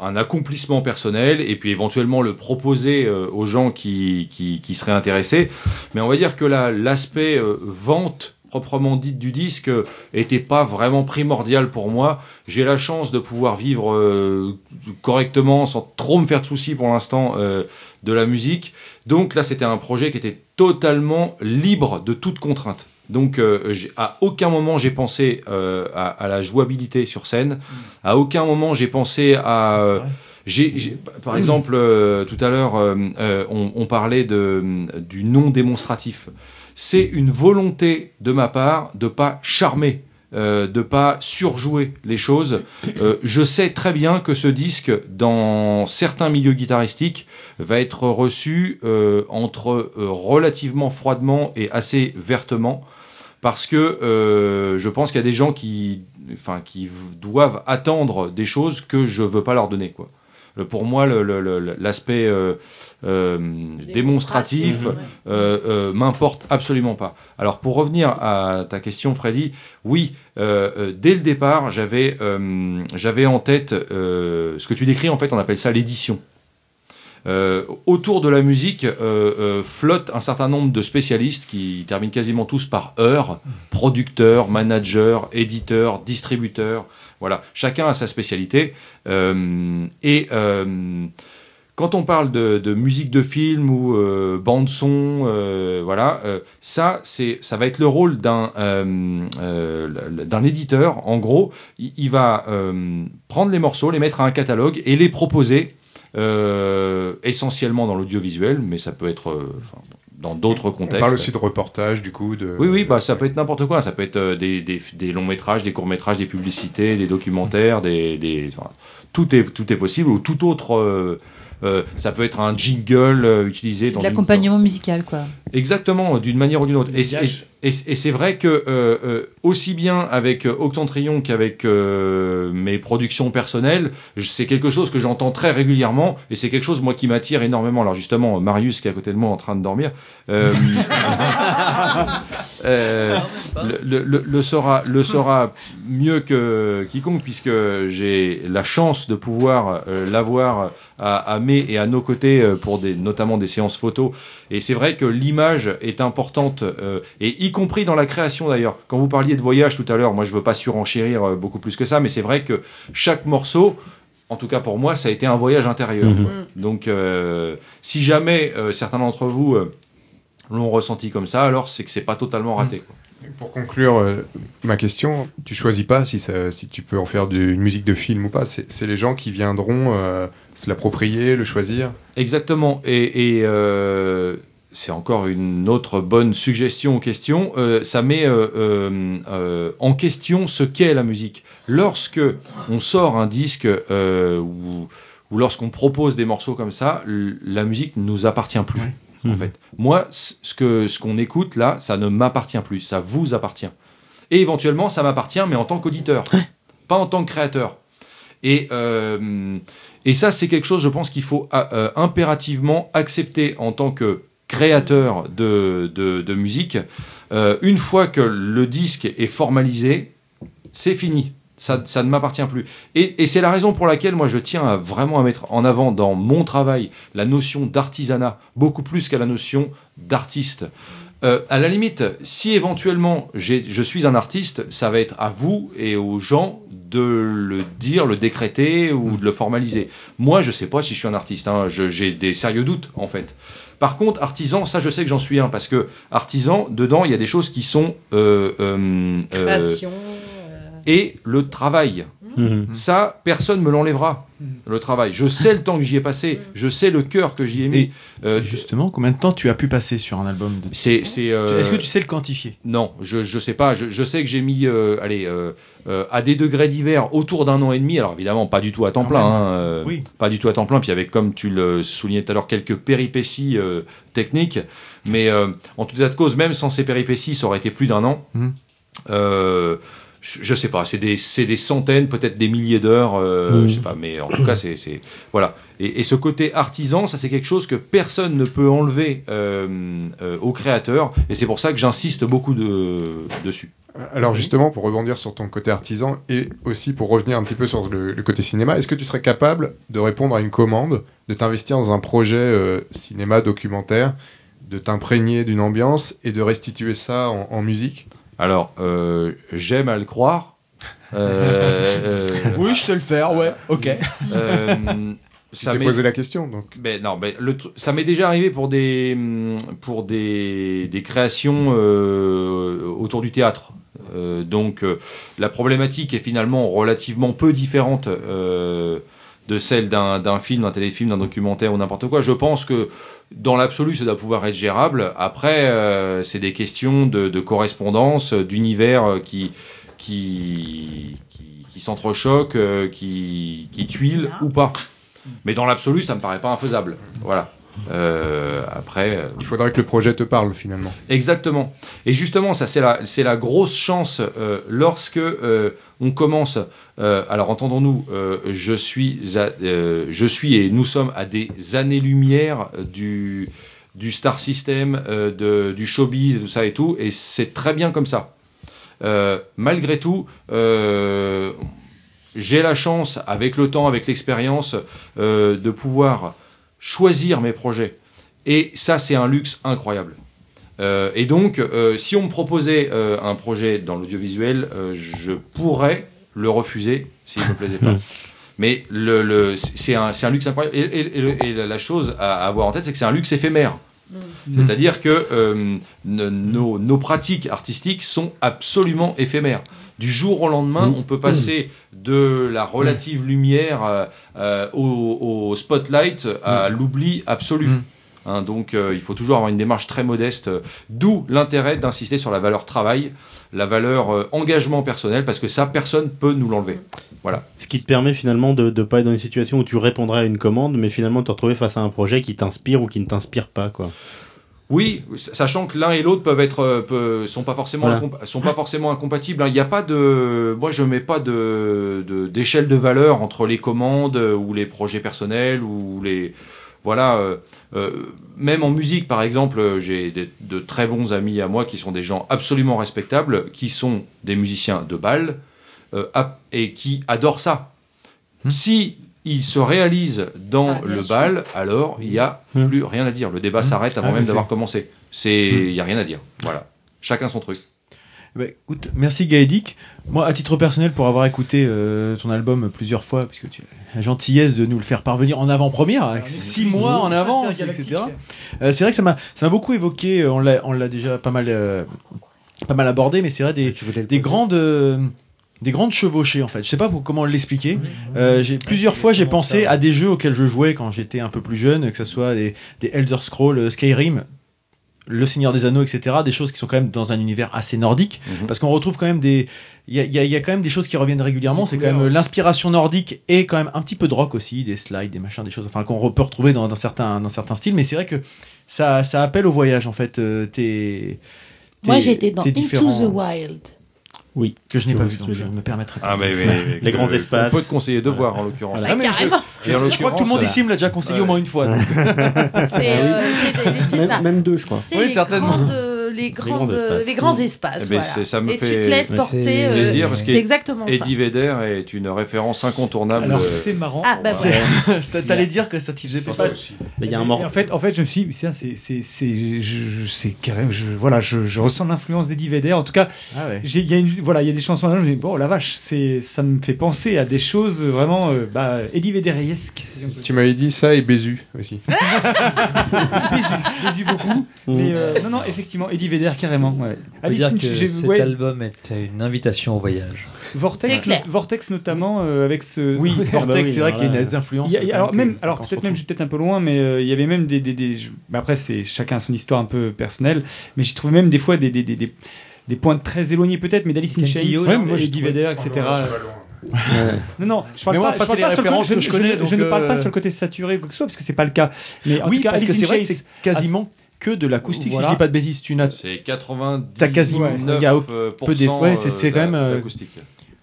D: un accomplissement personnel et puis éventuellement le proposer euh, aux gens qui, qui, qui seraient intéressés. Mais on va dire que la- l'aspect euh, vente proprement dite du disque euh, était pas vraiment primordial pour moi. J'ai la chance de pouvoir vivre euh, correctement sans trop me faire de soucis pour l'instant euh, de la musique. Donc là, c'était un projet qui était totalement libre de toute contrainte. Donc euh, j'ai- à aucun moment j'ai pensé euh, à, à la jouabilité sur scène. À aucun moment j'ai pensé à euh, j'ai, j'ai- par exemple, euh, tout à l'heure, euh, euh, on, on parlait de, du non démonstratif. C'est une volonté de ma part de pas charmer, euh, de pas surjouer les choses. Euh, je sais très bien que ce disque, dans certains milieux guitaristiques, va être reçu euh, entre euh, relativement froidement et assez vertement parce que euh, je pense qu'il y a des gens qui, enfin, qui v- doivent attendre des choses que je veux pas leur donner, quoi. Le- Pour moi, le- le- le- l'aspect euh, euh, démonstratif euh, euh, m'importe absolument pas. Alors, pour revenir à ta question, Freddy, oui, euh, euh, dès le départ, j'avais euh, j'avais en tête euh, ce que tu décris. En fait, on appelle ça l'édition. Euh, autour de la musique euh, euh, flotte un certain nombre de spécialistes qui terminent quasiment tous par heure producteurs, managers, éditeurs, distributeurs. Voilà, chacun a sa spécialité. Euh, et euh, quand on parle de, de musique de film ou euh, bande son, euh, voilà, euh, ça, c'est, ça va être le rôle d'un euh, euh, d'un éditeur. En gros, il, il va euh, prendre les morceaux, les mettre à un catalogue et les proposer euh, essentiellement dans l'audiovisuel, mais ça peut être euh, enfin, dans d'autres contextes.
G: On parle aussi de reportage, du coup, de.
D: Oui, oui, bah, ça peut être n'importe quoi. Ça peut être euh, des, des- des longs métrages, des courts métrages, des publicités, des documentaires, des, des- enfin, tout est tout est possible ou tout autre. euh, euh, ça peut être un jingle euh, utilisé
B: C'est
D: dans
B: de
D: une-
B: l'accompagnement musical, quoi.
D: Exactement, d'une manière ou d'une autre. Et,
B: gage.
D: et- et- et c'est vrai que euh, euh, aussi bien avec euh, Octantrion qu'avec euh, mes productions personnelles, je- c'est quelque chose que j'entends très régulièrement et c'est quelque chose moi qui m'attire énormément. Alors justement, Marius qui est à côté de moi en train de dormir. euh, euh, le, le- le saura, le saura mieux que quiconque puisque j'ai la chance de pouvoir euh, l'avoir à, à mes et à nos côtés euh, pour des, notamment des séances photos. Et c'est vrai que l'image est importante euh, et y compris dans la création d'ailleurs. Quand vous parliez de voyage tout à l'heure, moi je veux pas surenchérir euh, beaucoup plus que ça, mais c'est vrai que chaque morceau en tout cas pour moi, ça a été un voyage intérieur.
O: Mhm.
D: Donc, euh, si jamais euh, certains d'entre vous euh, l'ont ressenti comme ça, alors c'est que c'est pas totalement raté. quoi.
G: Pour conclure euh, ma question, tu choisis pas si, ça- si tu peux en faire du- une musique de film ou pas. C'est c'est les gens qui viendront euh, se l'approprier, le choisir.
D: Exactement. Et, et, euh, c'est encore une autre bonne suggestion aux questions. Euh, ça met euh, euh, euh, en question ce qu'est la musique. Lorsque on sort un disque euh, ou, ou lorsqu'on propose des morceaux comme ça, l- la musique ne nous appartient plus. En fait, moi, c- ce que ce qu'on écoute là, ça ne m'appartient plus. Ça vous appartient. Et éventuellement, ça m'appartient, mais en tant qu'auditeur, pas en tant que créateur. Et, euh, et ça, c'est quelque chose, je pense, qu'il faut ah, euh, impérativement accepter en tant que créateur de, de, de musique. Euh, une fois que le disque est formalisé, c'est fini. Ça, ça ne m'appartient plus. Et, et c'est la raison pour laquelle moi je tiens à vraiment à mettre en avant dans mon travail la notion d'artisanat, beaucoup plus qu'à la notion d'artiste. Euh, à la limite, si éventuellement j'ai- je suis un artiste, ça va être à vous et aux gens de le dire, le décréter ou de le formaliser. Moi, je sais pas si je suis un artiste. hein. Je- J'ai des sérieux doutes, en fait. Par contre, artisan, ça, je sais que j'en suis un parce que artisan, dedans, il y a des choses qui sont euh, euh, euh,
E: Création,
D: et le travail. Mhm. Ça, personne me l'enlèvera. Le travail. Je sais le temps que j'y ai passé. Je sais le cœur que j'y ai mis. Euh,
I: Justement, combien de temps tu as pu passer sur un album de...
D: C'est, c'est, euh,
I: Est-ce que tu sais le quantifier
D: Non, je je sais pas. Je, je sais que j'ai mis euh, allez euh, euh, à des degrés divers autour d'un an et demi. Alors évidemment pas du tout à temps plein,
I: même.
D: hein, euh,
I: Oui.
D: pas du tout à temps plein. Puis avec comme tu le soulignais tout à l'heure quelques péripéties euh, techniques, mais euh, en tout état de cause, même sans ces péripéties, ça aurait été plus d'un an.
I: Mhm.
D: Euh, je je sais pas, c'est des, c'est des centaines, peut-être des milliers d'heures, euh,
G: Mm.
I: Mhm.
D: je sais pas, mais en tout cas, c'est. c'est- Voilà. Et, et ce côté artisan, ça, c'est quelque chose que personne ne peut enlever euh, euh, au créateur, et c'est pour ça que j'insiste beaucoup de, dessus.
G: Alors justement, pour rebondir sur ton côté artisan et aussi pour revenir un petit peu sur le, le côté cinéma, est-ce que tu serais capable de répondre à une commande, de t'investir dans un projet euh, cinéma documentaire, de t'imprégner d'une ambiance et de restituer ça en, en musique
D: Alors, euh, j'aime à le croire. Euh, euh,
I: Oui, je sais le faire, ouais, ok.
D: Euh,
G: Tu t'es
D: m'est-
G: posé la question, donc.
D: Ben non, ben le tru- ça m'est déjà arrivé pour des hum, pour des, des créations euh, autour du théâtre. Euh, donc euh, la problématique est finalement relativement peu différente euh, de celle d'un d'un film, d'un téléfilm, d'un documentaire ou n'importe quoi. Je pense que dans l'absolu, ça doit pouvoir être gérable. Après, euh, c'est des questions de, de correspondance, euh, d'univers euh, qui qui qui, qui s'entrechoquent, euh, qui qui tuilent ou pas. Mais dans l'absolu, ça me paraît pas infaisable. Voilà. Euh, après,
G: Il faudrait que le projet te parle finalement.
D: Exactement. Et justement, ça c'est la c'est la grosse chance euh, lorsque euh, on commence. euh, alors entendons-nous, euh, je suis à- euh, je suis et nous sommes à des années lumière du du star system, euh, de, du showbiz, tout ça et tout. Et c'est très bien comme ça. Euh, malgré tout, euh, j'ai la chance, avec le temps, avec l'expérience, euh, de pouvoir choisir mes projets. Et ça, c'est un luxe incroyable. Euh, et donc, euh, si on me proposait euh, un projet dans l'audiovisuel, euh, je pourrais le refuser s'il ne me plaisait pas. Mais le, le- c'est un, c'est un luxe incroyable. Et, et- et le- et la la chose à avoir en tête, c'est que c'est un luxe éphémère.
E: Hmm.
D: C'est-à-dire que euh, ne- nos, nos pratiques artistiques sont absolument éphémères. Du jour au lendemain, on peut passer de la relative lumière euh, euh, au, au spotlight à l'oubli absolu. Hein, donc euh, il faut toujours avoir une démarche très modeste, euh, d'où l'intérêt d'insister sur la valeur travail, la valeur euh, engagement personnel, parce que ça, personne peut nous l'enlever. Voilà.
F: Ce qui te permet finalement de ne pas être dans une situation où tu répondrais à une commande, mais finalement te retrouver face à un projet qui t'inspire ou qui ne t'inspire pas, quoi.
D: Oui, sachant que l'un et l'autre peuvent être euh, peu- sont pas forcément
F: Voilà.
D: incompa- sont pas forcément incompatibles. hein. Il n'y a pas de, moi je mets pas de de- d'échelle de, valeur entre les commandes euh, ou les projets personnels ou les voilà. euh, euh, même en musique, par exemple, euh, j'ai des- de très bons amis à moi qui sont des gens absolument respectables, qui sont des musiciens de bal euh, ap- et qui adorent ça.
I: Hmm.
D: Si il se réalise dans
E: Ah,
D: le bal, alors il n'y a plus rien à dire. Le débat s'arrête avant
I: Hmm. Ah,
D: même
I: mais
D: d'avoir
I: c'est- Hmm.
D: commencé. C'est, il n'y a rien à dire. Voilà. Chacun son truc.
I: Bah, écoute, merci Gaëdic. Moi, à titre personnel, pour avoir écouté euh, ton album plusieurs fois, parce que tu as la gentillesse de nous le faire parvenir en avant-première, avec six mois en avant, etc. Euh, c'est vrai que ça m'a ça m'a beaucoup évoqué, euh, on l'a on l'a déjà pas mal, euh, pas mal abordé, mais c'est vrai des, des grandes... euh, des grandes chevauchées en fait. Je sais pas pour- comment l'expliquer. Euh, j'ai plusieurs fois j'ai pensé à des jeux auxquels je jouais quand j'étais un peu plus jeune, que ce soit des, des Elder Scrolls, euh, Skyrim. Le Seigneur des Anneaux, etc. Des choses qui sont quand même dans un univers assez nordique, parce qu'on retrouve quand même des, il y a, il y a- il y a quand même des choses qui reviennent régulièrement. C'est quand même euh, l'inspiration nordique et quand même un petit peu de rock aussi, des slides, des machins, des choses, enfin qu'on re- peut retrouver dans, dans certains, dans certains styles. Mais c'est vrai que ça, ça appelle au voyage en fait. euh, tes-
O: Moi,
I: tes-
O: j'étais dans
I: tes hein.
O: Into
I: différents-
O: the Wild.
I: Oui, que je n'ai pas vu, donc je ne me permettrai pas.
D: Ah, mais, mais- mais-
I: Les grands
D: que-
I: espaces.
D: qu'on peut te conseiller de voir en l'occurrence.
I: Voilà. Ah, mais je- Carrément. je- je crois que tout le monde ici me l'a déjà conseillé au moins une fois, donc. Ah
E: C'est, euh, c'est des- c'est
H: même,
E: ça.
H: même deux, je crois.
E: C'est les, grandes, euh, les, grandes,
D: grands
E: les grands espaces.
D: espaces. Eh ben,
E: voilà.
D: c'est- ça me
E: et
D: fait
E: tu te laisses porter. euh,
D: plaisir parce que
E: c'est exactement ça.
D: Eddie Vedder est une référence incontournable.
C: Alors
D: euh,
C: c'est marrant.
E: Ah, bah,
C: C'est-
I: voilà.
C: c'est-
I: T'allais dire que ça t'y faisait
C: c'est
I: pas-
F: Il y a un
C: Et-
F: mort.
C: et En fait, en fait, je me suis, dit, c'est, c'est, c'est, c'est, je- je- c'est carrément, je, voilà, je, je ressens l'influence d'Eddie Vedder. En tout cas,
I: Ah ouais.
C: j'ai, il y a une, voilà, il y a des chansons. Là, je me dis, bon, la vache, c'est, ça me fait penser à des choses euh, vraiment, euh, bah, Eddie Vedderesque. si on peut dire.
G: Tu m'avais dit ça et Bézu aussi.
C: Jésus beaucoup. Mais euh, non, non, effectivement, Eddie Vedder carrément. Ouais.
P: On peut dire
C: Alice in-
P: que
C: j'ai-
P: cet
C: ouais,
P: album est une invitation au voyage.
C: Vortex,
I: C'est clair.
C: Vortex notamment euh, avec ce.
I: Oui, Vortex, Ah bah oui, c'est vrai alors qu'il y a là, des influences,
C: Il y a- il y a- alors
I: quand même,
C: même,
I: que-
C: alors
I: qu'on se
C: peut-être même, je suis peut-être un peu loin, mais euh, il y avait même des. des, des- je- bah après, c'est chacun a son histoire un peu personnelle, mais j'ai trouvé même des fois des des, des, des, des points très éloignés peut-être, mais d'Alice in
I: Kenji
C: Chains,
I: Hyo, Ouais, moi, j'ai
C: Eddie
I: trouvé-
C: Vedder,
I: Oh,
C: etc.
I: Laurent, tu vas loin. Ouais.
C: non, non, je parle
I: Mais moi,
C: pas,
I: enfin,
C: je parle
I: c'est
C: pas
I: les
C: sur le
I: références
C: côté-
I: que je connais,
C: Je, je
I: donc,
C: ne parle pas
I: euh,
C: sur le côté saturé ou quoi que ce soit, parce que c'est pas le cas. Mais en
I: oui,
C: tout cas,
I: parce
C: Alice
I: que c'est
C: in
I: vrai que
C: Chains-
I: c'est quasiment que de l'acoustique,
C: Voilà.
I: si je dis pas de bêtises. Tu n'as
D: C'est euh, 90.
I: T'as quasiment il y a au- peu des ouais, c'est c'est quand même euh,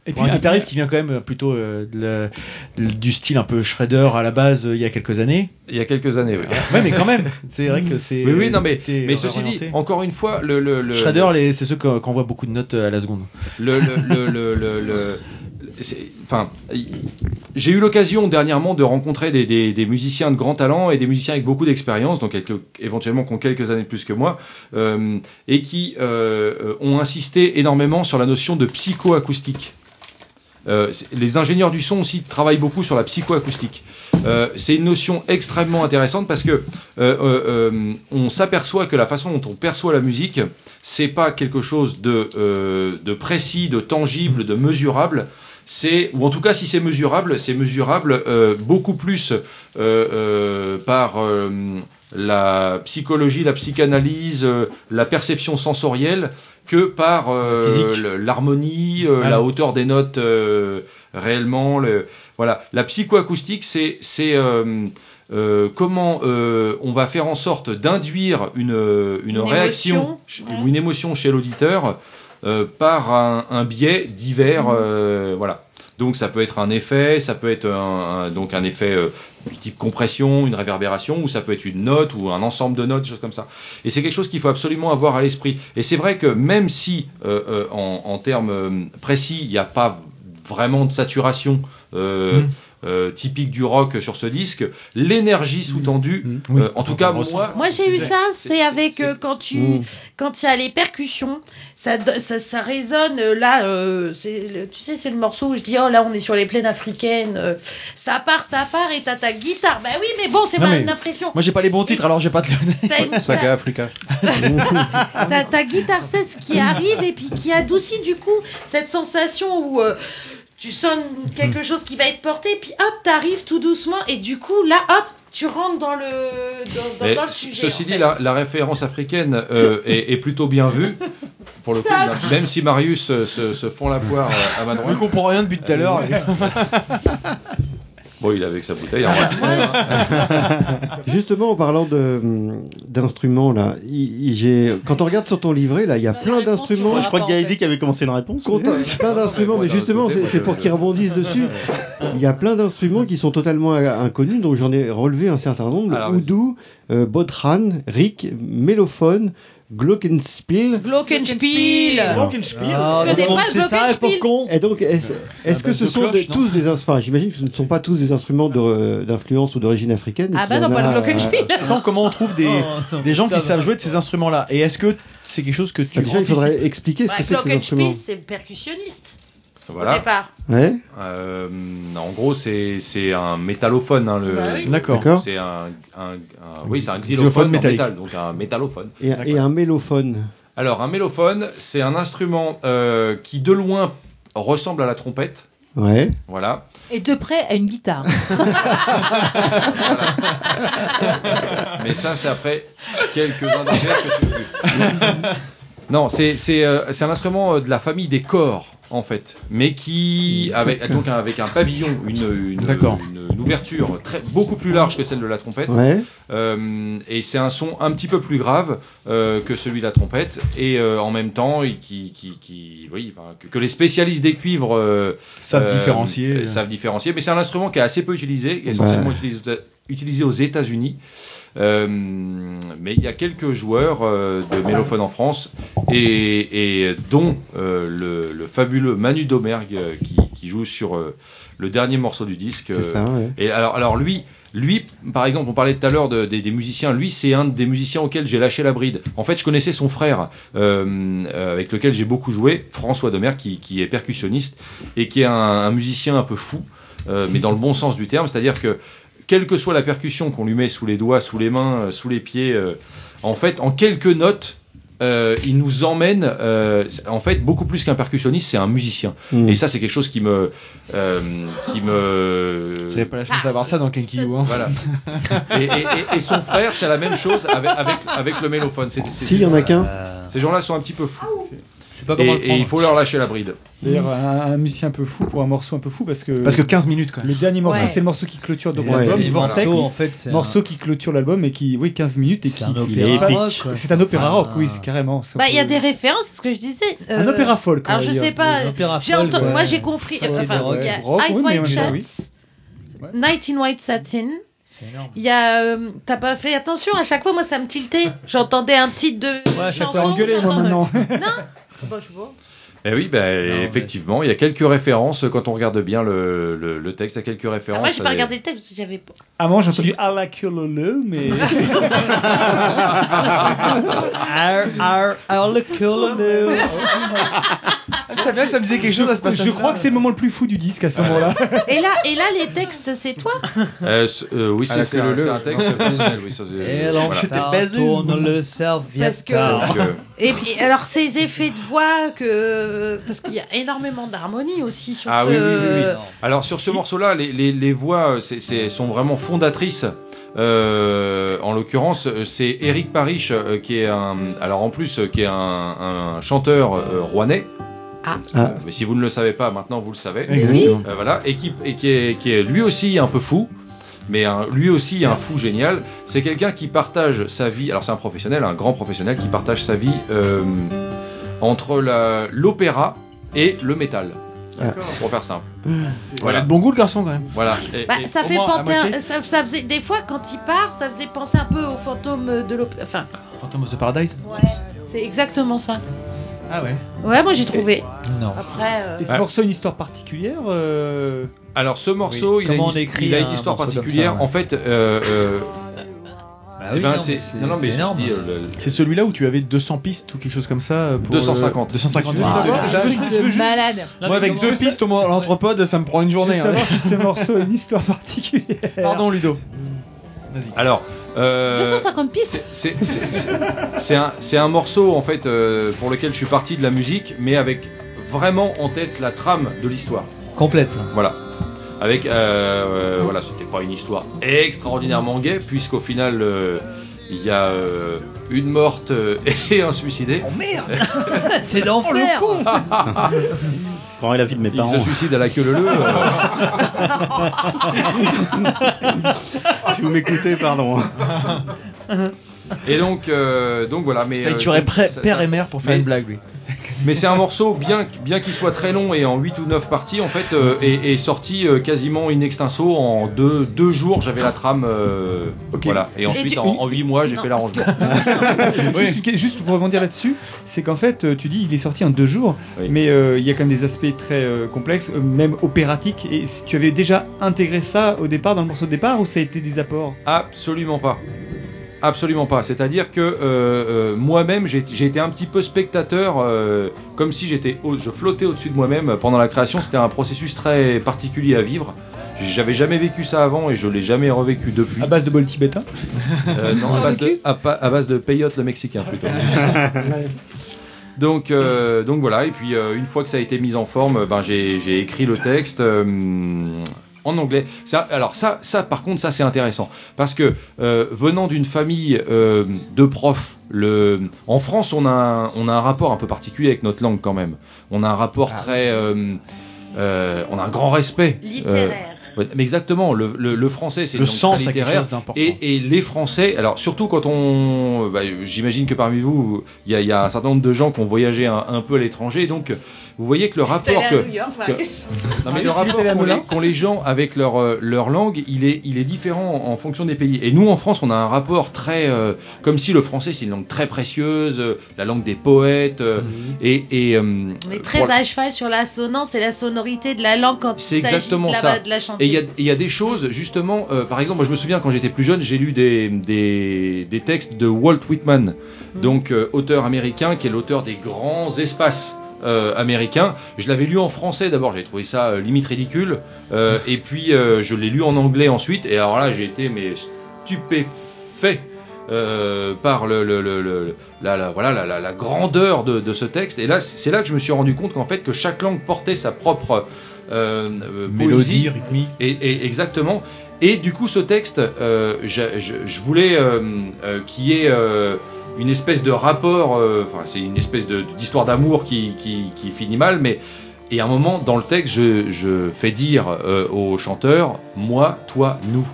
C: Et
I: pour
D: ah,
C: puis,
I: un guitariste qui vient quand même euh, plutôt euh, de la- de- du style un peu shredder à la base euh, il y a quelques années.
D: Il y a quelques années, oui.
I: Ouais, mais quand même, c'est vrai que c'est.
D: Oui, oui, non, mais, euh,
I: t'es
D: mais ceci dit,
I: orienté.
D: encore une fois, le. le, le
I: Shredder, les- c'est ceux qu'on qu'on voit beaucoup de notes euh, à la seconde.
D: le, le, le, le, le- le- c'est- enfin, y- j'ai eu l'occasion dernièrement de rencontrer des, des, des musiciens de grand talent et des musiciens avec beaucoup d'expérience, donc quelques, éventuellement qui ont quelques années de plus que moi, euh, et qui euh, euh, ont insisté énormément sur la notion de psychoacoustique. Euh, c'est- les ingénieurs du son aussi travaillent beaucoup sur la psychoacoustique. Euh, c'est une notion extrêmement intéressante parce que euh, euh, euh, on s'aperçoit que la façon dont on perçoit la musique, c'est pas quelque chose de, euh, de précis, de tangible, de mesurable. C'est ou en tout cas si c'est mesurable, c'est mesurable euh, beaucoup plus euh, euh, par euh, la psychologie, la psychanalyse, euh, la perception sensorielle que par euh,
I: Physique.
D: le- l'harmonie, euh,
I: Ouais.
D: la hauteur des notes euh, réellement. Le, voilà, la psychoacoustique, c'est c'est euh, euh, comment euh, on va faire en sorte d'induire une, euh, une,
I: Une
D: réaction
I: émotion,
D: ch- ou une émotion chez l'auditeur euh, par un, un biais divers.
I: Mhm.
D: euh, voilà. Donc ça peut être un effet, ça peut être un, un- donc un effet euh, du type compression, une réverbération, ou ça peut être une note ou un ensemble de notes, des choses comme ça. Et c'est quelque chose qu'il faut absolument avoir à l'esprit. Et c'est vrai que même si euh, euh, en, en termes euh, précis, il n'y a pas vraiment de saturation. euh,
I: Mm.
D: euh, typique du rock sur ce disque, l'énergie
I: Hmm.
D: sous-tendue, euh, en tout cas moi,
E: Moi j'ai eu ça, c'est avec euh, quand tu
D: Ouh.
E: quand il y a les percussions, ça do- ça, ça résonne euh, là euh, c'est le- tu sais c'est le morceau où je dis oh là on est sur les plaines africaines, euh, ça part ça part et t'as ta guitare. Bah oui mais bon c'est
I: Non,
E: ma
I: mais
E: impression.
I: Moi j'ai pas les bons titres alors j'ai pas de.
E: T'as une-
G: Saga Africa.
E: Ah, T'as ta guitare 16 qui arrive et puis qui adoucit du coup cette sensation où euh, tu sonnes quelque chose qui va être porté, puis hop, t'arrives tout doucement et du coup là, hop, tu rentres dans le, dans, dans-
D: Mais
E: dans le
D: ce-
E: sujet.
D: Ceci dit, la, la référence africaine euh, est, est plutôt bien vue. Pour le coup, même si Marius euh, se, se fond la poire euh, à ma droite.
I: Je comprends rien depuis tout à l'heure.
D: Ah, Bon, il est avec sa bouteille. hein, voilà.
H: Justement, en parlant de, d'instruments, là, il- il- j'ai, quand on regarde sur ton livret, là, il y a plein d'instruments.
F: Je crois qu'il y a Eddie qui avait commencé une réponse.
H: Compte- plein d'instruments, mais justement, c'est c'est pour qu'ils rebondissent dessus. Il y a plein d'instruments qui sont totalement euh, inconnus, donc j'en ai relevé un certain nombre.
D: Alors, vas-y.
H: Oudou, euh, Bodhran, Rick, Mélophone, Glockenspiel.
E: Glockenspiel
H: Ah,
E: Je connais
H: donc
E: pas le
H: c'est ça,
E: Glockenspiel
H: pauvre con. Et donc, est-ce
E: à
H: est-ce que
E: base
H: ce
E: de
H: sont
E: cloche,
H: des-
E: non
H: tous des instruments Enfin, j'imagine que ce ne sont pas tous des instruments de- euh, d'influence ou d'origine africaine.
E: Ah
H: qu'il
E: bah
H: y
E: non,
H: en
E: pas le
H: a- euh,
E: Glockenspiel
I: Attends, comment on trouve des, des gens qui savent jouer de ces instruments-là Et est-ce que c'est quelque chose que tu.
H: Ah, déjà, il faudrait
I: anticipes
H: expliquer
E: Ouais, Glockenspiel, c'est le percussionniste. Au
D: Voilà.
E: départ.
H: Ouais.
D: Euh, en gros, c'est c'est un métallophone. hein, le-
E: Bah oui.
H: D'accord.
D: C'est un, un- un- oui, c'est un xylophone,
H: Xylophone
D: en
H: métallique.
D: métal, donc un métallophone.
H: Et, et un mélophone.
D: Alors, un mélophone, c'est un instrument euh, qui de loin ressemble à la trompette,
H: Ouais.
D: Voilà.
B: Et de près à une guitare.
D: Mais ça, c'est après quelques indigestes que tu as Non, c'est c'est, euh, c'est un instrument euh, de la famille des corps, en fait, mais qui, avec, donc un- avec un pavillon, une, une,
I: D'accord.
D: une- une ouverture très, beaucoup plus large que celle de la trompette.
I: Ouais.
D: Euh, et c'est un son un petit peu plus grave euh, que celui de la trompette, et euh, en même temps, il- qui, qui, qui, oui, enfin, que, que les spécialistes des cuivres euh,
I: Savent différencier.
D: euh, savent différencier. Mais c'est un instrument qui est assez peu utilisé, qui est essentiellement
I: Ouais.
D: utilisé, utilisé aux États-Unis. Euh, mais il y a quelques joueurs euh, de mélophones en France, et, et dont euh, le, le fabuleux Manu Domergue euh, qui, qui joue sur euh, le dernier morceau du disque. euh,
H: C'est ça, ouais.
D: Et alors, alors lui, lui, par exemple, on parlait tout à l'heure de- des, des musiciens. Lui, c'est un des musiciens auxquels j'ai lâché la bride. En fait, je connaissais son frère, euh, euh, avec lequel j'ai beaucoup joué, François Demer, qui, qui est percussionniste et qui est un, un musicien un peu fou, euh, mais dans le bon sens du terme. C'est-à-dire que quelle que soit la percussion qu'on lui met sous les doigts, sous les mains, euh, sous les pieds, euh, en fait, en quelques notes, euh, il nous emmène. euh, c'est- en fait, beaucoup plus qu'un percussionniste, c'est un musicien.
I: Mm.
D: Et ça, c'est quelque chose qui me, euh, qui me.
I: J'avais pas la chance d'avoir ça dans Kenkyu. Hein.
D: Voilà. Et, et- et- et son frère, c'est la même chose avec, avec, avec le mélophone. C'est- c'est-
H: Si, il y en a qu'un.
D: Ces gens-là sont un petit peu fous.
E: Ah
C: pas
D: Et,
C: comment le
D: et
C: prendre.
D: il faut leur lâcher la bride.
C: D'ailleurs,
H: euh,
C: un, un musicien un peu fou pour un morceau un peu fou parce que.
I: Parce que 15 minutes, quand même.
C: Le dernier morceau,
I: Ouais.
C: c'est le morceau qui clôture donc
I: Et
C: l'album.
I: les
C: Vortex.
I: morceaux, en fait, c'est
C: morceau qui clôture l'album et qui. Oui, 15 minutes et qui.
P: un
C: qui-
P: opéra
C: il est épique.
P: rock, quoi.
C: C'est un opéra
P: Enfin,
C: rock, oui, c'est carrément. c'est un
E: Bah, il y a
C: peu-
E: des références, c'est ce que je disais. Euh,
C: Un opéra folk,
E: Alors, je
C: on va
E: sais
C: dire.
E: pas.
C: Un opéra
E: J'ai
C: folk,
E: entendu-
C: ouais.
E: Moi, j'ai compris.
C: Ouais,
E: euh, Enfin,
C: rock.
E: il y a
C: Rock,
E: Ice
C: oui, mais
E: White
C: on est-
E: Shot,
C: oui.
E: Night in White Satin. Il y a. euh, T'as pas fait attention, à chaque fois, moi, ça me tiltait. J'entendais un titre de.
C: Ouais, à chaque
E: chanson,
C: fois, engueulé, moi,
E: j'entendais-
C: maintenant.
E: Non Bah, je sais pas.
D: Eh oui, ben, effectivement, il y a quelques références quand on regarde bien le, le- le texte. Il y a quelques
E: Ah,
D: références. Euh,
E: Moi, j'ai pas
D: à des-
E: regardé le texte parce que j'avais pas.
C: Avant, Ah, j'ai entendu I like your lolo, mais. Ar, ar, ar, le lolo.
I: Ça, vient, ça me disait quelque chose à ce passage.
C: Je crois que c'est le moment le plus fou du disque à ce moment-là.
E: Et là, et là, les textes, c'est toi
D: Euh, ce- euh, oui,
P: À la
D: c'est c'est un,
P: queue leu-leu.
D: c'est un texte personnel. Oui, ça, c'est- euh,
P: Et
D: voilà.
P: l'enfer tourne le
E: Parce que-
P: serviette.
D: Donc, euh,
E: Et, et alors ces effets de voix que euh, parce qu'il y a énormément d'harmonie aussi sur
D: Ah
E: ce
D: oui, oui, oui, oui. Alors sur ce morceau-là, les, les- les voix euh, c'est- c'est- sont vraiment fondatrices. Euh, en l'occurrence, euh, c'est Eric Parish euh, qui est un, alors en plus euh, qui est un, un chanteur euh, rouennais. Euh,
H: Ah.
D: Mais si vous ne le savez pas, maintenant vous le savez.
H: Mais oui.
D: Euh, voilà, et qui, et qui est, qui est lui aussi un peu fou. Mais un- lui aussi un fou génial. C'est quelqu'un qui partage sa vie. Alors c'est un professionnel, un grand professionnel qui partage sa vie euh, entre la- l'opéra et le métal. Pour faire simple.
I: Voilà, de bon goût le garçon quand même.
D: Voilà. Et-
E: Bah,
D: et-
E: ça
D: au
E: fait
D: moins, à
E: penser,
D: moitié.
E: un- ça, ça faisait des fois quand il part, ça faisait penser un peu au fantôme de l'opéra. Enfin,
I: Phantom of the Paradise
E: ouais, c'est exactement ça.
C: Ah ouais.
E: Ouais, moi j'ai trouvé.
C: Non.
E: Après, euh,
C: Et ce morceau a une histoire particulière euh,
D: Alors ce morceau,
C: Oui.
D: il, a une,
C: Comment on écrit
D: il a une
C: un
D: histoire
C: morceau comme
D: particulière.
C: ça, Bah ouais.
D: En fait, euh, euh, eh
I: oui,
D: ben,
I: non,
D: c'est
I: mais c'est-
D: non, non, mais
I: c'est
D: je
I: énorme,
D: dis,
I: ça.
D: euh, le-
I: C'est celui-là où tu avais 200 pistes ou quelque chose comme ça euh, pour
D: 250.
I: le- 250
D: Je veux
K: Ah,
E: Ah,
D: savoir
I: Ça,
D: si
I: je-
D: ce
I: je veux juste-
B: Malade.
I: Moi, avec deux pistes au moins, l'anthropode, ça me prend une journée. hein.
C: Je veux savoir si ce morceau a une histoire particulière.
I: Pardon, Ludo.
D: Alors. euh,
B: 250 pistes
D: c'est- c'est- c'est- C'est un, c'est un morceau en fait euh, pour lequel je suis parti de la musique, mais avec vraiment en tête la trame de l'histoire.
P: Complète.
D: Voilà. Avec, euh, euh, voilà, c'était pas une histoire extraordinairement gaie, puisqu'au final, euh, il y a euh, une morte euh, et un suicidé.
A: Oh merde C'est l'enfer
C: Oh,
F: Pendant la vie de mes
D: Il
F: parents.
D: se suicide à la queue leu euh. leu.
F: si vous m'écoutez, pardon.
D: Et donc, euh, donc voilà. Mais
I: Putain, il
D: euh,
I: tuerait
D: donc,
I: près-
D: ça-
I: père
D: ça-
I: et mère pour faire
D: mais-
I: une blague, lui.
D: Mais c'est un morceau, bien, bien qu'il soit très long et en 8 ou 9 parties, en fait, euh, est, est sorti euh, quasiment in extenso. En deux, deux jours, j'avais la trame. euh, Voilà. Et ensuite,
C: tu-
D: en, en 8 mois, j'ai fait l'arrangement.
C: juste, une- juste pour rebondir là-dessus, c'est qu'en fait, euh, tu dis il est sorti en deux jours, mais euh, il y a quand même des aspects très euh, complexes, euh, même opératiques. Et si tu avais déjà intégré ça au départ, dans le morceau de départ, ou ça a été des apports
D: Absolument pas. Absolument pas. C'est-à-dire que euh, euh, moi-même, j'ai j'ai été un petit peu spectateur, euh, comme si j'étais, au- je flottais au-dessus de moi-même pendant la création. C'était un processus très particulier à vivre. J'avais jamais vécu ça avant et je l'ai jamais revécu depuis.
C: à base de bol tibétain
D: Euh, non, à base, de, à, pa- à base de peyote le mexicain plutôt. Donc, euh, donc voilà, et puis euh, une fois que ça a été mis en forme, euh, ben, j'ai j'ai écrit le texte euh, en anglais. Ça, alors ça, ça par contre, ça c'est intéressant. Parce que euh, venant d'une famille euh, de profs, le... en France on a, un, on a un rapport un peu particulier avec notre langue quand même. On a un rapport très... euh, euh, on a un grand respect.
E: Littéraire.
D: Euh, ouais, mais exactement, le, le- le français c'est
I: Le
D: une langue
I: sens,
D: très
I: c'est quelque
D: littéraire.
I: chose d'important.
D: Et, et les Français, alors surtout quand on, bah, j'imagine que parmi vous, il y, a- il y a un certain nombre de gens qui ont voyagé un, un peu à l'étranger, donc euh, vous voyez que le rapport que, que-
I: Ah
D: non, mais le rapport qu'ont les, qu'ont les gens avec leur, euh, leur langue, il est, il est différent en fonction des pays. Et nous, en France, on a un rapport très. euh, comme si le français, c'est une langue très précieuse, euh, la langue des poètes. euh,
I: Mhm.
D: Et. et euh,
E: On est très
D: voilà.
E: à cheval sur la sonance et la sonorité de la langue quand
D: C'est
E: il s'agit de
D: exactement
E: la,
D: ça.
E: de la chanter.
D: et il y a- et il y, a des choses, justement, euh, par exemple, moi je me souviens quand j'étais plus jeune, j'ai lu des, des, des textes de Walt Whitman,
E: Hmm.
D: donc euh, auteur américain qui est l'auteur des grands espaces. euh, américains. Je l'avais lu en français d'abord, j'ai trouvé ça euh, limite ridicule, Euh, et puis euh, je l'ai lu en anglais ensuite, et alors là j'ai été mais stupéfait euh, par le, le- le- le- la, la- voilà, la, la- la grandeur de, de ce texte. Et là, c'est c'est là que je me suis rendu compte qu'en fait, que chaque langue portait sa propre euh, euh,
I: Mélodie,
D: poésie. Et, et- exactement. Et du coup, ce texte, euh, je, je- je voulais euh, euh, qu'il y ait euh, une espèce de rapport, euh, enfin, c'est une espèce de- d'histoire d'amour qui, qui- qui finit mal, mais. Et à un moment, dans le texte, je, je fais dire euh, au chanteur, moi, toi, nous.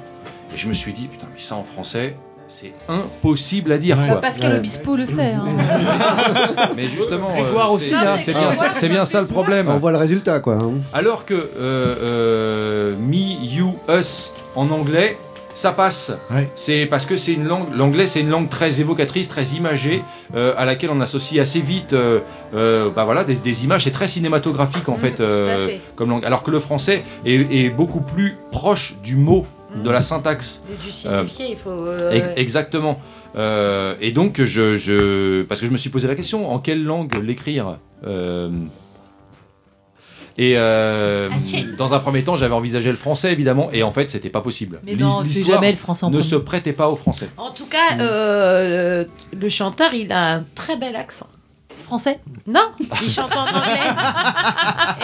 D: Et je me suis dit, putain, mais ça en français, c'est impossible à dire.
B: Bah,
D: quoi.
B: Pascal Obispo le fait. hein.
D: Mais justement,
B: Grégoire
D: euh,
B: aussi,
D: c'est-
B: hein.
D: c'est
E: Ah.
D: bien, ça- c'est bien ça le problème.
H: On voit le résultat, quoi. hein.
D: Alors que euh, euh, me, you, us en anglais, ça passe.
I: Ouais.
D: C'est parce que c'est une langue. L'anglais, c'est une langue très évocatrice, très imagée, euh, à laquelle on associe assez vite, euh, euh, bah voilà, des, des images. C'est très cinématographique en fait, euh,
E: Mm, fait.
D: comme langue. Alors que le français est, est beaucoup plus proche du mot, de la syntaxe.
E: Et du
D: Euh,
E: signifié, il faut. euh,
D: Ex- Exactement. Euh, et donc, je, je- parce que je me suis posé la question, en quelle langue l'écrire Euh, Et
E: Ah,
D: euh, dans un premier temps, j'avais envisagé le français, évidemment, et en fait, c'était pas possible.
B: Mais non,
D: L'hi-
B: c'est
D: l'histoire
B: jamais le français en
D: Ne
B: premier.
D: se prêtait pas au français.
E: En tout
D: Mm.
E: cas, euh, le, le chanteur, il a un très bel accent.
B: Français
E: Non, il chante en anglais.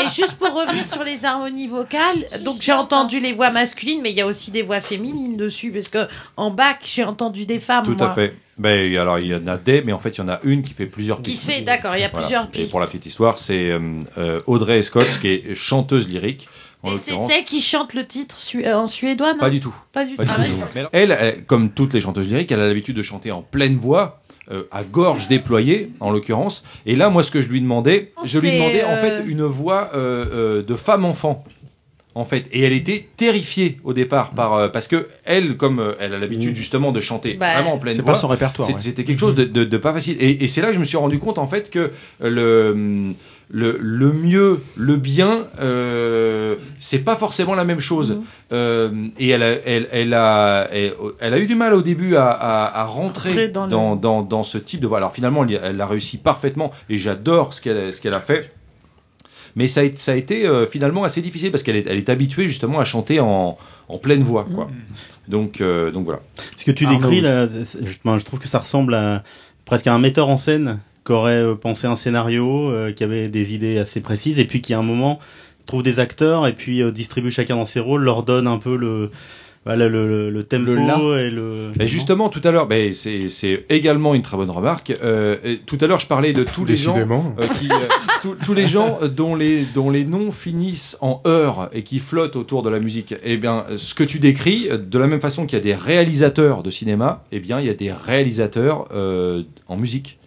E: Et juste pour revenir sur les harmonies vocales, donc j'ai entendu les voix masculines, mais il y a aussi des voix féminines dessus, parce que en bac, j'ai entendu des femmes.
D: Tout
E: Ah, moi.
D: à fait. Ben, alors, il y en a des, mais en fait, il y en a une qui fait plusieurs
E: Qui se
D: pistes.
E: fait, d'accord, il y a
D: Voilà.
E: plusieurs
D: Et
E: pistes.
D: pour la petite histoire, c'est euh, euh, Audrey Escott, qui est chanteuse lyrique. en
E: Et c'est
D: l'occurrence.
E: celle qui chante le titre su- euh, en suédois, non
D: Pas du tout.
E: Pas du tout. Ah
D: Pas du tout, non. Mais alors, Elle, elle, comme toutes les chanteuses lyriques, elle a l'habitude de chanter en pleine voix, euh, à gorge déployée, en l'occurrence. Et là, moi, ce que je lui demandais, je
E: Oh,
D: lui
E: c'est,
D: demandais en
E: euh,
D: fait une voix euh, euh, de femme enfant. En fait, et elle était terrifiée au départ par euh, parce que elle, comme euh, elle a l'habitude justement de chanter
I: Bah,
D: vraiment en pleine
I: c'est
D: voix,
I: pas son répertoire,
D: c'est-
I: ouais.
D: C'était quelque chose de, de- de pas facile. Et, et c'est là que je me suis rendu compte en fait que euh, le le, le mieux, le bien, euh, c'est pas forcément la même chose. Euh, et elle a, elle, elle a, elle, elle a eu du mal au début à, à- à rentrer
E: Entrer dans
D: dans,
E: le-
D: dans, dans ce type de voix. Alors finalement, elle, y a- elle a réussi parfaitement et j'adore ce qu'elle ce qu'elle a fait. Mais ça a, été- ça a été euh, finalement assez difficile parce qu'elle est, elle est habituée justement à chanter en, en pleine voix. Quoi. Donc, euh, donc voilà.
F: Ce que tu décris là, c'est- je, ben, je trouve que ça ressemble à presque à un metteur en scène qui aurait euh, pensé un scénario, euh, qui avait des idées assez précises, et puis qui à un moment trouve des acteurs et puis euh, distribue chacun dans ses rôles, leur donne un peu le voilà le, le, le tempo
D: là.
F: et le.
D: Et justement, tout à l'heure, ben, c'est c'est également une très bonne remarque. Euh, et tout à l'heure, je parlais de tous les gens,
G: Décidément.
D: euh, qui, euh, tous, tous les gens euh, dont les dont les noms finissent en heure et qui flottent autour de la musique. Eh bien, ce que tu décris, euh, de la même façon qu'il y a des réalisateurs de cinéma, eh bien, il y a des réalisateurs euh, en musique.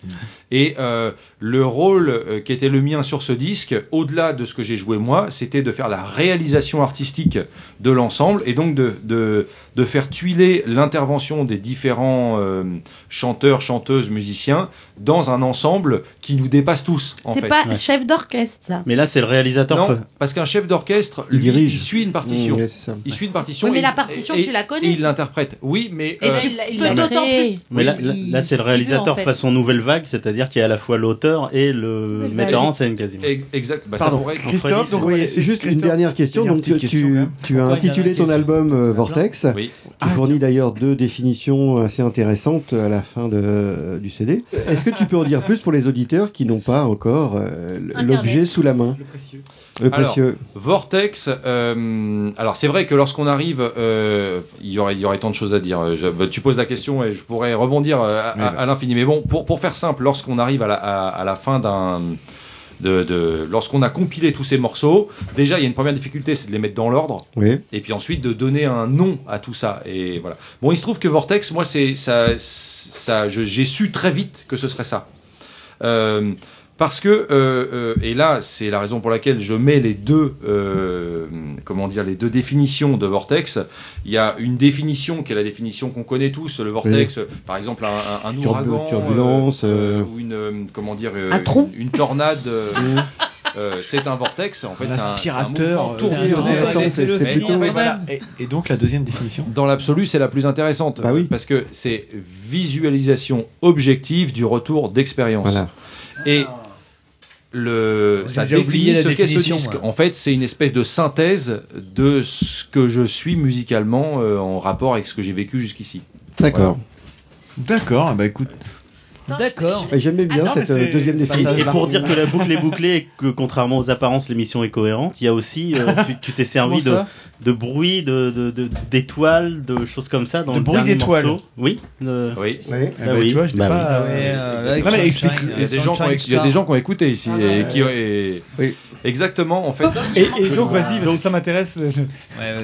D: Et euh, le rôle euh, qui était le mien sur ce disque, au-delà de ce que j'ai joué moi, c'était de faire la réalisation artistique de l'ensemble et donc de, de, de faire tuiler l'intervention des différents euh, chanteurs, chanteuses, musiciens dans un ensemble qui nous dépasse tous. en
E: C'est
D: fait.
E: pas chef d'orchestre, ça.
F: Mais là, c'est le réalisateur.
D: Non,
F: fa-
D: parce qu'un chef d'orchestre, lui, il,
F: dirige.
D: suit une partition.
F: Mmh, ouais, c'est ça.
D: Il suit une partition.
E: Oui, mais
D: et-
E: la partition,
D: et-
E: tu la connais.
D: et il l'interprète. Oui, mais.
E: Et tu peux d'autant plus.
F: Mais là, là, là, c'est le réalisateur
D: façon
F: façon nouvelle vague, c'est-à-dire qu'il y a à la fois l'auteur et le
D: Nouvelle
F: metteur
D: vague.
F: en scène quasiment.
D: Exact. Bah, ça
F: Pardon,
D: pourrait être-
F: Christophe, donc on va
H: Oui,
F: laisser
H: juste une
F: Christophe
H: dernière question.
F: finir
H: Donc,
F: une petite
H: tu, tu as
F: Encore une
H: intitulé ton album euh, Vortex. qui
I: Ah,
H: fournit d'ailleurs deux définitions assez intéressantes à la fin de- euh, du CD. Est-ce que tu peux en dire plus pour les auditeurs qui n'ont pas encore euh,
D: Internet.
H: l'objet sous la main Le précieux. Le
D: Alors,
H: précieux.
D: Vortex, euh, alors c'est vrai que lorsqu'on arrive, euh, il, y aurait, il y aurait tant de choses à dire. Je- bah, tu poses la question et je pourrais rebondir euh, à, à- à l'infini. Mais bon, pour, pour faire simple, lorsqu'on arrive à la, à- à la fin d'un. De, de- lorsqu'on a compilé tous ces morceaux, déjà il y a une première difficulté, c'est de les mettre dans l'ordre.
H: Oui.
D: Et puis ensuite de donner un nom à tout ça. Et voilà. Bon, il se trouve que Vortex, moi, c'est ça, ça, je- j'ai su très vite que ce serait ça. Euh, parce que, euh, euh, et là, c'est la raison pour laquelle je mets les deux, euh, comment dire, les deux définitions de vortex. Il y a une définition qui est la définition qu'on connaît tous, le vortex, par exemple, un, un- un
H: Turbu-
D: ouragan, euh,
H: turbulence, euh,
D: ou une, euh, comment dire, euh,
H: Un trou.
D: une, une tornade. euh, euh, c'est un vortex, en fait, c'est un- c'est un mouvement
I: L'aspirateur.
D: tourbillon. Mais en fait,
I: Voilà. Et- Et donc la deuxième définition.
D: dans l'absolu, c'est la plus intéressante. Parce que c'est visualisation objective du retour d'expérience.
H: Voilà.
D: Et le,
P: J'ai
D: ça
P: déjà oublié
D: définit
P: la
D: ce qu'est ce
P: définition,
D: disque.
P: moi.
D: En fait, c'est une espèce de synthèse de ce que je suis musicalement euh, en rapport avec ce que j'ai vécu jusqu'ici.
H: D'accord.
I: D'accord, bah écoute.
D: D'accord.
H: Et J'aimais bien
D: Ah non,
H: cette
D: mais
H: euh,
D: c'est-
H: deuxième
D: Bah, ça
H: définition.
D: se
F: Et
D: va.
F: pour dire que la boucle est bouclée et que contrairement aux apparences, l'émission est cohérente, il y a aussi, euh, tu- tu t'es servi
I: Comment
F: de,
I: ça
F: de bruit, d'étoiles, de, de, d'étoiles, de choses comme ça dans
I: De
F: le
I: bruit
F: dernier
I: d'étoiles.
F: morceau. Oui. de-
D: Oui.
F: Ah
I: Eh ben, tu vois, je l'ai
F: bah
I: pas,
F: oui.
I: euh, Ouais, exactement. mais explique-
D: Il y a des gens qui ont- il y a des gens qui ont écouté ici.
I: Ah
D: et
I: ouais.
D: qui, et- Exactement, en fait.
C: Et, et donc, vas-y, parce que ça m'intéresse. euh, je-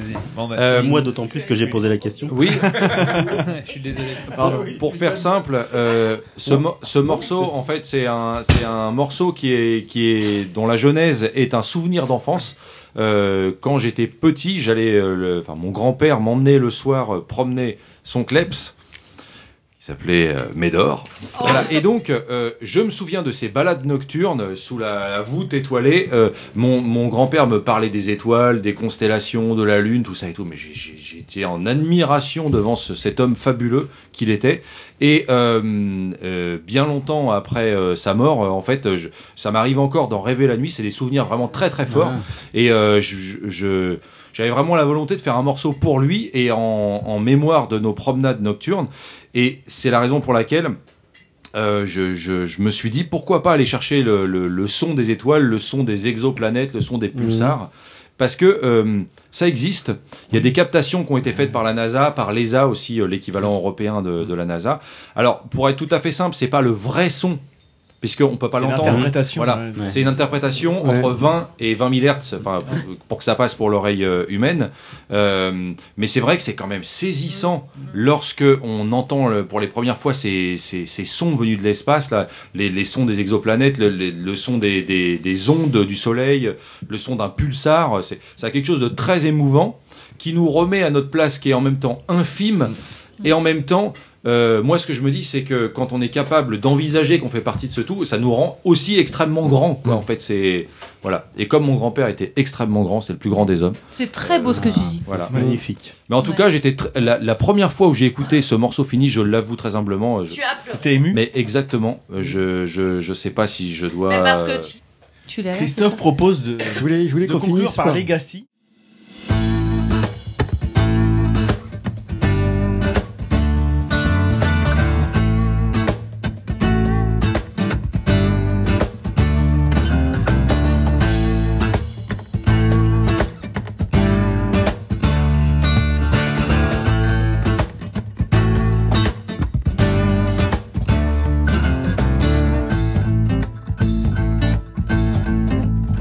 D: Euh,
F: Moi d'autant plus que j'ai posé la question.
D: Oui.
P: Je suis désolé.
D: Pardon. Pour faire simple, euh, ce, mo- ce morceau, en fait, c'est un, c'est un morceau qui est, qui est, dont la genèse est un souvenir d'enfance. Euh, quand j'étais petit, j'allais, euh, le- enfin, mon grand-père m'emmenait le soir euh, promener son kleps. qui s'appelait euh, Médor. Voilà. Et donc, euh, je me souviens de ces balades nocturnes sous la, la voûte étoilée. Euh, mon mon grand-père me parlait des étoiles, des constellations, de la lune, tout ça et tout. Mais j'ai- j'ai- j'étais en admiration devant ce- cet homme fabuleux qu'il était. Et euh, euh, bien longtemps après euh, sa mort, euh, en fait, euh, je- ça m'arrive encore d'en rêver la nuit. C'est des souvenirs vraiment très très forts. Et euh, je- je- je j'avais vraiment la volonté de faire un morceau pour lui et en, en mémoire de nos promenades nocturnes. Et c'est la raison pour laquelle euh, je, je- je me suis dit pourquoi pas aller chercher le, le- le son des étoiles, le son des exoplanètes, le son des pulsars, parce que euh, ça existe. Il y a des captations qui ont été faites par la NASA, par l'ESA aussi, euh, l'équivalent européen de, de la NASA. Alors pour être tout à fait simple, c'est pas le vrai son. Puisqu'on ne peut pas
I: C'est
D: l'entendre.
I: l'interprétation,
D: Voilà.
I: ouais.
D: C'est une interprétation
I: Ouais.
D: entre 20 et 20 000 hertz, enfin, pour, pour que ça passe pour l'oreille euh, humaine. Euh, mais c'est vrai que c'est quand même saisissant lorsque on entend le- pour les premières fois ces, ces- ces sons venus de l'espace, là, les, les sons des exoplanètes, le, le- le son des, des- des ondes du Soleil, le son d'un pulsar. C'est, ça a quelque chose de très émouvant qui nous remet à notre place, qui est en même temps infime et en même temps. euh, moi, ce que je me dis, c'est que quand on est capable d'envisager qu'on fait partie de ce tout, ça nous rend aussi extrêmement grand. quoi. En fait, c'est voilà. Et comme mon grand-père était extrêmement grand, c'est le plus grand des hommes.
B: C'est très beau ce que tu dis.
D: Voilà.
F: Magnifique.
D: Mais en tout cas, j'étais tr- la, la première fois où j'ai écouté ce morceau fini, je l'avoue très humblement. euh, Je...
B: Tu as pleuré.
I: T'es ému
D: Mais exactement. euh, Je, je, je sais pas si je dois. euh,
B: Tu l'as.
I: Christophe propose de,
H: je voulais, je voulais
I: de
H: qu'on
I: conclure
H: finisse
I: par
H: par-
I: Legacy.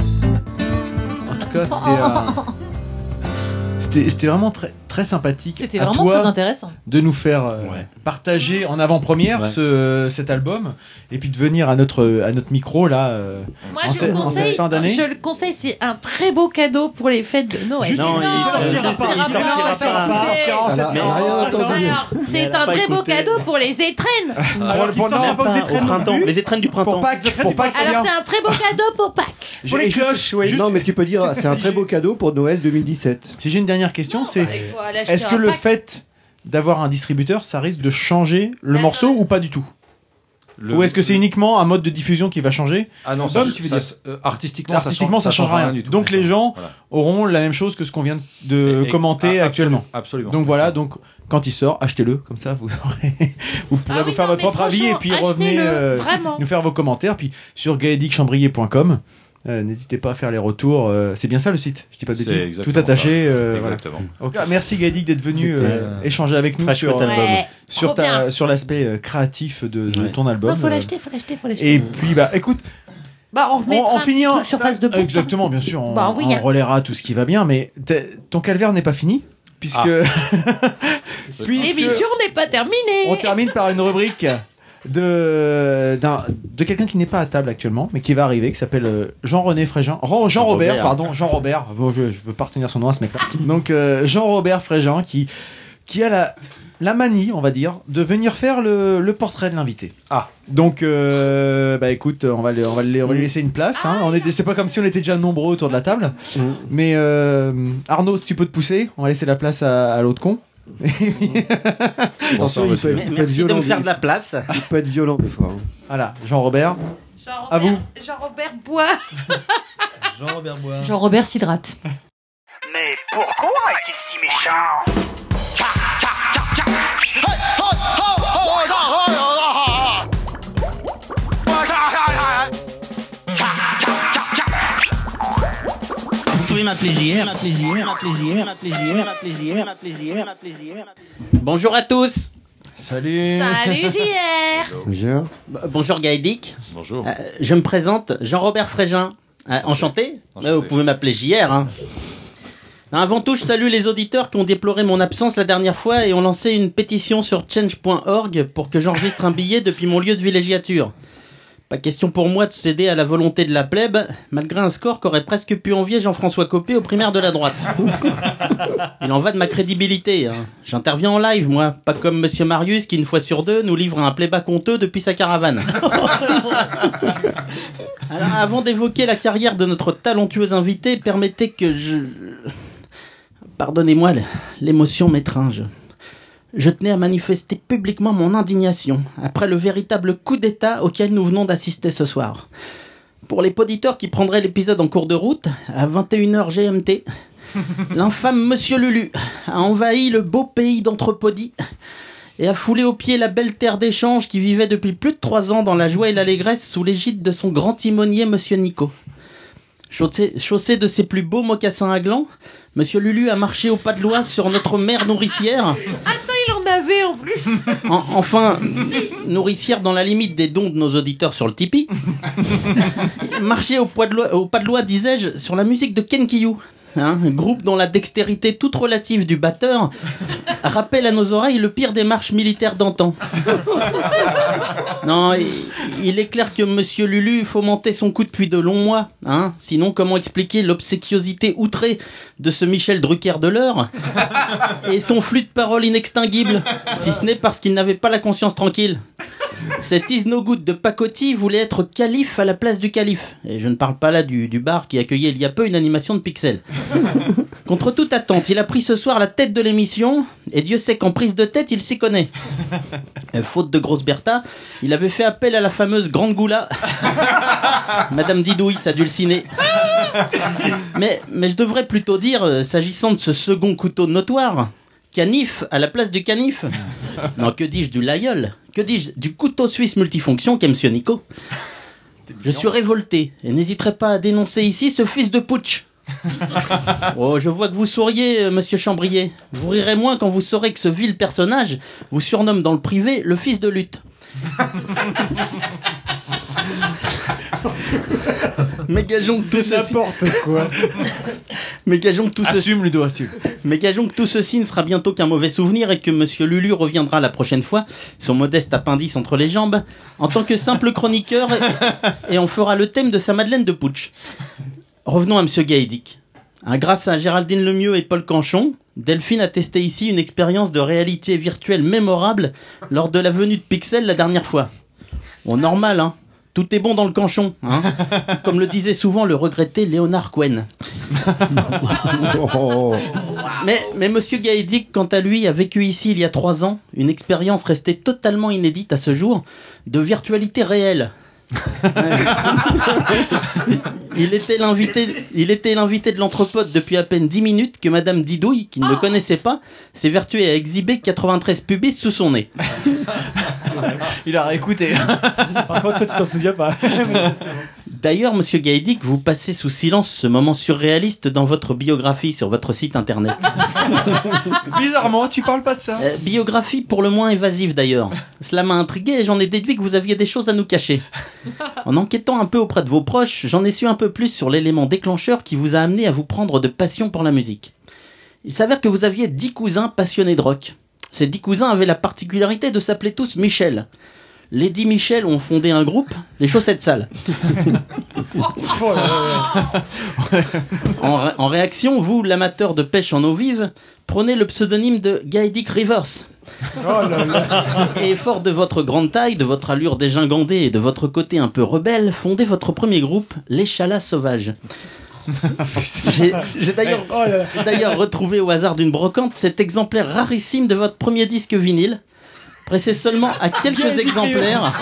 I: En tout cas, c'était, euh, c'était, c'était vraiment très, très sympathique.
B: C'était
I: à
B: vraiment
I: toi
B: très intéressant.
I: De nous faire euh, partager en avant-première
P: Ouais.
I: ce, cet album et puis de venir à notre, à notre micro là euh,
E: Moi, je
I: en,
E: le
I: cette- en cette
E: conseille.
I: fin d'année.
E: Je le conseille, c'est un très beau cadeau pour les fêtes de Noël.
I: Juste- Non, Non, il- il il sortira sortira pas, pas, il il sortira sortira pas. pas. Il sortira en
E: Alors,
I: septembre.
E: alors,
I: Elle a rien entendu.
E: alors,
I: Mais
E: c'est
I: elle a
E: un
I: pas
E: très beau
I: écouté.
E: cadeau pour les étraînes.
I: Alors qu'il sortira pas aux étrennes
F: au
I: non
F: printemps,
I: plus.
F: les étrennes du printemps.
I: Pour Pâques, pour Pâques, ça
E: Alors,
I: vient.
E: c'est un très beau cadeau pour Pâques.
I: Pour les cloches, oui.
H: Non, mais tu peux dire, c'est un très beau cadeau pour Noël 2017.
I: Si j'ai une dernière question, c'est
E: bah, il faut aller acheter
I: est-ce que
E: un
I: le
E: pack. Bah,
I: fait d'avoir un distributeur, ça risque de changer le morceau ou pas du tout
D: Le-
I: Ou est-ce que c'est uniquement un mode de diffusion qui va changer
D: Ah non,
I: L'album,
D: ça-
I: tu veux
D: ça-
I: dire
D: euh, artistiquement, ça
I: Artistiquement,
D: change- ça
I: changera
D: change
I: rien.
D: rien du tout,
I: donc les gens auront la même chose que ce qu'on vient de
D: Et- et-
I: commenter
D: ah, absolument,
I: actuellement.
D: absolument.
I: Donc voilà, donc quand il sort, achetez-le comme ça, vous aurez- vous
E: Ah
I: pourrez vous faire votre propre avis et puis
E: franchement,
I: revenez euh,
E: achetez-le, vraiment.
I: nous faire vos commentaires puis sur gaedicchambrillier.com. euh, N'hésitez pas à faire les retours. euh, c'est bien ça le site, je dis pas de
D: C'est
I: bêtises.
D: exactement
I: Tout attaché.
D: ça.
I: euh, voilà.
D: Exactement.
I: Ok, merci Gaedic d'être venu
D: C'était,
I: euh,
D: euh,
I: échanger avec nous
D: très
I: sur,
D: chouette album. Ouais,
I: sur,
E: trop
I: ta-
E: bien.
I: sur l'aspect euh, créatif de, de ton album.
E: Non, faut
I: euh,
E: l'acheter, faut l'acheter, faut l'acheter.
I: Et puis bah écoute,
E: Bah, on
I: on,
E: remettra
I: on
E: un petit
I: finit en
E: truc sur face de pompe.
I: Exactement, bien sûr. On,
E: Bah oui,
I: on
E: hein.
I: relaiera tout ce qui va bien, mais t'es- ton calvaire n'est pas fini, puisque.
D: Ah.
E: Et
I: puisque
E: bien sûr, on n'est pas terminé.
I: on termine par une rubrique de, d'un- de quelqu'un qui n'est pas à table actuellement, mais qui va arriver, qui s'appelle euh, Jean-René Frégin. Ro- Jean-Robert,
C: Robert.
I: pardon, Jean-Robert. Bon, je, je veux pas retenir son nom à ce mec-là. Donc, euh, Jean-Robert Frégin qui, qui a la, la manie, on va dire, de venir faire le, le portrait de l'invité.
D: Ah.
I: Donc, euh, bah écoute, on va, le- on va, le- on va lui laisser une place. hein. On est, c'est pas comme si on était déjà nombreux autour de la table. Mais euh, Arnaud, si tu peux te pousser, on va laisser la place à, à l'autre con.
H: Attention, il peut, il peut être
I: Merci de
H: violent.
I: me faire
H: des-
I: de la place.
H: Il peut être violent des fois. hein.
I: Voilà, Jean-Robert.
E: Jean-Robert-
I: À vous.
E: Jean-Robert Bois.
A: Jean-Robert Bois.
B: Jean-Robert s'hydrate.
K: Mais pourquoi est-il si méchant Tcha, tcha, tcha, tcha. Hey, Oh, ho, ho, ho, ho, ho, ho, ho, ho, ho. Tcha, tcha, tcha, tcha, tcha, tcha.
O: Vous pouvez m'appeler JR, m'appeler JR, m'appeler JR, m'appeler JR, m'appeler JR, m'appeler JR, m'appeler JR. Bonjour à tous.
I: Salut.
O: Salut
E: JR.
H: Bonjour.
O: Bonjour Gaëdic.
D: Bonjour.
O: Euh, je me présente Jean-Robert Frégin. Euh, enchanté. Euh, vous pouvez m'appeler JR. hein. Avant tout, je salue les auditeurs qui ont déploré mon absence la dernière fois et ont lancé une pétition sur change.org pour que j'enregistre un billet depuis mon lieu de villégiature. Pas question pour moi de céder à la volonté de la plèbe, malgré un score qu'aurait presque pu envier Jean-François Copé aux primaires de la droite. Il en va de ma crédibilité. hein. J'interviens en live, moi, pas comme Monsieur Marius qui, une fois sur deux, nous livre un playback honteux depuis sa caravane. Alors, avant d'évoquer la carrière de notre talentueux invité, permettez que je... Pardonnez-moi, l- l'émotion m'étrange. Je tenais à manifester publiquement mon indignation après le véritable coup d'État auquel nous venons d'assister ce soir. Pour les auditeurs qui prendraient l'épisode en cours de route, à 21h GMT, l'infâme Monsieur Lulu a envahi le beau pays d'Anthropodie et a foulé aux pieds la belle terre d'échange qui vivait depuis plus de trois ans dans la joie et l'allégresse sous l'égide de son grand timonier Monsieur Nico. Chaussé, chaussé de ses plus beaux mocassins à glands, Monsieur Lulu a marché au pas de l'oie sur notre mère nourricière.
E: Attends, il en avait en plus.
O: En- enfin, nourricière dans la limite des dons de nos auditeurs sur le Tipeee. Marcher au, poids de loi- au pas de loi, disais-je, sur la musique de Ken Kiyou. Hein, un groupe dont la dextérité toute relative du batteur rappelle à nos oreilles le pire des marches militaires d'antan. Non, il, il est clair que Monsieur Lulu fomentait son coup depuis de longs mois. Hein Sinon, comment expliquer l'obséquiosité outrée de ce Michel Drucker de l'heure et son flux de paroles inextinguible, si ce n'est parce qu'il n'avait pas la conscience tranquille. Cet is no good de Pacotti voulait être calife à la place du calife. Et je ne parle pas là du, du bar qui accueillait il y a peu une animation de Pixel. Contre toute attente, il a pris ce soir la tête de l'émission, et Dieu sait qu'en prise de tête, il s'y connaît. Euh, Faute de grosse Bertha, il avait fait appel à la fameuse Grande Goula, Madame Didouille, sa dulcinée. Mais, mais je devrais plutôt dire, euh, s'agissant de ce second couteau notoire, canif à la place du canif. Non, que dis-je du laïeul Que dis-je du couteau suisse multifonction qu'est Monsieur Nico Je suis révolté et n'hésiterai pas à dénoncer ici ce fils de putsch. Oh, je vois que vous souriez, euh, monsieur Chambrier. Vous rirez moins quand vous saurez que ce vil personnage vous surnomme dans le privé le fils de lutte. Mais gageons que tout ceci...
I: quoi.
O: Mais gageons que tout ceci...
I: Assume Ludo, assume.
O: Mais gageons que tout ceci ne sera bientôt qu'un mauvais souvenir et que Monsieur Lulu reviendra la prochaine fois, son modeste appendice entre les jambes, en tant que simple chroniqueur et, et on fera le thème de sa Madeleine de Putsch. Revenons à Monsieur Gaïdic. Hein, grâce à Géraldine Lemieux et Paul Canchon, Delphine a testé ici une expérience de réalité virtuelle mémorable lors de la venue de Pixel la dernière fois. Bon, normal, hein. Tout est bon dans le canchon, hein. Comme le disait souvent le regretté Léonard Cohen. Mais, mais Monsieur Gaédic, quant à lui, a vécu ici il y a trois ans une expérience restée totalement inédite à ce jour de virtualité réelle. il était l'invité, il était l'invité de l'entrepôt depuis à peine 10 minutes que Madame Didouille, qui ne le connaissait pas, s'est vertuée à exhiber 93 pubis sous son nez.
I: Il a réécouté.
C: Par contre, toi, tu t'en souviens pas.
O: D'ailleurs, Monsieur Gaïdic, vous passez sous silence ce moment surréaliste dans votre biographie sur votre site internet.
I: Bizarrement, tu parles pas de ça.
O: Euh, biographie pour le moins évasive d'ailleurs. Cela m'a intrigué et j'en ai déduit que vous aviez des choses à nous cacher. En enquêtant un peu auprès de vos proches, j'en ai su un peu plus sur l'élément déclencheur qui vous a amené à vous prendre de passion pour la musique. Il s'avère que vous aviez dix cousins passionnés de rock. Ces dix cousins avaient la particularité de s'appeler tous Michel. Les dix Michel ont fondé un groupe, les chaussettes sales. En, ré- en réaction, vous, l'amateur de pêche en eau vive, prenez le pseudonyme de Gaedic Rivers. Et fort de votre grande taille, de votre allure dégingandée et de votre côté un peu rebelle, fondez votre premier groupe, les Chalas Sauvages. J'ai j'ai d'ailleurs j'ai d'ailleurs retrouvé au hasard d'une brocante cet exemplaire rarissime de votre premier disque vinyle, pressé seulement à quelques
K: Gaëdic
O: exemplaires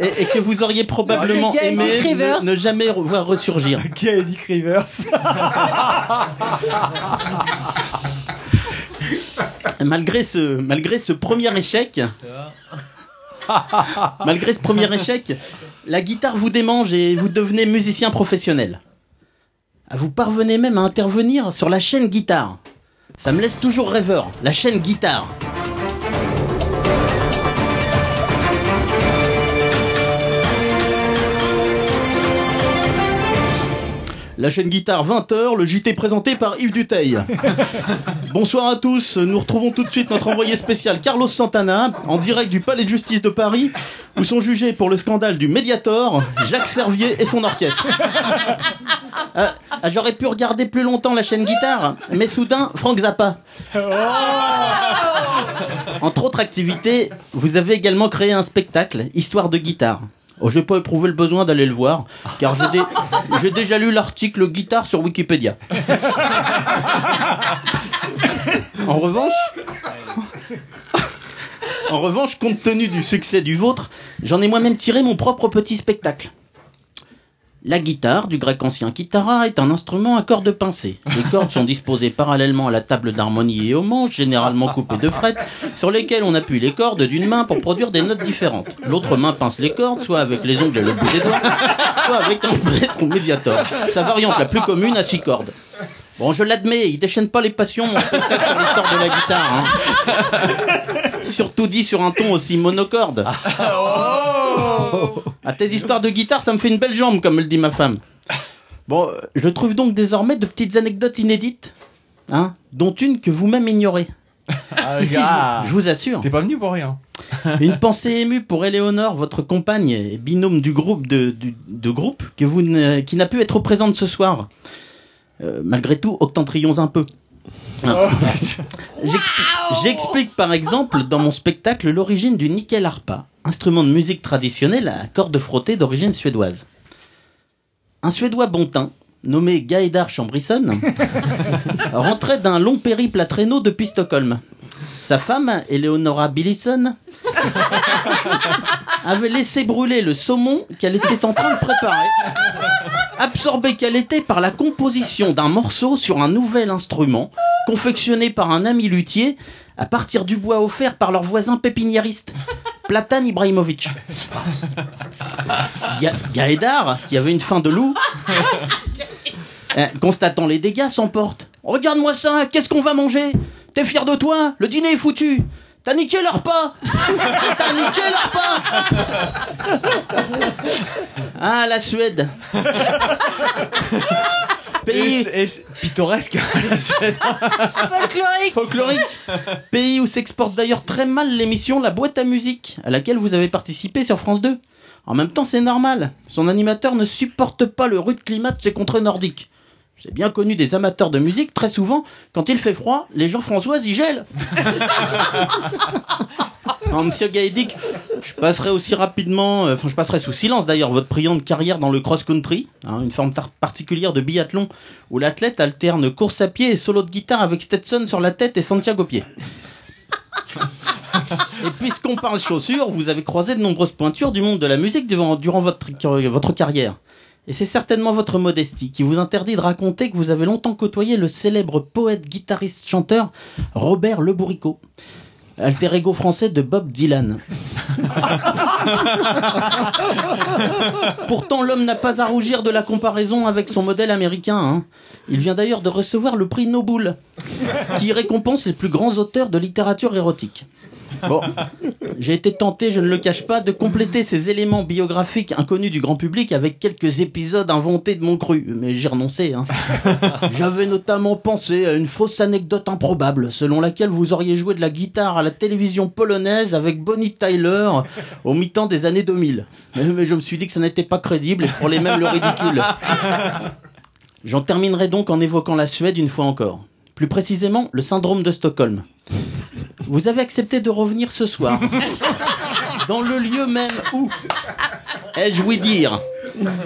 O: et, et que vous auriez probablement
K: Donc c'est
O: aimé
K: Gaëdic Rivers.
O: ne, ne jamais re- voir ressurgir.
C: Gaëdic Rivers.
O: Malgré ce, malgré ce premier échec, malgré ce premier échec, la guitare vous démange et vous devenez musicien professionnel. Ah, Vous parvenez même à intervenir sur la chaîne guitare. Ça me laisse toujours rêveur, la chaîne guitare. La chaîne guitare 20h, le JT présenté par Yves Duteil. Bonsoir à tous, nous retrouvons tout de suite notre envoyé spécial Carlos Santana, en direct du Palais de Justice de Paris, où sont jugés pour le scandale du Mediator, Jacques Servier et son orchestre. Ah, ah, J'aurais pu regarder plus longtemps la chaîne guitare, mais soudain, Franck Zappa. Entre autres activités, vous avez également créé un spectacle, Histoire de guitare. Oh, je n'ai pas éprouvé le besoin d'aller le voir, car j'ai dé- j'ai déjà lu l'article guitare sur Wikipédia. En revanche, en revanche, compte tenu du succès du vôtre, j'en ai moi-même tiré mon propre petit spectacle. La guitare, du grec ancien kitara, est un instrument à cordes pincées. Les cordes sont disposées parallèlement à la table d'harmonie et aux manches, généralement coupées de frettes, sur lesquelles on appuie les cordes d'une main pour produire des notes différentes. L'autre main pince les cordes, soit avec les ongles et le bout des doigts, soit avec un prêtre ou médiator. Sa variante la plus commune a six cordes. Bon, je l'admets, il déchaîne pas les passions, mon spectacle sur l'histoire de la guitare. hein. Surtout dit sur un ton aussi monocorde.
I: Ah.
O: À tes histoires de guitare, ça me fait une belle jambe, comme me le dit ma femme. Bon, euh, je trouve donc désormais de petites anecdotes inédites, hein, dont une que vous-même ignorez. Si, si, je-
I: Ah, gars.
O: je, vous assure. T'es
I: pas venu pour rien.
O: Une pensée émue pour Éléonore, votre compagne et binôme du groupe de, du- de groupe que vous ne- qui n'a pu être présente ce soir. Euh, malgré tout, octantrions un peu. Ah. J'expli- J'explique par exemple dans mon spectacle l'origine du nickel harpa, instrument de musique traditionnel à cordes frottées d'origine suédoise. Un Suédois bontin, nommé Gaedar Chambrisson, rentrait d'un long périple à traîneau depuis Stockholm. Sa femme, Eleonora Billison, avait laissé brûler le saumon qu'elle était en train de préparer, absorbé qu'elle était par la composition d'un morceau sur un nouvel instrument, confectionné par un ami luthier à partir du bois offert par leur voisin pépiniériste, Platan Ibrahimovic. Ga- Gaédar, qui avait une faim de loup, euh, constatant les dégâts, s'emporte. Regarde-moi ça, qu'est-ce qu'on va manger T'es fier de toi Le dîner est foutu T'as niqué leur repas T'as niqué leur repas Ah, la Suède Pays... pittoresque, la Suède
B: Folklorique.
O: Folklorique Pays où s'exporte d'ailleurs très mal l'émission La Boîte à Musique, à laquelle vous avez participé sur France 2. En même temps, c'est normal. Son animateur ne supporte pas le rude climat de ses contrées nordiques. J'ai bien connu des amateurs de musique, très souvent, quand il fait froid, les gens françoises y gèlent. Hein, monsieur Gaédic, je passerai aussi rapidement, euh, enfin je passerai sous silence d'ailleurs, votre brillante carrière dans le cross-country, hein, une forme tar- particulière de biathlon où l'athlète alterne course à pied et solo de guitare avec Stetson sur la tête et Santiago au pied. Et puisqu'on parle chaussures, vous avez croisé de nombreuses pointures du monde de la musique durant, durant votre, votre carrière. Et c'est certainement votre modestie qui vous interdit de raconter que vous avez longtemps côtoyé le célèbre poète, guitariste, chanteur Robert Le Bourrico, alter ego français de Bob Dylan. Pourtant, l'homme n'a pas à rougir de la comparaison avec son modèle américain. hein. Il vient d'ailleurs de recevoir le prix Noboul, qui récompense les plus grands auteurs de littérature érotique. Bon, j'ai été tenté, je ne le cache pas, de compléter ces éléments biographiques inconnus du grand public avec quelques épisodes inventés de mon cru, mais j'ai renoncé. hein. J'avais notamment pensé à une fausse anecdote improbable, selon laquelle vous auriez joué de la guitare à la télévision polonaise avec Bonnie Tyler au mi-temps des années 2000. Mais, mais je me suis dit que ça n'était pas crédible et pour les mêmes le ridicule. J'en terminerai donc en évoquant la Suède une fois encore. Plus précisément, le syndrome de Stockholm. Vous avez accepté de revenir ce soir, dans le lieu même où, ai-je ouï dire,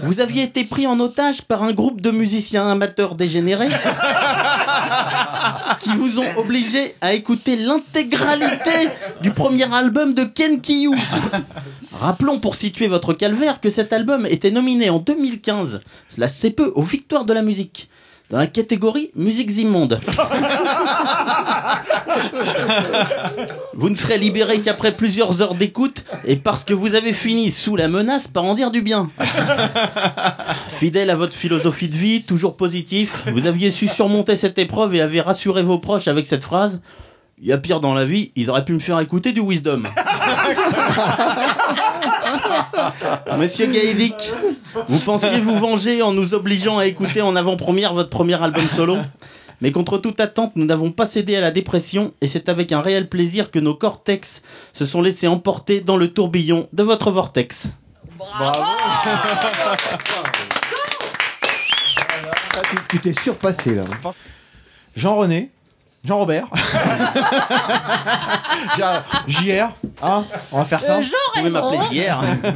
O: vous aviez été pris en otage par un groupe de musiciens amateurs dégénérés qui vous ont obligé à écouter l'intégralité du premier album de Ken Kiyu. Rappelons pour situer votre calvaire que cet album était nominé en 2015, cela c'est peu, aux Victoires de la musique, dans la catégorie Musiques immondes. Vous ne serez libéré qu'après plusieurs heures d'écoute et parce que vous avez fini sous la menace par en dire du bien. Fidèle à votre philosophie de vie, toujours positif, vous aviez su surmonter cette épreuve et avez rassuré vos proches avec cette phrase Il y a pire dans la vie, ils auraient pu me faire écouter du wisdom. Monsieur Gaédic, vous pensiez vous venger en nous obligeant à écouter en avant-première votre premier album solo mais contre toute attente, nous n'avons pas cédé à la dépression et c'est avec un réel plaisir que nos cortex se sont laissés emporter dans le tourbillon de votre vortex.
I: Ah,
H: Tu- Tu t'es surpassé là.
I: Jean-René, Jean-Robert, J- JR, hein, on va faire ça.
E: Euh, Jean
I: Vous pouvez
E: Raymond.
I: m'appeler JR.
B: Ah.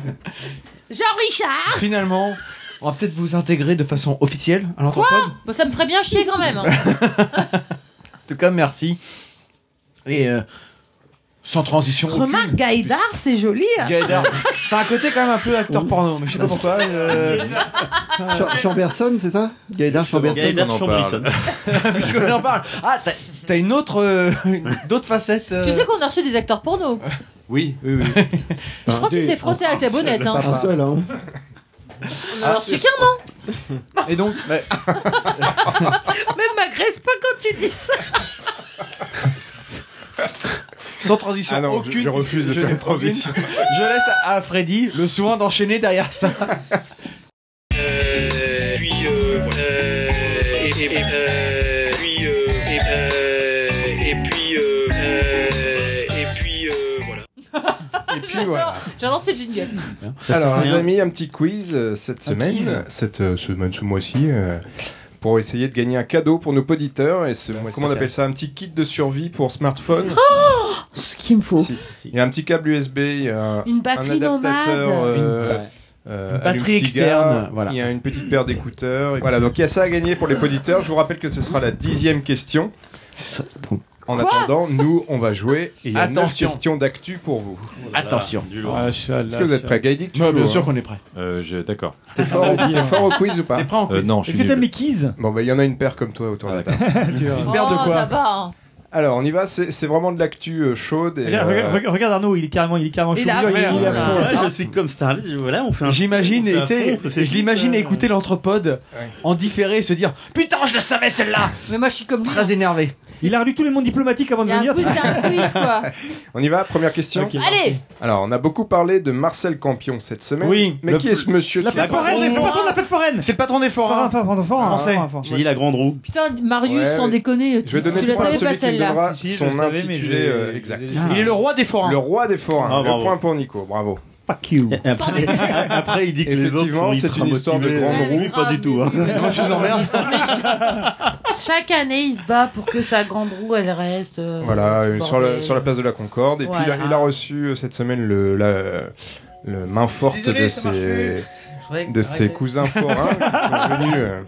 E: Jean-Richard
I: Finalement, on va peut-être vous intégrer de façon officielle à
B: Quoi
I: l'entreprise.
B: Bon, Ça me ferait bien chier quand même. hein.
I: En tout cas, merci. Et euh, sans transition.
E: Remarque, Gaïdar, c'est joli. hein.
I: Gaëdar. C'est un côté quand même un peu acteur porno, mais je sais pas pourquoi. euh,
H: Ch- Chamberson, c'est ça Gaëdar Chamberson.
I: Gaëdar qu'on en Chamberson. puisqu'on en parle. Ah, t'as- t'as une autre, euh, une- d'autres facettes. euh,
B: Tu sais qu'on a reçu des acteurs porno.
I: Oui, oui, oui.
B: Je crois qu'il s'est frotté avec la bonnette. Hein.
H: Pas seul, hein.
B: On en a reçu qu'un, non
I: Et donc, bah,
E: Même m'agresse pas quand tu dis ça.
I: sans transition
G: Ah non, je-
I: aucune.
G: je refuse de
I: puisque je
G: faire
I: n'ai
G: de
I: aucune,
G: transition.
I: Je laisse à à Freddy le soin d'enchaîner derrière ça.
K: puis Euh, et, puis euh, et, euh, puis euh, et puis voilà.
B: Et
G: puis, voilà.
B: J'adore ce jingle.
G: Alors,
B: sert à
G: les
B: rien.
G: amis, un petit quiz euh, cette
I: Un
G: semaine,
I: quiz.
G: cette euh, semaine, ce mois-ci, euh, pour essayer de gagner un cadeau pour nos auditeurs. Et ce, comment on appelle ça Un petit kit de survie pour smartphone.
E: Oh, Ce qu'il me faut.
G: Il y a un petit câble USB, il y a
E: Une batterie
G: un
E: nomade.
G: adaptateur, euh,
I: Une- ouais.
G: euh,
I: Une batterie
G: allume-cigare,
I: externe, voilà.
G: Il y a une petite paire d'écouteurs. Et Voilà, donc il y a ça à gagner pour les auditeurs. Je vous rappelle que ce sera la dixième question. En
I: Quoi
G: attendant, nous, on va jouer. Et il y a neuf
I: Attention.
G: questions d'actu pour vous.
I: Attention.
G: Est-ce que vous êtes prêts Gaïdic, tu
D: Ouais,
G: joues,
D: bien
G: hein
D: sûr
I: qu'on est prêt.
D: Euh, je- D'accord.
G: T'es fort, au- t'es fort au quiz ou pas
D: T'es prêt en quiz Euh, non, je Est-ce suis que t'aimes nul. Ah,
G: les quiz Bon, bah, il y en a une paire comme toi autour de la table.
B: Oh, ça va.
G: Alors, on y va, c'est c'est vraiment de l'actu euh, chaude. Et,
C: Regarde,
G: euh,
C: regarde- regarde- regarde Arnaud, il est carrément, il est carrément chaud.
G: Il a
C: est- il est à fond.
O: Ouais, je suis comme Starlet, je- voilà, on fait un.
I: J'imagine,
O: on fait un
I: tu sais,
O: pont, c'est
I: je l'imagine
O: vite, euh.
I: écouter l'anthropode en différé et se dire Putain, je la savais celle-là
B: Mais moi, je suis comme lui. hein.
I: Très énervé.
C: Il a relu tout le monde diplomatique avant
B: Il
C: de
B: y a un
C: venir.
B: quiz, c'est un quiz, quoi.
G: On y va, première question.
B: Allez
G: Alors, on a beaucoup parlé de Marcel Campion cette semaine.
I: Oui,
G: mais
I: le
G: qui est ce monsieur Oh.
C: La
G: tout
C: fête
G: d'abord
C: foraine, le patron de la fête foraine.
I: C'est le patron des forains. Ah,
C: Forain, forain, forain,
I: Français.
C: forain, forain.
O: J'ai dit la grande roue.
B: Putain, Marius,
G: Ouais,
B: sans
G: ouais.
B: déconner,
G: Je
B: tu,
G: vais donner
B: tu
G: le
B: la
G: point à
B: savais
G: celui
B: pas
G: qui me
B: celle-là.
G: donnera
C: Si, si, je
G: son
C: le savais, mais je
G: intitulé
C: l'ai-
G: euh,
C: je l'ai
G: exact.
C: déjà
I: Il est le roi des forains.
G: Le roi des forains.
O: Ah,
G: le
O: bravo.
G: point pour Nico, bravo.
C: Fuck you.
O: Et Après, après, il dit que les autres
G: Effectivement,
O: sont
G: c'est
O: ultra
G: une histoire de
O: motivés.
G: grande
B: Ouais, mais
O: Pas
B: grave,
O: du tout. hein.
B: mais- mais-
I: Non, je vous emmerde.
B: Ils sont méchants.
E: Chaque année, il se bat pour que sa grande roue, elle reste. euh,
G: Voilà,
E: ce
G: euh, sur la,
E: bordel.
G: sur la place de la Concorde. Et puis il
E: Voilà.
G: a, il a reçu euh, cette semaine le, la- le main forte
E: Désolé,
G: de
E: ça marche
G: ses,
E: plus. Je
G: de
E: croyais
G: ses
E: que-
G: cousins forains qui sont venus. euh,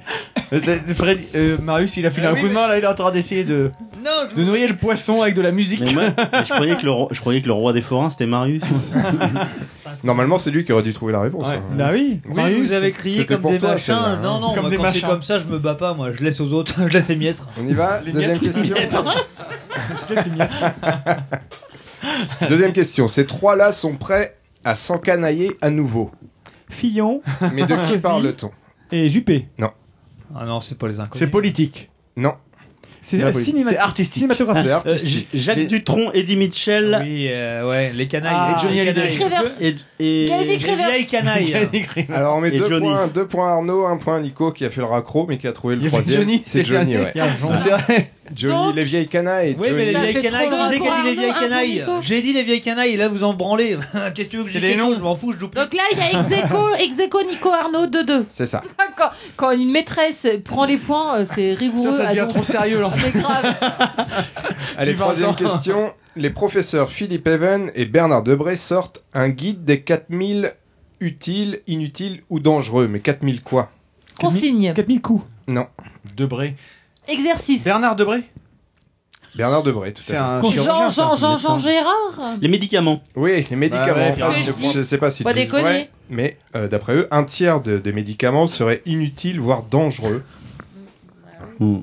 I: Fred, euh, Marius, il a filé
G: Ah
I: un
G: oui,
I: coup de main, là, il est en train d'essayer de,
F: Oh,
I: de noyer le poisson avec de la musique.
G: Mais moi,
I: je
G: je croyais que
I: le
G: je croyais que le roi des forains c'était Marius. Normalement, c'est lui qui aurait dû trouver la réponse. hein.
C: Bah oui,
A: Oui, vous avez crié
G: C'était
A: comme
G: pour
A: des
G: toi,
A: machins.
G: celle-là, hein.
A: Non, non,
C: Comme
A: moi,
C: des
A: quand c'est
C: machins.
A: comme ça, je me bats pas, moi. Je laisse aux autres, je laisse les miettes.
G: On y va
A: Les
G: Deuxième
A: miettes, les
G: question.
A: miettes.
G: Deuxième question. Ces trois-là sont prêts à s'encanailler à nouveau.
C: Fillon.
G: Mais de qui
C: Sarkozy
G: parle-t-on
C: Et Juppé.
G: Non.
A: Ah non, c'est pas les inconnus.
C: C'est politique.
G: Non.
C: C'est
G: C'est la politique.
C: cinématique.
G: C'est artistique.
C: Cinématographique.
G: C'est artistique. Euh, J- Jacques Mais- Dutronc,
O: Eddie Mitchell.
A: Oui, euh, ouais, les canailles.
G: Ah,
A: les Johnny
G: les
A: Hallyday.
G: canailles.
O: Et, et...
A: Les vieilles canailles.
G: Alors on met
O: Et
G: deux
O: Johnny.
G: points, deux points à Arnaud, un point à Nico qui a fait le raccro mais qui a trouvé le troisième.
I: Johnny,
G: c'est
I: c'était le
G: Johnny,
I: dernier.
G: ouais.
I: Il y a Jean.
G: C'est vrai. Johnny, les vieilles canailles.
A: Oui, mais les
G: Johnny.
A: vieilles
I: fait trop
A: canailles,
I: loin
A: j'ai
I: pour
A: dit les vieilles
I: Arnaud, un
A: canailles.
I: pour Nico.
A: J'ai dit les vieilles canailles, et là vous en branlez. Qu'est-ce que tu veux que je dise quelque chose Je m'en fous, je double.
E: Donc là, il y a Execo, Execo Nico Arnaud 2-2.
G: C'est ça.
B: Quand, quand une maîtresse prend les points, euh, c'est rigoureux.
I: Putain, ça
B: à
I: devient
B: donf.
I: trop sérieux, là.
B: Ah, mais grave.
G: Allez,
I: Tu vas
G: troisième
I: entendre.
G: question. Les professeurs Philippe Even et Bernard Debré sortent un guide des 4000 utiles, inutiles ou dangereux. Mais 4000 quoi
B: Consigne.
C: 4000 coups.
G: Non.
I: Debré.
B: Exercice.
I: Bernard Debré
G: Bernard Debré, tout à
I: C'est
G: fait.
I: un
G: Ah,
B: Jean, Jean, Jean, Jean Gérard.
G: Les médicaments. Oui, les médicaments.
I: ouais, bien
G: Enfin,
I: sûr.
G: je ne sais pas si
B: Pas
G: ils disent
B: déconner.
G: vrai, mais euh, d'après eux, un tiers de- des médicaments seraient inutiles, voire dangereux. Mm.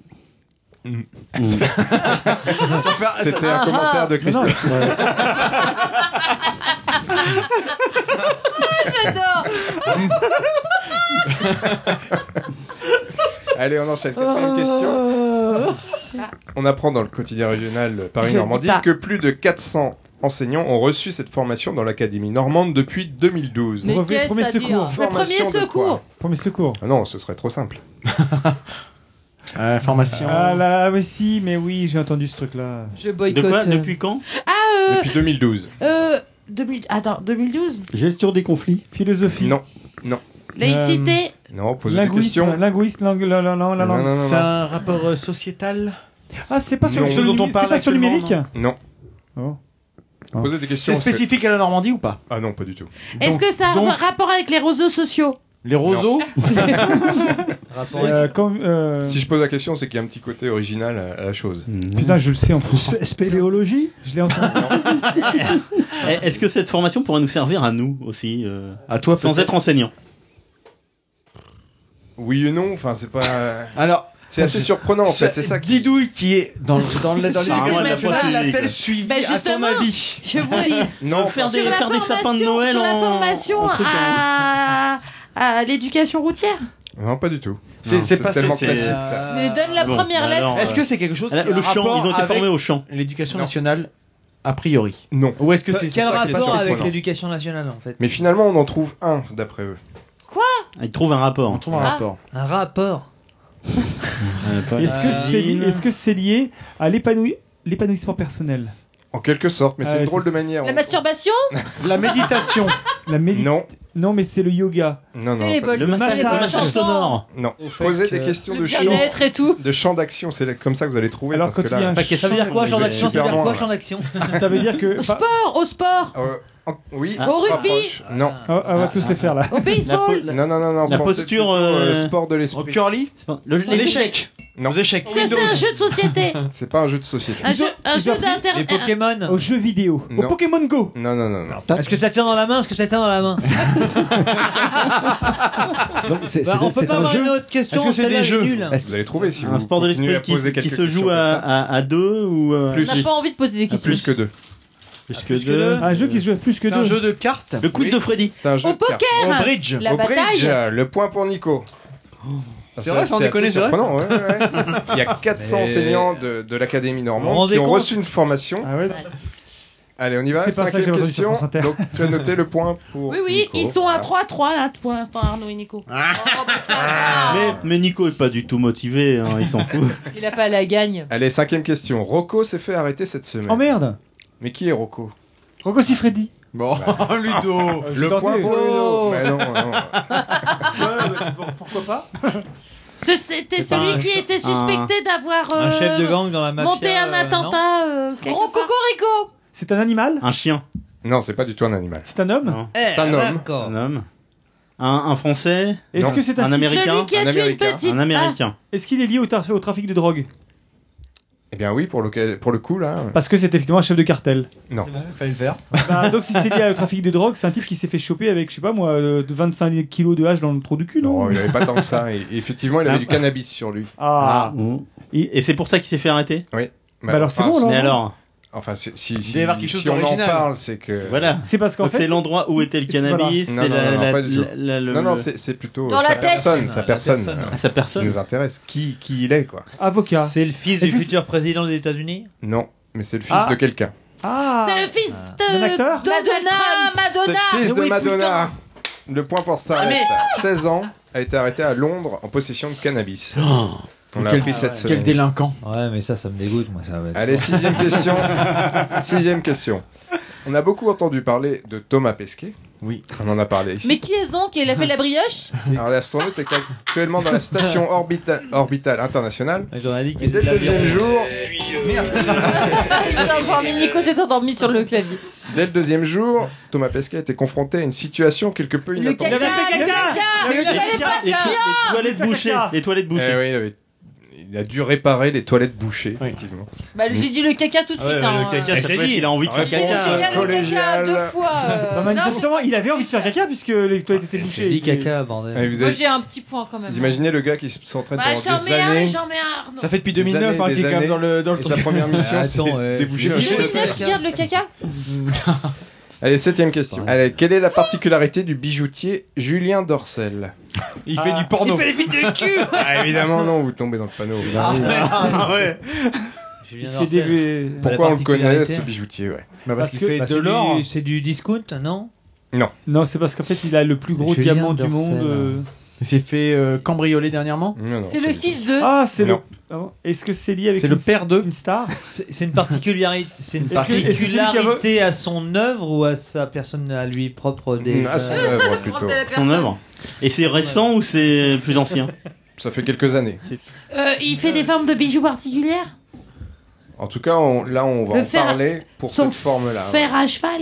G: C'était un commentaire de Christophe.
K: Ah, J'adore.
G: Allez, on enchaîne.
C: Oh.
G: Quatrième question. On apprend dans le quotidien régional Paris-Normandie
K: Je dis pas.
G: que plus de 400 enseignants ont reçu cette formation dans l'Académie normande depuis 2012.
C: Mais Brevet, qu'est-ce premier à dire secours. Le
G: Formation
C: premier
G: de
C: secours.
G: quoi
C: Premier secours.
G: Ah non, ce serait trop simple.
I: formation.
C: Ah là, mais si, mais oui, j'ai entendu ce truc-là.
B: Je
E: boycotte. De quoi Depuis
O: quand
E: Ah, euh,
G: Depuis 2012.
E: euh, 2000, attends, 2012
H: Gestion des conflits.
C: Philosophie.
G: Non. Non.
E: Laïcité.
G: Non, posez des
C: Linguiste,
G: questions.
C: linguiste, langue, la, la, la, la
G: Non,
C: langue.
G: non, non, non.
I: C'est un rapport euh, sociétal
C: Ah, c'est pas sur,
I: Non.
C: sur le
I: Dont on
C: numérique-
I: parle
C: c'est pas sur le
I: actuellement,
C: numérique
G: Non.
C: Oh.
G: Posez des questions.
I: C'est spécifique à la Normandie ou pas
G: Ah non, pas du tout.
E: Est-ce que ça a un rapport avec les réseaux sociaux
I: Les roseaux
C: Euh, comme, euh,
G: Si je pose la question, c'est qu'il y a un petit côté original à- à la chose.
C: Putain, je le sais
G: Euh,
C: en plus.
H: Spéléologie
C: Je l'ai entendu.
O: Eh, Est-ce que cette formation pourrait nous servir à nous aussi euh,
I: À toi
O: Sans
I: peut-être.
O: être enseignant.
G: Oui et non, enfin c'est pas.
I: Alors.
G: C'est assez surprenant en fait, c'est ça qui.
I: Didouille qui est dans, dans, le- dans
G: Ah, moi,
I: l'éducation
G: de la
I: nationale
G: physique,
I: l'a-t-elle
G: ouais.
I: suivi
E: Ben,
I: à ton
E: justement,
I: avis
E: je vous dis.
G: Non,
O: faire des,
E: sur la
O: faire des
E: formation,
O: sapins de Noël
E: sur la
O: en-
E: formation
O: en truc hein.
E: à,
O: en-
E: à l'éducation routière.
G: Non, pas du tout.
I: C'est-
G: Non,
I: c'est pas ça,
G: tellement
I: c'est-
G: classique.
I: euh,
G: Ça.
B: Mais donne la
I: Bon,
B: première
I: bah
B: lettre.
I: alors, Est-ce que c'est quelque chose qui
O: Euh,
I: a
O: le
I: un
O: chant,
I: rapport
O: ils ont été
I: avec
O: formés au chant.
I: L'éducation
G: Non.
I: nationale, a priori.
G: Non. Bah,
I: Ou est-ce que c'est
A: Quel
I: c'est ça qui est
A: rapport
I: surprenant
A: avec l'éducation nationale en fait
G: Mais finalement, on en trouve un d'après eux.
E: Quoi
O: Ils trouvent un rapport.
I: On trouve Ah, un
A: Ah.
I: rapport.
A: Un rapport.
I: Ah.
C: Est-ce que c'est
A: Pauline.
C: est -ce c'est lié à l'épanoui- l'épanouissement personnel
G: En quelque sorte, mais
C: Ah,
G: c'est
C: ouais,
G: une drôle
C: c'est
G: de manière.
B: La masturbation
C: La méditation. La médi-
G: Non.
C: Non, mais c'est le yoga.
G: Non,
B: C'est
G: non.
B: les
G: pas-
B: bols- Le c'est massage. les bols
G: Le
B: chansons. sonore.
G: Non.
C: fait
G: Posez
C: que-
G: des questions
B: Le
G: de chant.
B: bien-être et tout.
G: De champ d'action, c'est comme ça que vous allez trouver.
C: Alors,
G: parce
C: quand
G: que
C: il y
G: là,
C: a un Ça
A: Ça veut dire quoi, champ d'action Ça veut dire quoi, champ d'action
C: Ça veut dire que.
E: Au sport, au sport,
G: Euh, en- oui,
E: Ah.
G: on
E: Au
G: se
E: rugby.
G: rapproche. Non.
C: Ah, on va tous les faire là.
E: au baseball.
G: Non, non, non, non.
O: La
G: pensez
O: posture,
G: plutôt, euh,
O: euh,
G: sport de l'esprit.
I: Curly
O: Le- les échecs.
I: L'échec.
G: Non.
I: échecs.
E: Est-ce que c'est un jeu de société
G: C'est pas un jeu de société.
E: Un jeu, un
C: ils ont
E: jeu euh,
C: appris
A: Les
E: d'internet.
A: Pokémon
C: Aux jeux vidéo.
G: Non.
C: Au Pokémon Go.
G: Non, non, non, non.
A: Est-ce que ça tient dans la main Est-ce que ça tient dans la main
H: Non, c'est-
A: Bah,
H: c'est-
A: On peut
H: c'est
A: pas
H: un
A: avoir
H: jeu.
A: une autre question
O: Est-ce que c'est
A: celle-là,
O: des
A: elle est
O: jeux
A: nulle.
G: Vous allez trouver si vous
O: Un sport de
G: continuez à
O: l'esprit
G: poser
O: qui,
G: quelques
O: qui se
G: questions
O: joue
G: comme
O: à,
G: ça.
O: à, à deux ou euh,
B: On
G: Plus,
B: n'a pas envie de poser des
G: Ah,
B: questions.
G: plus que deux.
O: plus que
A: Plus que deux.
O: deux.
C: Un jeu qui se joue à plus que
I: C'est un
C: deux.
I: jeu de cartes.
O: Le quiz
G: Oui.
O: de Freddy.
G: C'est un jeu
E: Au
G: de cartes.
I: Au
E: poker.
I: bridge.
B: La
G: Au bridge,
B: bataille.
G: Euh, le point pour Nico.
I: C'est vrai, sans
G: assez
I: déconner, c'est vrai.
G: surprenant, ouais, ouais, ouais. Il y a 400
I: Mais-
G: enseignants de, de l'Académie
A: Vous vous
G: normande
A: rendez
G: qui ont
A: compte
G: reçu une formation.
C: Ah ouais.
G: Allez, on y va.
C: C'est pas ça
G: Cinquième
C: que j'ai entendu sur
G: question.
C: France Inter.
G: Donc, tu as noté le point pour.
E: Oui, oui,
G: Nico.
E: ils sont à
G: Voilà.
E: 3-3 là pour l'instant, Arnaud et Nico. Oh, bah, ça
A: Ah.
E: va.
O: Mais, mais Nico est pas du tout motivé, hein, il s'en fout.
B: Il a pas la gagne.
G: Allez, cinquième question. Rocco s'est fait arrêter cette semaine.
C: Oh merde.
G: Mais qui est Rocco Bah. Ah,
C: Rocco Siffredi.
I: Bon, Ludo.
G: Le
C: tenté.
G: point pour Ludo. Mais non, non.
C: Pourquoi pas
E: Ce- C'était
Q: C'est pas
E: celui
Q: un-
E: qui était suspecté
Q: un-
E: d'avoir
Q: un
E: euh,
Q: chef de gang dans la mafia,
E: monté un
Q: euh,
E: attentat. euh, quelque
B: Gros
E: part.
B: cocorico
C: C'est un animal
F: Un chien.
G: Non, c'est pas du tout un animal.
C: C'est un homme
F: C'est un homme. Un homme. Un, un français
C: Est-ce
F: Non.
C: que c'est un, type-
F: américain Un américain.
C: Ah. Est-ce qu'il est lié au, tar- au trafic de drogue
G: Eh bien oui, pour le, pour le coup, là...
C: Parce que c'est effectivement un chef de cartel.
G: Non.
P: fallait le faire.
C: Bah, donc si c'est lié au trafic de drogue, c'est un type qui s'est fait choper avec, je sais pas moi, euh, de 25 kilos de hache dans le trou du cul, non
G: Oh, il avait pas tant que ça. Et- et effectivement, il avait
C: Ah.
G: du cannabis sur lui.
C: Ah.
F: Mm. Et, et c'est pour ça qu'il s'est fait arrêter
G: Oui.
F: Bah alors, c'est bon, là,
G: Mais
F: non
G: alors Enfin, si, si,
F: Il
G: si,
F: doit y avoir quelque chose
G: si on en
F: d'original.
G: parle, c'est que...
F: Voilà. C'est parce qu'en Donc, fait- c'est l'endroit où était le cannabis,
G: Non,
F: c'est
G: non,
F: la-
G: non, non,
F: la-
G: pas du tout.
F: la- la- le-
G: Non, non, c'est c'est plutôt
F: Dans
G: sa
F: la tête.
G: personne, sa
F: Ah, la
G: personne,
F: personne.
G: euh,
F: Ah, sa personne.
G: qui nous intéresse. Qui, qui il est, quoi.
C: Avocat.
G: C'est le
P: Fils du futur président des États-Unis
G: Non, mais c'est le fils
P: Ah.
G: de quelqu'un.
C: Ah
E: C'est le fils
C: D'un
E: de
C: acteur
E: Madonna,
G: C'est
E: Madonna.
G: le fils de
E: Oui,
G: Madonna. Le point pour Star.
E: Ah, mais-
G: 16 ans, a été arrêté à Londres en possession de cannabis. On
P: Oh. Quel-
G: l'a
P: ah
G: appris cette
P: quel
G: semaine.
I: délinquant.
P: Ouais, mais ça, ça me dégoûte, moi. Ça va être-
G: Allez, sixième question. sixième question. On a beaucoup entendu parler de Thomas Pesquet.
I: Oui.
G: On en a parlé ici.
B: Mais qui est-ce donc Il a fait de la brioche
G: Alors, l'astronaute est actuellement dans la station orbita- orbitale internationale.
P: Et
G: dès le deuxième jour,
B: Il s'est endormi, Nico s'est endormi sur le clavier.
G: dès le deuxième jour, Thomas Pesquet a été confronté à une situation quelque peu
B: Le
G: inattendue.
B: caca, le
C: Ah,
B: caca,
K: Le caca,
B: le
K: le
B: toilette
K: caca,
B: pas de
K: les
B: chien.
K: to- les
F: toilettes bouchées. Les toilettes
G: bouchées. Eh oui, il, avait- il a dû réparer les toilettes bouchées, effectivement.
B: Bah, j'ai dit le caca tout de
G: Ah ouais,
B: suite.
G: mais
B: hein.
G: le caca,
B: Euh,
G: ça peut être, il a envie de faire
B: j'ai dit
G: caca.
B: le caca, le caca
G: Collégial.
B: deux fois. euh,
C: Bah,
B: non,
C: manifestement, il avait envie de faire caca puisque les toilettes étaient bouchées.
P: dit caca, bordel.
G: Ah, et vous
B: Moi
G: avez-
B: j'ai un petit point quand même.
G: Vous imaginez le gars qui s- s'entraîne
B: Bah, je
G: pendant
B: t'en
G: des
B: mets un et
G: années.
B: j'en mets un. Arnaud.
G: Ça fait depuis
I: 2009, hein, qu'il est quand même dans le- dans le
G: et
I: truc.
G: sa première mission,
I: Ah,
G: c'est
I: attends, euh,
G: déboucher un
B: 2009,
G: chef.
B: regarde le caca.
G: Allez, septième question. Allez, quelle est la particularité du bijoutier Julien Dorcel
I: Il fait du porno.
K: Il fait des films de cul.
G: ah, Évidemment, non, vous tombez dans le panneau.
K: Ah ouais.
G: Il
P: Julien
G: fait
P: Dorcel.
G: des-
P: La
G: Pourquoi on le connaît,
P: particularité
G: ce bijoutier ouais.
P: Bah, parce qu'il fait
C: Bah,
P: de
C: c'est
P: l'or.
C: du-
P: C'est du discount, non
G: Non.
C: Non, c'est parce qu'en fait, il a le plus gros
I: Julien
C: diamant du
I: Dorcel.
C: monde. euh.
I: Il s'est fait euh, cambrioler dernièrement
B: C'est le fils de.
C: Ah, c'est le.
I: Non.
C: Ah bon Est-ce que c'est lié avec
I: C'est le
C: une-
I: père
C: de une star
P: C'est c'est une particularité, c'est une
C: Est-ce que- est-ce que c'est lui qui a-
P: particularité à son œuvre ou à sa personne, à lui propre des.
G: Mm,
P: euh,
G: À son œuvre, plutôt.
F: Son œuvre. Et c'est récent ou c'est plus ancien
G: Ça fait quelques années.
E: Euh, il fait des formes de bijoux particulières
G: En tout cas, on- là, on va
E: Le
G: en
E: fer à-
G: parler pour
E: son
G: cette forme-là.
E: Fer à cheval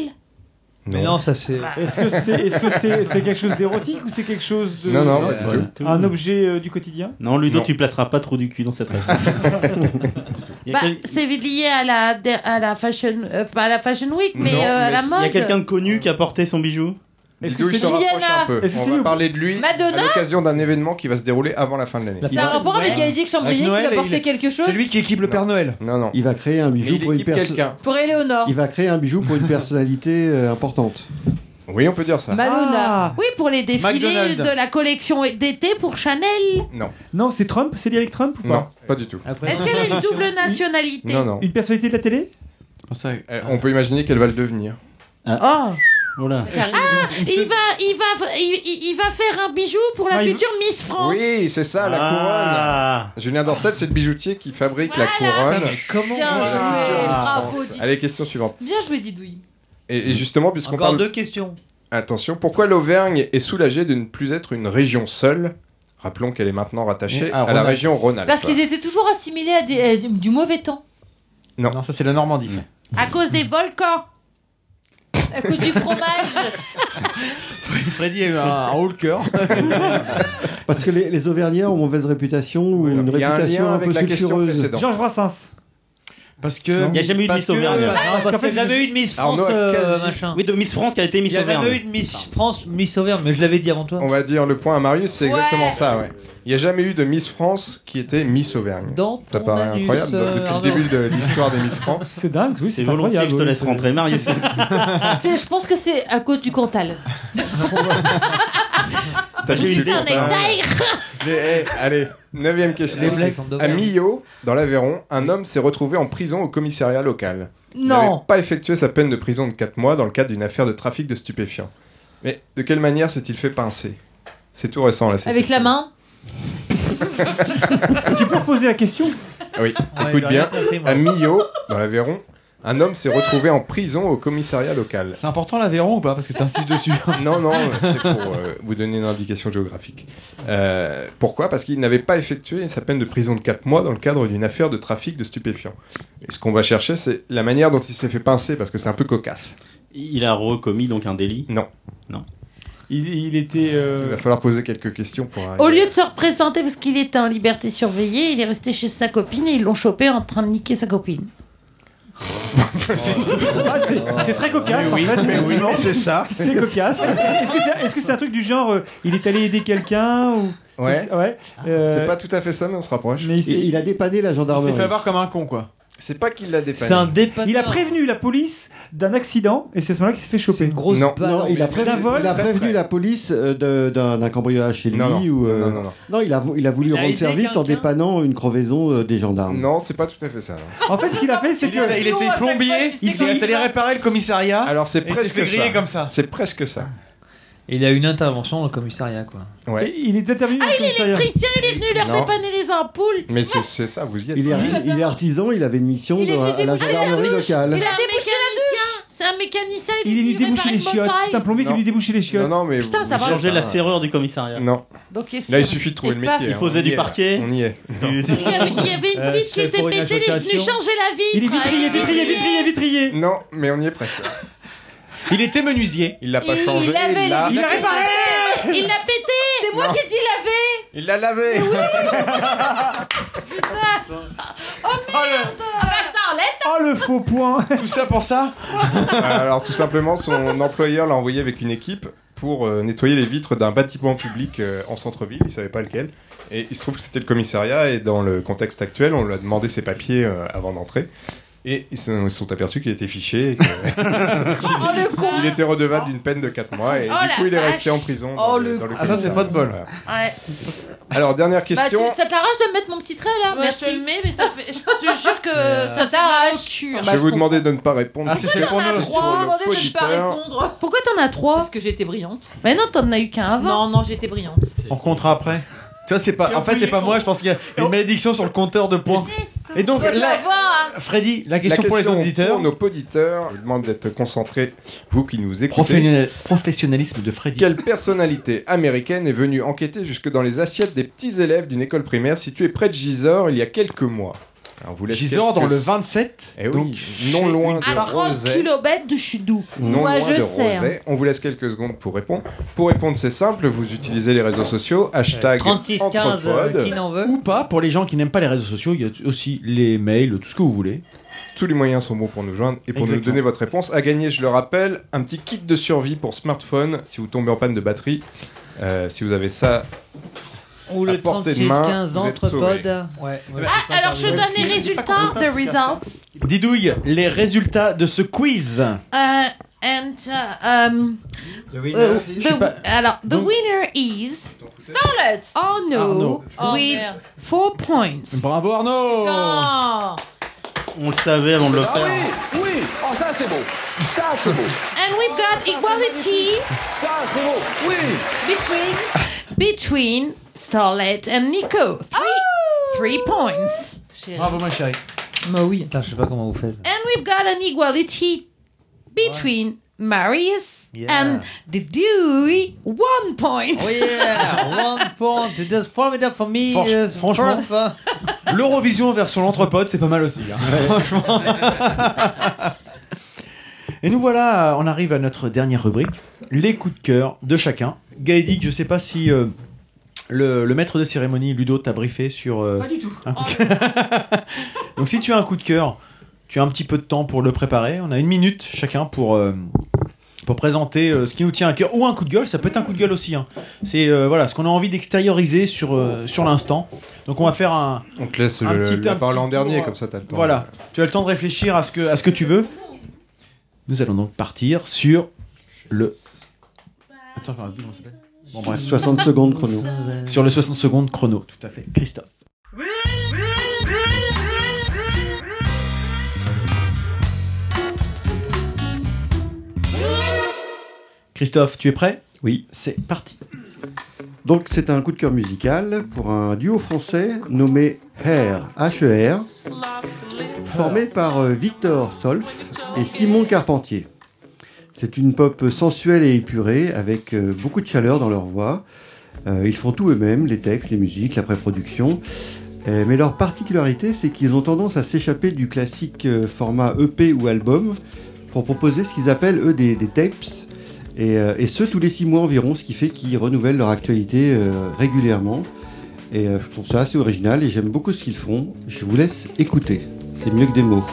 P: Mais non, ça c'est.
C: Est-ce que c'est est-ce que c'est c'est quelque chose d'érotique ou c'est quelque chose de Euh,
F: Non, non, pas du tout.
C: un objet euh, du quotidien
F: Non, Ludo,
C: Non.
F: tu placeras pas trop du cul dans cette réponse. Il y
E: Bah,
F: a quel-
E: c'est lié à la, à la fashion, euh, pas à la fashion week, mais,
F: Non,
E: euh, à la
F: s'il
E: mode.
F: y a quelqu'un de connu qui a porté son bijou
C: Est-ce
G: Bidouille s'en rapproche un peu.
F: Est-ce que c'est
G: on va
F: lui-
G: parler de lui
B: Madonna
G: à l'occasion d'un événement qui va se dérouler avant la fin de l'année.
B: C'est un rapport avec Gaëdier Chambrier qui va porter quelque chose
H: qui équipe le Père
G: Noël. Non, non.
H: Il va créer un bijou
G: il
H: pour une
G: équipe
H: personne.
G: quelqu'un.
B: pour Éléonore.
H: Il va créer un bijou pour une personnalité euh, importante.
G: Oui, on peut dire ça.
H: Ah,
E: Madonna. Oui, pour les défilés
H: McDonald's.
E: de la collection d'été pour Chanel.
G: Non.
C: Non, c'est Trump, c'est lié avec Trump ou pas
G: Non, pas du tout.
E: Est-ce qu'elle a une double nationalité
G: Non, non.
C: Une personnalité de la télé
G: Euh, on peut imaginer qu'elle va le devenir.
E: Ah
F: Voilà.
E: Ah, il va, il va, il, il- il va faire un bijou pour la
G: Ah, il-
E: future Miss France.
G: Oui, c'est ça, la
F: Ah.
G: couronne. Julien Dorcel, c'est le bijoutier qui fabrique la couronne.
B: Bien
G: Voilà.
B: joué,
G: Ah.
B: bravo, Didouille.
G: Allez, question suivante.
B: Bien joué, Didouille.
G: Et, et justement, puisqu'on
P: Encore
G: parle...
P: deux questions.
G: Attention, pourquoi l'Auvergne est soulagée de ne plus être une région seule Rappelons qu'elle est maintenant rattachée
I: Mmh,
G: à,
I: À
G: la
I: Rhône-Alpes.
G: région Rhône-Alpes.
B: Parce qu'ils étaient toujours assimilés à des- à du- du mauvais temps.
G: Non.
I: ça c'est la Normandie. ça.
E: À cause des volcans.
B: À cause du fromage.
G: Mm.
I: Freddy est un, un haut le cœur.
H: Parce que les, les Auvergnats ont mauvaise réputation ou une
G: il y a un
H: réputation
G: lien
H: un,
G: avec
H: peu
G: la question
H: sulfureuse.
G: précédente.
C: Georges Brassens.
I: Parce que.
H: Il y a jamais eu de
I: parce
H: Miss
I: que-
H: Auvergne.
I: euh,
P: Ah,
I: parce
P: parce
I: qu'en fait,
P: qu'il y avait eu une Miss France,
G: Arnaud a
P: euh,
G: quasi-
P: machin.
F: Oui, de Miss France qui a été Miss
P: Il y a
F: Auvergne.
P: jamais eu une Miss France, Miss Auvergne, mais je l'avais dit avant toi.
G: On va dire le point à Marius, c'est exactement ça, ouais. Il n'y a jamais eu de Miss France qui était Miss Auvergne.
P: Dans
G: ça paraît
P: anus,
G: incroyable
P: euh,
G: depuis
P: Arnaud.
G: le début de l'histoire des Miss France.
C: C'est dingue, oui,
F: C'est volontiers que je te laisse rentrer, Marius.
E: Ah.
B: C'est- je pense que c'est à cause du Cantal.
G: T'as
B: Vous
G: vu
B: êtes un hectare.
G: Mais, eh, Allez, neuvième question.
P: Les blagues sont de
G: À
P: merde.
G: Millau, dans l'Aveyron, un homme s'est retrouvé en prison au commissariat local. Il
B: Non.
G: n'avait pas effectué sa peine de prison de 4 mois dans le cadre d'une affaire de trafic de stupéfiants. Mais de quelle manière s'est-il fait pincer C'est tout récent, là. c'est-
B: Avec la main.
C: Tu peux reposer la question
G: Ah Oui,
P: Ouais,
G: écoute
P: Ah j'ai rien
G: Ah bien.
P: compris, moi.
G: à Millau, dans l'Aveyron, Un homme s'est retrouvé en prison au commissariat local.
I: C'est important l'Aveyron ou pas Parce que t'insistes dessus.
G: non, non, c'est pour euh, vous donner une indication géographique. Euh, pourquoi Parce qu'il n'avait pas effectué sa peine de prison de 4 mois dans le cadre d'une affaire de trafic de stupéfiants. Et ce qu'on va chercher, c'est la manière dont il s'est fait pincer, parce que c'est un peu cocasse.
F: Il a recommis donc un délit
G: Non.
F: Non.
C: Il, était. euh,
G: Il va falloir poser quelques questions pour arriver.
E: Au lieu de se représenter parce qu'il était en liberté surveillée, il est resté chez sa copine et ils l'ont chopé en train de niquer sa copine.
C: Ah, c'est c'est très cocasse
G: Mais oui,
C: en fait.
G: mais oui,
C: effectivement.
G: mais c'est ça.
C: C'est cocasse.
K: Oh,
C: Est-ce que c'est est-ce que c'est un truc du genre euh, il est allé aider quelqu'un ou
G: Ouais.
C: C'est- euh,
G: C'est pas tout à fait ça, mais on se rapproche.
C: Mais il,
H: a dépanné la gendarmerie.
I: avoir comme un con quoi.
G: C'est pas qu'il l'a dépanné.
C: Il a prévenu la police d'un accident et c'est à ce moment-là qu'il s'est fait choper.
G: grosse Non. balle.
H: Non, il a prévenu,
C: D'un vol.
H: il a prévenu la police euh, de- d'un d'un cambriolage chez lui.
G: Non, non.
H: ou, euh,
G: Non, non, non.
H: il a, vou- il a voulu
G: Il a
H: rendre
G: aidé
H: service en dépannant une crevaison euh, des gendarmes.
G: Non, c'est pas tout à fait ça. non.
C: En fait, ce qu'il a fait, c'est que.
I: Il était plombier,
C: il
I: il est allé réparer le commissariat.
G: Alors c'est
I: et il s'est
G: presque
I: fait griller
G: ça.
I: comme ça.
G: C'est presque ça.
P: Il a eu une intervention dans le commissariat, quoi.
G: Ouais.
C: Il est intervenu.
E: Ah, il est électricien, il est venu leur
G: Non.
E: dépanner les ampoules.
G: Mais c'est- c'est ça, vous y êtes.
H: Il est, arti- il est artisan, il avait une mission
E: Il est
H: de-
E: venu
H: à la
E: déboucher- Ah, c'est un
H: gendarmerie
E: douche
H: locale.
E: C'est un mécanicien. C'est un mécanicien.
C: Il est venu déboucher les chiottes. C'est un plombier qui lui débouchait les chiottes.
G: Non, non, mais
E: Putain,
G: vous
E: ça
G: y
E: va.
G: êtes,
F: Changer la
G: hein.
F: serrure du commissariat.
G: Non.
E: Donc, qu'est-ce
G: Là, il
E: qu'il
G: suffit de trouver
E: Et
G: le
E: paf.
G: métier.
F: Il
G: hein.
F: faisait
G: On
F: du
G: y est, là.
F: parquet.
G: On y est.
E: Il y avait- il y avait
C: Euh,
E: une vitre qui était pétée, il est venu changer la vitre.
C: Il est vitrier, vitrier, vitrier, vitrier.
G: Non, mais on y est presque.
I: Il était menuisier.
G: Il l'a pas
E: Il-
G: changé.
E: il l'avait,
G: il l'a-
E: il l'a réparé. Il l'a pété
B: C'est moi qui ai dit laver
G: Il l'a lavé.
B: Ah bah Starlet
C: Oh le faux point
I: Tout ça pour ça
G: Alors tout simplement, son employeur l'a envoyé avec une équipe pour euh, nettoyer les vitres d'un bâtiment public euh, en centre-ville. Il savait pas lequel. Et il se trouve que c'était le commissariat. Et dans le contexte actuel, on lui a demandé ses papiers euh, avant d'entrer. Et ils se ils se sont aperçus qu'il était fiché. et que-
B: Oh le con
G: Il était redevable d'une peine de 4 mois et
B: Oh
G: du coup
B: la
G: il est
B: vache.
G: resté en prison.
B: Oh,
G: dans
B: le
G: dans
B: con.
I: Ah, ça, c'est pas de bol.
G: Voilà.
E: Ouais.
G: Alors dernière
B: Bah, tu-
G: question.
B: ça t'arrache de me mettre mon petit trait là
E: Ouais, je
B: Merci.
E: le mets, mais ça fait- je te jure que ça
B: t'arrache.
E: tue.
G: je vais vous demander de ne pas répondre.
I: Ah, c'est celle pour nous.
B: Trois,
G: Pour le
B: demandez de ne pas
G: auditeur.
B: répondre.
E: Pourquoi t'en as trois
B: Parce que j'étais brillante.
E: Mais non, t'en as eu qu'un avant.
B: Non, non, j'étais brillante.
I: On comptera après. Tu vois, c'est
C: Et
I: pas.
C: on
I: En fait,
C: peut-
I: c'est pas moi. Je pense qu'il y a une malédiction sur le compteur de points. Et donc,
B: Faut
I: là,
B: savoir, hein.
I: Freddy, la question, pour les auditeurs.
G: pour nos auditeurs, je vous demande d'être concentrés, vous qui nous écoutez.
I: Professionnel- Professionnalisme de Freddy.
G: Quelle personnalité américaine est venue enquêter jusque dans les assiettes des petits élèves d'une école primaire située près de Gisors il y a quelques mois Alors, vous laisse
I: Gisors
G: quelques-
I: dans le 27.
G: Eh oui,
I: donc,
G: non loin
E: À
G: de
E: 30
G: Roset.
E: km de Chidou.
G: Non
B: Moi,
G: loin
B: je
G: de
B: sais. hein.
G: Roset. On vous laisse quelques secondes pour répondre. Pour répondre, c'est simple, vous utilisez les réseaux sociaux, hashtag
P: 36 15, euh, qui
G: Anthropode.
P: n'en veut
I: Ou pas, pour les gens qui n'aiment pas les réseaux sociaux, il y a aussi les mails, tout ce que vous voulez.
G: Tous les moyens sont bons pour nous joindre et pour nous
I: Exactement.
G: donner votre réponse. À gagner, je le rappelle, un petit kit de survie pour smartphone si vous tombez en panne de batterie. Euh, si vous avez ça,
P: Ou
G: À
P: le
G: portée
P: 36
G: de main,
P: 15
G: vous êtes sauvés.
P: entrepode. Ouais.
E: Ah, alors je donne les résultats. The results.
I: Didouille, les résultats de ce quiz.
E: Uh, and uh, um,
I: Euh,
E: uh, the- alors, the winner is
B: Starlet
E: Arnaud,
B: Oh,
E: with
B: merde.
E: 4 points.
I: Bravo Arnaud
B: Non.
F: On le savait avant de le
M: Oh. Ah
F: faire.
M: oui, oui, oh ça c'est beau, ça c'est beau,
E: And we've got equality
M: ça c'est beau, oui.
B: Between.
E: between Starlet and Nico. Three,
M: Oh.
E: three points.
B: Chérie.
I: Bravo ma chérie.
B: Bah oui.
P: Putain, je sais pas comment vous faites.
E: And we've got an equality between Marius and the Dewey. One point.
P: Oh yeah, one point. It is formidable for me. uh,
I: Franch-
P: is
I: franchement.
P: first for-
I: L'Eurovision version l'entrepode, c'est pas mal aussi. hein. Franchement. Et nous voilà, euh, on arrive à notre dernière rubrique, les coups de cœur de chacun. Gaïdic, je sais pas si euh, le, le maître de cérémonie, Ludo, t'a briefé sur... euh,
P: Pas du tout.
I: un coup de- Donc si tu as un coup de cœur, tu as un petit peu de temps pour le préparer. On a une minute chacun pour, euh, pour présenter euh, ce qui nous tient à cœur. Ou un coup de gueule, ça peut être un coup de gueule aussi. hein. C'est euh, voilà, ce qu'on a envie d'extérioriser sur, euh, sur l'instant. Donc on va faire un...
G: on te laisse
I: Un
G: le,
I: petit-
G: la
I: un
G: parole
I: petit
G: en
I: tour,
G: dernier,
I: euh,
G: comme ça t'as le temps.
I: Voilà, tu as le temps de réfléchir à ce que, à ce que tu veux. Nous allons donc partir sur le... Attends, je me rappelle plus comment ça s'appelle. Bon, bref.
H: 60 secondes chrono.
I: Sur le 60 secondes chrono, tout à fait. Christophe. Christophe, tu es prêt
H: Oui.
I: C'est parti.
H: Donc c'est un coup de cœur musical pour un duo français nommé Hair, H-E-R, E formé par euh, Victor Solf et Simon Carpentier. C'est une pop sensuelle et épurée, avec euh, beaucoup de chaleur dans leur voix. Euh, ils font tout eux-mêmes, les textes, les musiques, la pré-production. Euh, mais leur particularité, c'est qu'ils ont tendance à s'échapper du classique euh, format EP ou album pour proposer ce qu'ils appellent, eux, des, des tapes. Et, euh, et ce, tous les six mois environ, ce qui fait qu'ils renouvellent leur actualité euh, régulièrement. Et euh, je trouve ça assez original et j'aime beaucoup ce qu'ils font. Je vous laisse écouter. C'est mieux que des mots.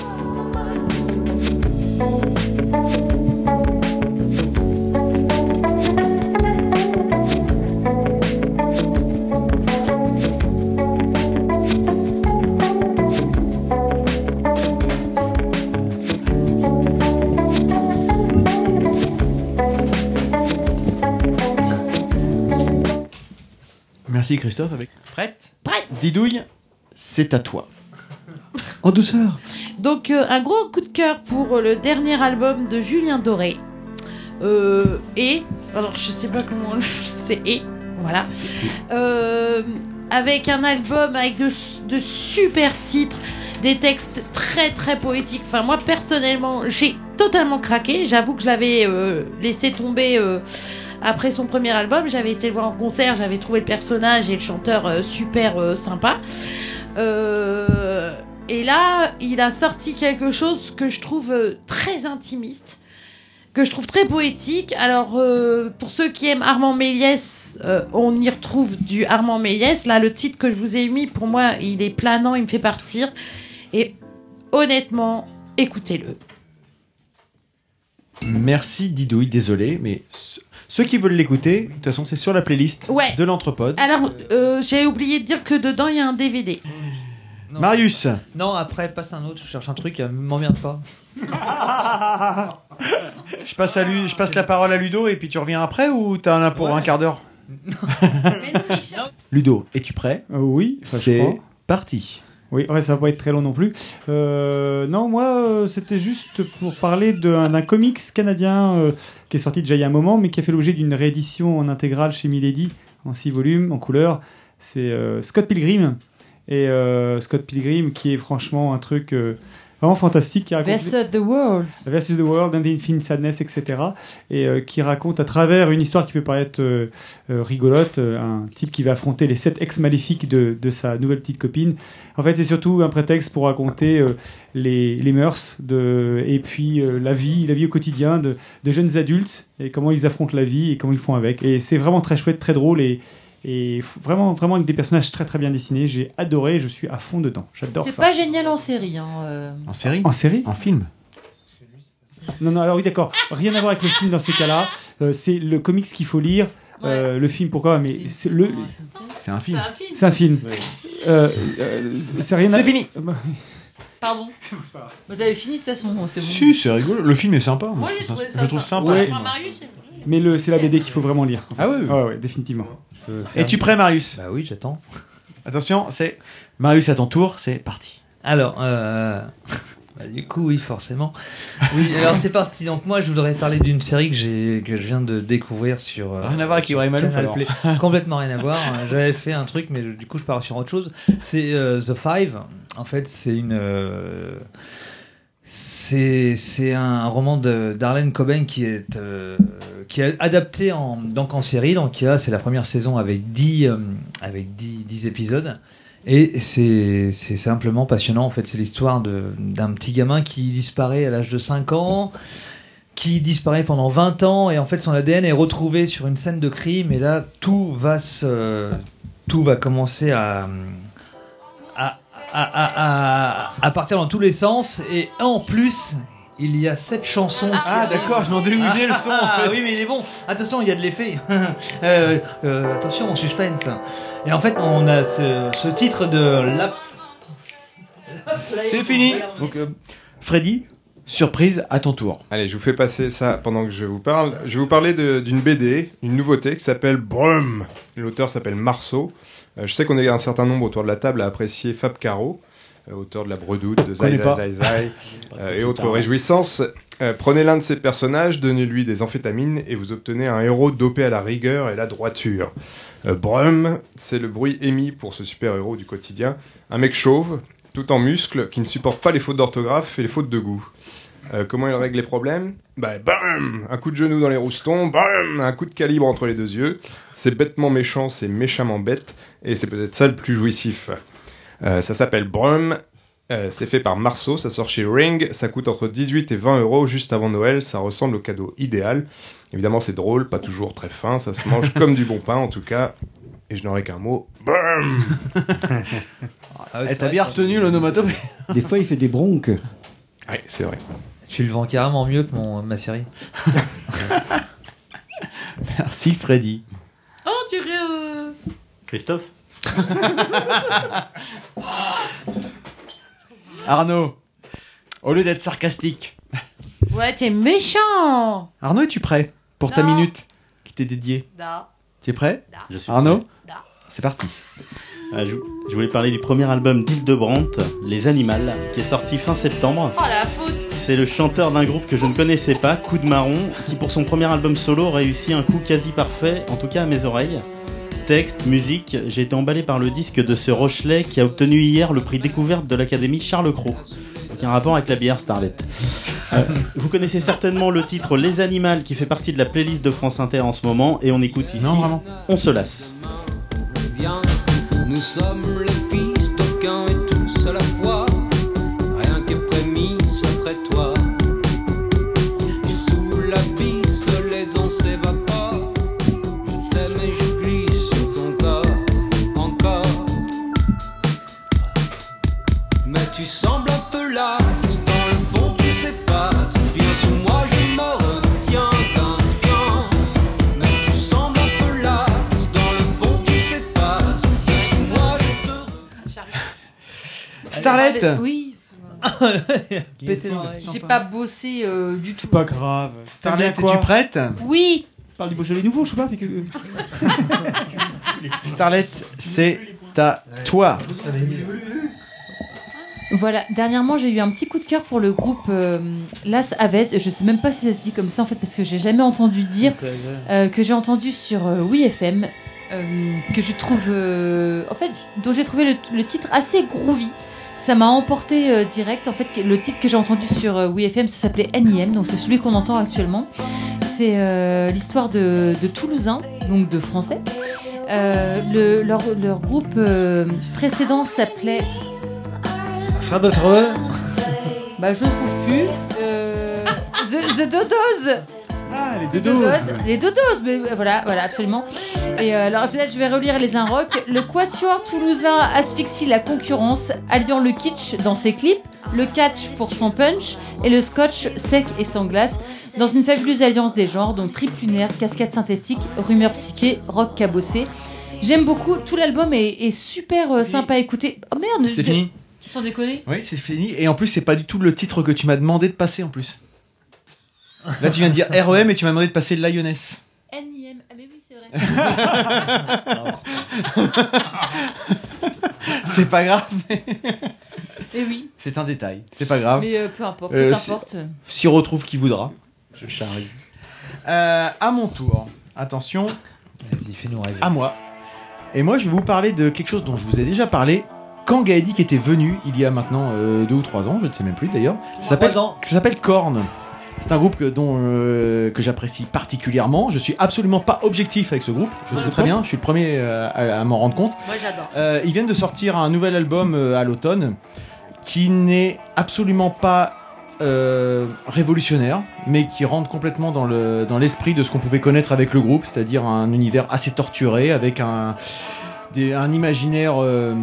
I: Merci Christophe. Avec...
R: Prête
E: Prête
I: Zidouille, c'est à toi.
H: En douceur.
E: Donc euh, un gros coup de cœur pour euh, le dernier album de Julien Doré. Euh, et alors je sais pas comment on le- c'est et voilà. Euh, avec un album avec de, de super titres, des textes très très poétiques. Enfin moi personnellement j'ai totalement craqué. J'avoue que je l'avais euh, laissé tomber. euh, après son premier album, j'avais été le voir en concert, j'avais trouvé le personnage et le chanteur euh, super euh, sympa. Euh, et là, il a sorti quelque chose que je trouve euh, très intimiste, que je trouve très poétique. Alors, euh, pour ceux qui aiment Armand Méliès, euh, on y retrouve du Armand Méliès. Là, le titre que je vous ai mis, pour moi, il est planant, il me fait partir. Et honnêtement, écoutez-le.
I: Merci Didouille, désolé, mais ce- ceux qui veulent l'écouter, de toute façon, c'est sur la playlist
E: Ouais.
I: de l'Entrepode.
E: Alors, euh, j'ai oublié de dire que dedans, il y a un DVD.
I: Marius,
A: Non, après, passe un autre, je cherche un truc, euh, m'emmerde pas.
C: Ah.
I: je passe, à Lu- je passe la parole à Ludo et puis tu reviens après ou t'as un pour un quart d'heure Ludo, es-tu prêt
C: Euh, Oui, ça, je
I: c'est
C: crois.
I: parti.
C: Oui, ouais, ça va pas être très long non plus. Euh, non, moi, euh, c'était juste pour parler d'un d'un comics canadien euh, qui est sorti déjà il y a un moment, mais qui a fait l'objet d'une réédition en intégrale chez Milady, en six volumes, en couleur. C'est euh, Scott Pilgrim. Et euh, Scott Pilgrim, qui est franchement un truc euh, vraiment fantastique. qui raconte-
B: Versus the World.
C: Versus the World, and the Infinite Sadness, etc. Et euh, qui raconte à travers une histoire qui peut paraître euh, euh, rigolote, euh, un type qui va affronter les sept ex-maléfiques de, de sa nouvelle petite copine. En fait, c'est surtout un prétexte pour raconter euh, les, les mœurs de, et puis euh, la vie, la vie au quotidien de, de jeunes adultes et comment ils affrontent la vie et comment ils font avec. Et c'est vraiment très chouette, très drôle et, et f- vraiment, vraiment avec des personnages très très bien dessinés. J'ai adoré, je suis à fond dedans. J'adore
B: C'est
C: ça.
B: pas génial en série. hein, euh.
I: En série
C: En série
I: En film
C: Non, non, alors oui, d'accord. Rien à voir avec le film dans ces cas-là. Euh, c'est le comics qu'il faut lire. Euh, le film, pourquoi Mais c'est le.
I: C'est un film.
C: C'est un film. Euh, euh, c'est rien. à-
I: C'est fini.
B: Pardon. Bah, T'avais fini de toute façon, c'est bon.
I: Si, c'est rigolo. Le film est sympa.
B: Moi, j'ai
I: je,
B: trouvé
I: je
B: ça
I: le trouve
B: sympa.
I: sympa.
C: Ouais. Enfin, Mais le, c'est la BD qu'il faut vraiment lire.
I: Ah oui.
C: Ouais, ouais, définitivement.
I: Es-tu prêt, Marius
A: Bah oui, j'attends.
I: Attention, c'est Marius à ton tour, c'est parti.
A: Alors, euh, bah, du coup, oui, forcément. Oui, alors c'est parti. Donc moi, je voudrais parler d'une série que j'ai que je viens de découvrir sur. euh,
I: Rien à voir avec
A: sur
I: Ibrahim Malouf,
A: Canal
I: alors.
A: Play. Complètement rien à voir. Euh, J'avais fait un truc, mais je- du coup, je pars sur autre chose. C'est euh, The Five. En fait, c'est une. euh, c'est c'est un roman de d'Arlene Coben qui est euh, qui est adapté en donc en série donc là c'est la première saison avec 10 euh, avec 10, 10 épisodes et c'est c'est simplement passionnant en fait c'est l'histoire de d'un petit gamin qui disparaît à l'âge de 5 ans qui disparaît pendant 20 ans et en fait son ADN est retrouvé sur une scène de crime et là tout va se tout va commencer à à, à, à- à- à partir dans tous les sens et en plus il y a cette chanson
I: Ah, d'accord, je m'en
A: dégoûtais
I: dégoûtais le son, en fait.
A: Ah, oui mais il est bon attention il y a de l'effet Euh, euh, attention en suspense et en fait on a ce, ce titre de l'abs
I: C'est fini. Donc, euh, Freddy, surprise à ton tour.
G: Allez, je vous fais passer ça pendant que je vous parle. Je vais vous parler de- d'une BD, une nouveauté qui s'appelle Brum. L'auteur s'appelle Marceau. Euh, je sais qu'on est un certain nombre autour de la table à apprécier Fab Caro, euh, auteur de La Bredoute, de Zai
I: Connais
G: Zai
I: pas.
G: Zai Zai, euh, et autres
I: Caro.
G: réjouissances. Euh, prenez l'un de ces personnages, donnez-lui des amphétamines et vous obtenez un héros dopé à la rigueur et la droiture. Euh, Brum, c'est le bruit émis pour ce super-héros du quotidien. Un mec chauve tout en muscles, qui ne supporte pas les fautes d'orthographe et les fautes de goût. Euh, comment il règle les problèmes Bah, bam Un coup de genou dans les roustons, bam Un coup de calibre entre les deux yeux. C'est bêtement méchant, c'est méchamment bête, et c'est peut-être ça le plus jouissif. Euh, ça s'appelle Brum, euh, c'est fait par Marceau, ça sort chez Ring, ça coûte entre 18 et 20 euros juste avant Noël, ça ressemble au cadeau idéal. Évidemment, c'est drôle, pas toujours très fin, ça se mange comme du bon pain en tout cas, et je n'aurai qu'un mot. Brum
I: Ah Eh, T'as bien retenu l'onomatopée.
H: Des fois, il fait des bronques.
G: Ouais, c'est vrai.
P: Tu le vends carrément mieux que mon, ma série.
I: Merci Freddy.
E: Oh, tu dirais. euh,
F: Christophe
I: Arnaud, au lieu d'être sarcastique,
E: Ouais, t'es méchant
I: Arnaud, es-tu prêt pour ta
E: Non.
I: minute qui t'est dédiée
E: Non.
I: Tu es prêt
F: Je suis
I: Arnaud
E: Non.
I: C'est parti.
F: Ah, je, je voulais parler du premier album d'Hildebrandt, Les Animales, qui est sorti fin septembre.
E: Oh la faute
F: C'est le chanteur d'un groupe que je ne connaissais pas, Coup de Marron, qui pour son premier album solo réussit un coup quasi parfait, en tout cas à mes oreilles. Texte, musique, j'ai été emballé par le disque de ce Rochelet qui a obtenu hier le prix découverte de l'Académie Charles Cros. Aucun rapport avec la bière Starlet. Euh, vous connaissez certainement le titre Les Animales qui fait partie de la playlist de France Inter en ce moment et on écoute ici On se lasse.
Q: Viens, nous sommes les fils d'aucun et tous à la fois. Rien qu'est prémis après toi. Et sous la bise, les ans s'évaporent. Je t'aime et je glisse sur ton corps, encore. Mais tu sembles un peu las. Dans le fond, tu sais pas. Bien sous moi, je me retiens d'un bien. Mais tu sembles un peu las. Dans le fond, tu sais pas. Bien sous moi, je
I: Starlet
B: Oui.
I: Pétez l'oreille.
B: J'ai pas bossé euh, du tout.
I: C'est pas grave. Ah. Starlet,
C: T'aimes bien
I: es-tu
C: quoi
I: prête
B: Oui.
C: Parle du Beaujolais nouveau, je sais pas. t'es que-
I: Starlet, c'est à toi.
B: Voilà, dernièrement j'ai eu un petit coup de cœur pour le groupe euh, Las Aves. Je sais même pas si ça se dit comme ça en fait parce que j'ai jamais entendu dire euh, que j'ai entendu sur euh, Oui FM euh, que je trouve euh, en fait dont j'ai trouvé le, le titre assez groovy. Ça m'a emporté euh, direct en fait que- le titre que j'ai entendu sur euh, Oui FM ça s'appelait NIM donc c'est celui qu'on entend actuellement. C'est euh, l'histoire de, de Toulousains donc de Français. Euh, le- leur, leur groupe euh, précédent s'appelait
P: Fin d'autre.
B: bah, je trouve plus. Euh, the, the Dodos
C: Ah,
B: les
C: Dodos.
B: Les Dodos, mais voilà, voilà, absolument. Et euh, alors là, je vais relire les Inrocks. Le quatuor toulousain asphyxie la concurrence, alliant le kitsch dans ses clips, le catch pour son punch et le scotch sec et sans glace, dans une fabuleuse alliance des genres, donc triple lunaire, cascade synthétique, rumeur psyché, rock cabossé. J'aime beaucoup, tout l'album est, est super euh, sympa à écouter. Oh merde,
I: C'est
B: je-
I: fini
B: Sans déconner.
I: Oui, c'est fini. Et en plus, c'est pas du tout le titre que tu m'as demandé de passer en plus. Là, tu viens de dire REM et tu m'as demandé de passer Lioness.
B: NIM, ah mais oui, c'est vrai.
I: c'est pas grave. mais-
B: Eh oui.
I: C'est un détail. C'est pas grave.
B: Mais, euh, peu importe, peu importe.
I: Si, s'y retrouve qui voudra. Je charrie. Euh, à mon tour. Attention.
P: Vas-y, fais-nous rêver.
I: À moi. Et moi, je vais vous parler de quelque chose dont je vous ai déjà parlé. Quand Gaëdic était venu, il y a maintenant euh, deux ou trois ans, je ne sais même plus d'ailleurs, ça s'appelle- ça s'appelle Korn. C'est un groupe que, dont, euh, que j'apprécie particulièrement. Je suis absolument pas objectif avec ce groupe. Je sais très bien, je suis le premier euh, à- à m'en rendre compte.
E: Moi j'adore.
I: Euh, ils viennent de sortir un nouvel album euh, à l'automne qui n'est absolument pas euh, révolutionnaire, mais qui rentre complètement dans le dans l'esprit de ce qu'on pouvait connaître avec le groupe, c'est-à-dire un univers assez torturé avec un des- un imaginaire euh,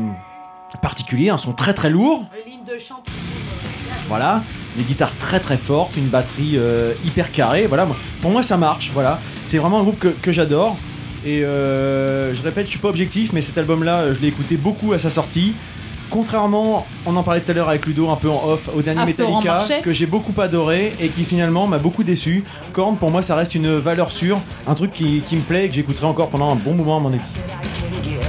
I: particulier, un son très très lourd,
E: Les lignes de chant. euh,
I: voilà, des guitares très très fortes, une batterie euh, hyper carrée, voilà. moi- Pour moi, ça marche, voilà. C'est vraiment un groupe que, que j'adore. Et euh, je répète, je suis pas objectif, mais cet album-là, euh, je l'ai écouté beaucoup à sa sortie. Contrairement, on en parlait tout à l'heure avec Ludo un peu en off, au dernier
B: À Ah, Florent
I: Metallica,
B: Marchais.
I: que j'ai beaucoup adoré et qui finalement m'a beaucoup déçu. Korn, pour moi, ça reste une valeur sûre, un truc qui, qui me plaît et que j'écouterai encore pendant un bon moment à mon équipe.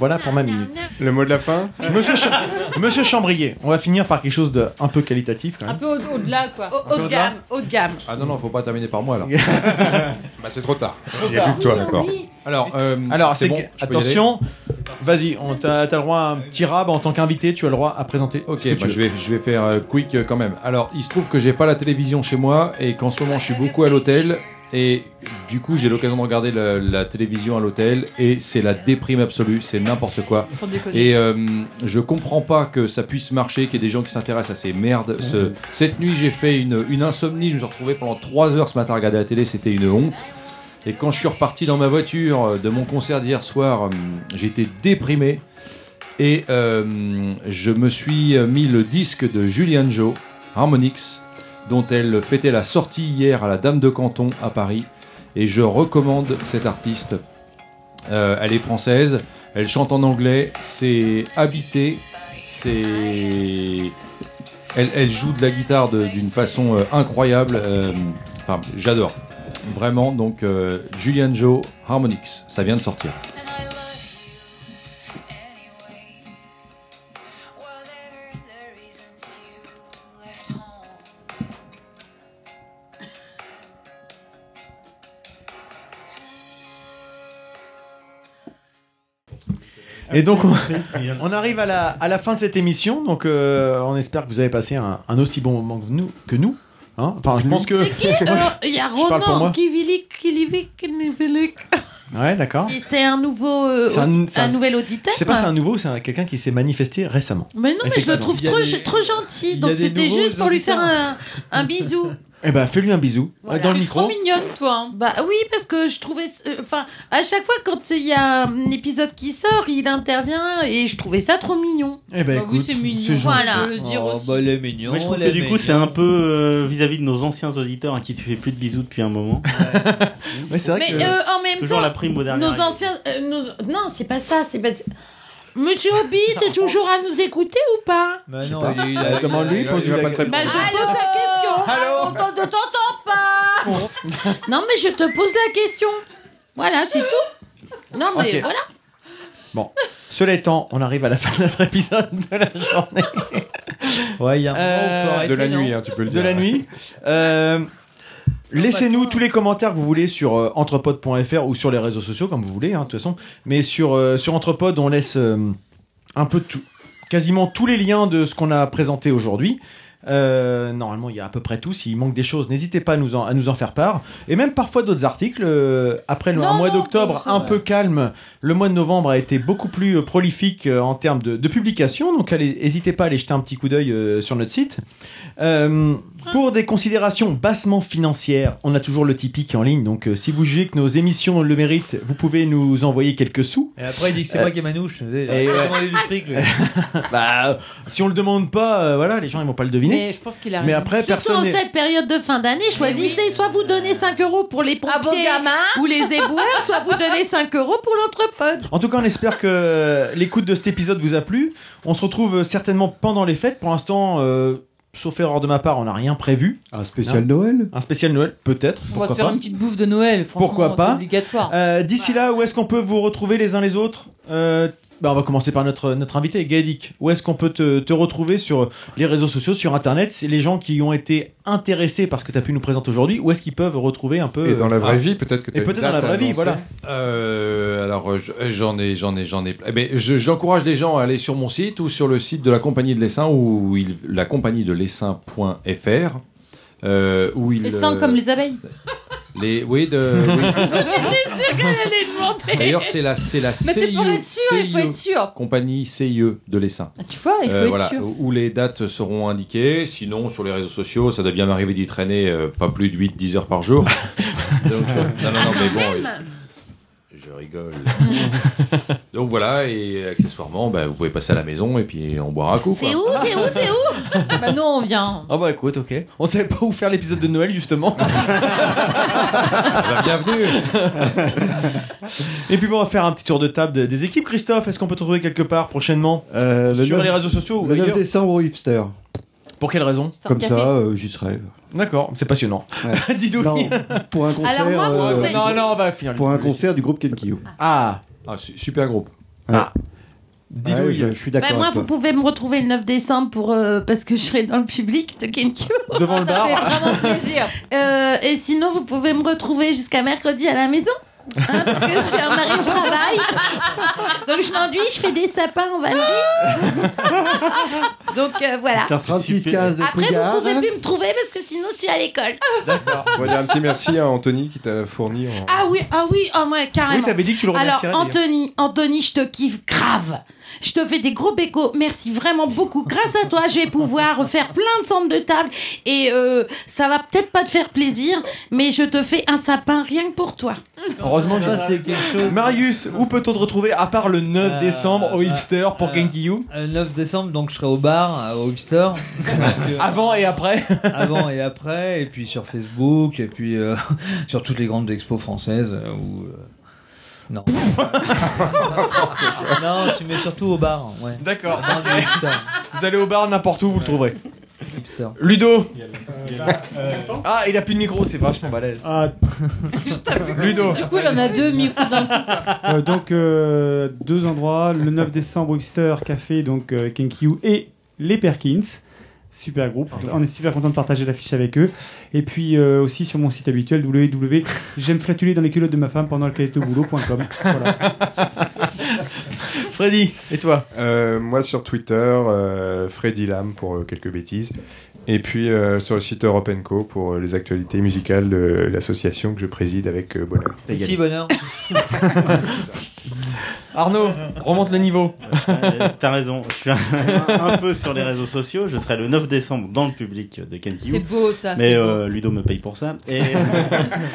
I: Voilà pour ma minute.
G: Le mot de la fin
I: Monsieur, Cha- Monsieur Chambrier, on va finir par quelque chose de un peu qualitatif quand
B: Un
I: même.
B: peu au- au-delà, quoi.
E: Haut de gamme, haut de gamme.
D: Ah non, non, faut pas terminer par moi alors.
G: bah, c'est trop tard.
D: Il y a
I: tard.
D: plus que toi,
I: Oui,
D: d'accord.
I: oui.
D: Alors, euh,
I: Alors, c'est
D: bon,
I: que-
D: je peux y
I: attention,
D: aller
I: Vas-y, on t'a t'as le droit à un petit rab en tant qu'invité, tu as le droit à présenter.
D: Ok, bah, je, vais, je vais faire euh, quick euh, quand même. Alors, il se trouve que j'ai pas la télévision chez moi et qu'en ce moment je suis beaucoup à l'hôtel. Et du coup, j'ai l'occasion de regarder la, la télévision à l'hôtel et c'est la déprime absolue, c'est n'importe quoi.
K: Sans déconner.
D: Et euh, je comprends pas que ça puisse marcher, qu'il y ait des gens qui s'intéressent à ces merdes. Ce- cette nuit, j'ai fait une, une insomnie, je me suis retrouvé pendant 3 heures ce matin à regarder la télé, c'était une honte. Et quand je suis reparti dans ma voiture euh, de mon concert d'hier soir, euh, j'étais déprimé. Et euh, je me suis euh, mis le disque de Julian Joe, Harmonix, dont elle fêtait la sortie hier à la Dame de Canton à Paris. Et je recommande cette artiste. Euh, elle est française, elle chante en anglais, c'est habité, c'est. Elle, elle joue de la guitare de- d'une façon euh, incroyable. euh, Enfin, j'adore. Vraiment, donc euh, Julian Joe Harmonix, ça vient de sortir.
I: Et donc, on, on arrive à la, à la fin de cette émission. Donc, euh, on espère que vous avez passé un, un aussi bon moment que nous. Que nous hein. Enfin, je pense que.
E: Qui, euh, Il y a
I: Je parle pour moi.
E: Ronan Kivilik, Kivilik, Kivilik.
I: Ouais, d'accord.
E: Et C'est un nouveau, euh,
I: Ah. C'est un-
E: audi-
I: c'est
E: un,
I: un-
E: nouvel auditeur.
I: Je sais pas, c'est un nouveau, c'est un- quelqu'un qui s'est manifesté récemment.
E: Mais non, mais je le trouve
I: Il y a
E: trop,
I: des-
E: trop gentil.
I: y
E: Donc
I: a des
E: c'était
I: nouveaux
E: juste pour lui faire
I: auditeurs.
E: un, un bisou.
I: Eh ben, fais-lui un bisou dans le micro.
E: mignonne, toi. Bah oui, parce que je trouvais. euh, Enfin, à chaque fois, quand il y a un épisode qui sort, il intervient et je trouvais ça trop mignon.
I: Eh ben,
E: Bah oui,
I: écoute,
E: c'est mignon.
I: gentil.
E: Voilà. Je veux dire
A: Oh,
E: aussi.
A: bah, elle est mignonne,
F: Mais je trouve
A: elle
F: que
A: est
F: du coup, c'est
A: mignonne.
F: un peu euh, vis-à-vis de nos anciens auditeurs à qui tu fais plus de bisous depuis un moment.
I: Mais
E: Mais euh, en même
F: toujours
E: temps,
F: la prime au dernier
E: nos
F: arrivé.
E: anciens. euh, nos- Non, c'est pas ça. C'est pas... Monsieur Hobby, t'es toujours à nous écouter ou pas
A: Mais non,
I: pas.
A: il,
I: Euh, demande-lui, pose-lui la
A: question.
E: Bah, je pose la question. Allô On ne t'entend pas. non, mais je te pose la question. Voilà, c'est tout. Non, mais
I: Ok.
E: voilà.
I: Bon, cela étant, on arrive à la fin de notre épisode de la journée.
A: ouais, il y a un
I: moment
A: faut arrêter, De la non nuit, hein,
I: tu peux le dire. De la nuit. Euh, Laissez-nous tous les commentaires que vous voulez sur euh, entrepod.fr ou sur les réseaux sociaux, comme vous voulez, hein, de toute façon. Mais sur, euh, sur Entrepod, on laisse euh, un peu tout, quasiment tous les liens de ce qu'on a présenté aujourd'hui. Euh, normalement, il y a à peu près tout. S'il manque des choses, n'hésitez pas à nous, en, à nous en faire part. Et même parfois d'autres articles. euh, après le un mois d'octobre un peu calme, le mois de novembre a été beaucoup plus euh, prolifique euh, en termes de, de publication. Donc, allez, n'hésitez pas à aller jeter un petit coup d'œil euh, sur notre site. Euh, pour des considérations bassement financières, on a toujours le Tipeee qui est en ligne. Donc, euh, si vous jugez que nos émissions le méritent, vous pouvez nous envoyer quelques sous.
P: Et après, il dit que c'est
I: Euh,
P: moi qui ai manouche. Il a
I: et ouais.
P: demandé du
E: Ah,
P: fric, lui.
I: bah, si on le demande pas, euh, voilà, les gens ils vont pas le deviner.
B: Mais je pense qu'il a
I: Mais
B: raison.
I: après,
B: Surtout
I: personne.
E: Dans
I: n'est-
E: cette période de fin d'année, choisissez soit vous donnez 5 euros pour les pompiers ou les éboueurs, soit vous donnez 5 euros pour l'entrepôt.
I: En tout cas, on espère que l'écoute de cet épisode vous a plu. On se retrouve certainement pendant les fêtes. Pour l'instant, euh, sauf erreur de ma part, on n'a rien prévu. Un
H: spécial Noël
I: Un spécial Noël, peut-être.
B: On va se
I: pourquoi
B: faire
I: pas.
B: une petite bouffe de Noël, franchement.
I: Pourquoi pas
B: C'est obligatoire.
I: Euh, D'ici là, où est-ce qu'on peut vous retrouver les uns les autres Euh, bah, On va commencer par notre, notre invité, Gaëdic. Où est-ce qu'on peut te, te retrouver sur les réseaux sociaux, sur Internet C'est les gens qui ont été intéressés par ce que tu as pu nous présenter aujourd'hui. Où est-ce qu'ils peuvent retrouver un peu
G: Et dans la
I: euh,
G: vraie
I: ah.
G: vie, peut-être que t'as
I: Et
G: une
I: peut-être dans la
G: date à
I: vraie vie,
G: annoncer.
I: voilà.
D: Euh, alors euh, je- euh, j'en ai, j'en ai, j'en ai. plein. Eh ben, je- j'encourage les gens à aller sur mon site ou sur le site de la compagnie de l'Essin ou il, la compagnie de l'Essin.fr euh, où ils
B: Et sans
D: euh,
B: comme les abeilles.
D: les oui de. oui.
B: J'étais sûre qu'elle allait demander.
D: D'ailleurs c'est la c'est la
B: Mais c'est pour
D: CIE,
B: être sûr, il faut être sûr.
D: compagnie CIE de l'Essin.
B: Tu vois, Ah, il faut
D: Euh,
B: être
D: voilà,
B: sûr.
D: où où les dates seront indiquées. Sinon, sur les réseaux sociaux, ça doit bien m'arriver d'y traîner euh, pas plus de 8-10 heures par jour. Donc, euh, non,
E: Ah,
D: non, non, mais bon, euh, je rigole. Donc voilà, et accessoirement, bah, vous pouvez passer à la maison et puis on boira un coup. quoi.
B: C'est où, c'est où, c'est où Bah non, on vient.
I: Ah bah écoute, ok. On savait pas où faire l'épisode de Noël justement.
D: bienvenue.
I: Et puis bon, on va faire un petit tour de table de- des équipes. Christophe, est-ce qu'on peut te retrouver quelque part prochainement
H: Euh, le
I: sur
H: 9
I: les réseaux sociaux ou
H: Le 9
I: ailleurs
H: décembre au hipster.
I: Pour quelle raison
H: Comme ça, euh, j'y serai.
I: D'accord, c'est passionnant. Didouille.
H: Pour un concert.
I: moi, vous
H: euh,
I: pouvez- Non, non, on va finir.
H: Pour un concert du groupe Kenkyo.
I: Ah.
D: super groupe.
H: Ah.
I: Didouille.
H: je, je suis d'accord.
E: Bah, moi,
H: avec
E: vous
H: toi.
E: pouvez me retrouver le 9 décembre pour, euh, parce que je serai dans le public de Kenkyo.
H: Ah,
I: Devant le
E: Ça
I: bar.
E: fait vraiment plaisir. Euh, et sinon, vous pouvez me retrouver jusqu'à mercredi à la maison. Hein, parce que je suis un mari au travail. Donc je m'ennuie, je fais des sapins en Vendée. Donc euh, voilà.
H: T'as Francis Caz de
E: Après,
G: Cougar.
E: vous pouvez plus me trouver parce que sinon je suis à l'école.
G: On va dire un petit merci à Anthony qui t'a fourni en.
E: Ah oui, ah oui, oh ouais, carrément.
G: Oui, t'avais dit que tu le remercierais,
E: Alors,
G: d'ailleurs.
E: Anthony, Anthony, je te kiffe grave. Je te fais des gros bécos. Merci vraiment beaucoup. Grâce à toi, je vais pouvoir faire plein de centres de table. Et euh, ça va peut-être pas te faire plaisir, mais je te fais un sapin rien que pour toi.
I: Heureusement que
P: Ça, c'est quelque chose.
I: Marius, où peut-on te retrouver à part le
P: Euh,
I: 9 décembre au hipster pour Genki You
P: Le 9 euh, décembre, donc je serai au bar, euh, au hipster.
I: Avant et après
P: Avant et après, et puis sur Facebook, et puis euh, sur toutes les grandes expos françaises. euh, où, euh, Non. non, je mets surtout au bar. Ouais.
I: D'accord. Vous allez au bar n'importe où, vous le trouverez. Ludo Ah, il a plus de micro, c'est vachement balèze. Ludo
B: Du coup, il en a deux mis d'un coup.
C: Euh, donc euh, deux endroits, le 9 décembre au Hipster Café, donc euh, Kenkyu et les Perkins. Super groupe, on est super content de partager l'affiche avec eux. Et puis euh, aussi sur mon site habituel www. J'aime flatuler dans les culottes de ma femme pendant le est au boulot.com. Voilà.
I: Freddy, et toi
G: Moi sur Twitter, euh, Freddy Lam pour euh, quelques bêtises. Et puis euh, sur le site Europe Co pour euh, les actualités musicales de l'association que je préside avec euh, Bonheur.
P: Petit bonheur.
I: Arnaud, remonte le niveau.
O: Euh, T'as raison, je suis un, un peu sur les réseaux sociaux. Je serai le 9 décembre dans le public de Kenki.
B: C'est beau, ça,
O: Mais
B: c'est beau.
O: euh, Ludo me paye pour ça. Et,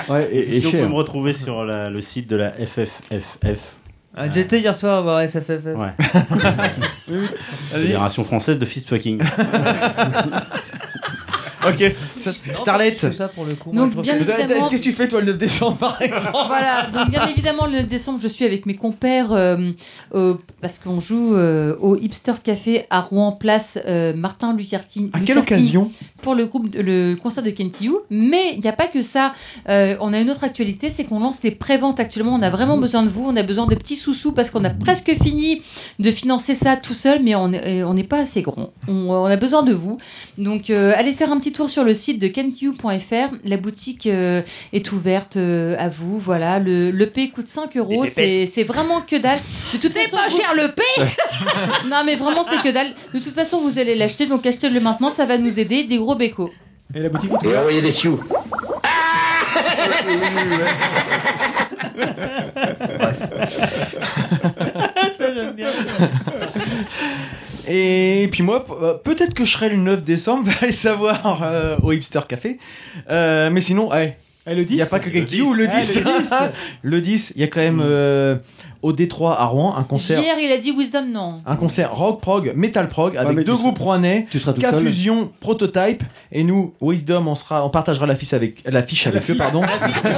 H: Ouais, et- hein. et
O: Sinon,
H: cher.
O: vous pouvez me retrouver sur la- le site de la FFFF.
P: Ah, J'étais hier soir voir FFF.
O: Ouais.
P: Oui.
O: Fédération française de fistfucking.
I: ok, Starlet.
P: je fais ça pour le coup.
B: Donc, bien évidemment-
I: Qu'est-ce que tu fais toi le 9 décembre par exemple Ah,
B: Voilà, donc bien évidemment, le 9 décembre, je suis avec mes compères euh, euh, parce qu'on joue euh, au Hipster Café à Rouen Place euh, Martin Luther King.
I: À quelle
B: Luther King
I: occasion
B: Pour le groupe, le concert de Kenkiu. Mais il n'y a pas que ça. Euh, on a une autre actualité, c'est qu'on lance les préventes actuellement. On a
E: Mhm.
B: vraiment besoin de vous. On a besoin de petits sous-sous parce qu'on a presque fini de financer ça tout seul, mais on est- on n'est pas assez grand. On, on a besoin de vous. Donc euh, allez faire un petit tour sur le site de kenkiu.fr. La boutique euh, est ouverte euh, à vous. Voilà, le, le P coûte 5 euros.
E: Les pépettes.
B: C'est c'est vraiment que dalle. De toute façon,
E: pas
B: vous-
E: cher, le P
B: Non, mais vraiment, c'est que dalle. De toute façon, vous allez l'acheter, donc achetez-le maintenant. Ça va nous aider. Des gros bécos.
C: Et la boutique
M: Et envoyez des sioux.
I: Et puis moi, p- euh, peut-être que je serai le 9 décembre, va aller savoir euh, au Hipster Café. Euh, mais sinon, ouais. il n'y a pas que Genki ou le
C: Ah, le
I: 10.
C: 10.
I: Le 10, il y a quand même euh, au Détroit à Rouen un concert.
B: Hier, il a dit Wisdom, non.
I: Un concert rock prog, metal prog avec
C: mais
I: deux
C: tu
I: groupes rouennais,
H: seras tout seul.
I: Cafusion, Prototype et nous Wisdom on sera on partagera la fiche avec la fiche avec eux pardon.
B: Partage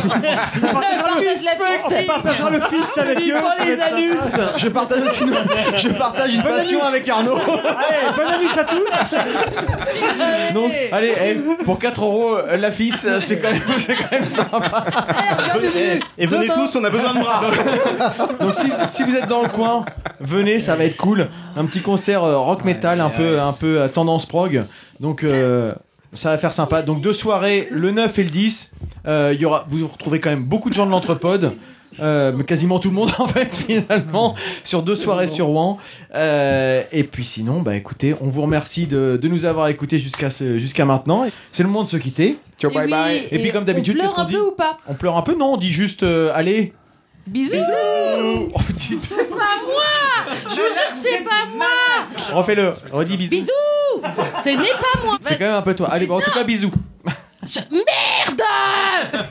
B: la piste.
C: partagera le fist avec eux.
I: Pas les anus. Je partage aussi une- je partage une
C: Bonne
I: passion
C: nuit.
I: avec Arnaud.
C: Allez, bonne année à tous.
I: Donc, allez, eh, pour 4 euros euh, la fisse, euh, c'est quand même, c'est quand même sympa. Eh,
O: Et venez tous, on a besoin de bras.
I: Donc, si, si vous êtes dans le coin, venez, ça va être cool. Un petit concert euh, rock metal, un peu, un peu euh, tendance prog. Donc, euh, ça va faire sympa. Donc, deux soirées, le 9 et le 10. Euh, il y aura, vous retrouvez quand même beaucoup de gens de l'entrepode. Euh, mais quasiment tout le monde en fait finalement sur deux soirées sur Rouen Euh, et puis sinon bah écoutez on vous remercie de, de nous avoir écoutés jusqu'à ce- jusqu'à maintenant c'est le moment de se quitter
B: Et oui,
I: et, puis comme d'habitude
B: on
I: qu'est-ce
B: pleure
I: qu'on
B: un
I: dit
B: peu ou pas
I: on pleure un peu Non, on dit juste euh, allez.
B: Bisous.
I: Bisous.
E: C'est pas moi Je vous jure que c'est pas moi
I: Refais-le. Redis bisous.
E: Bisous Ce n'est pas moi
I: C'est quand même un peu toi. Allez, bon, en tout cas, bisous.
E: Ce- Merde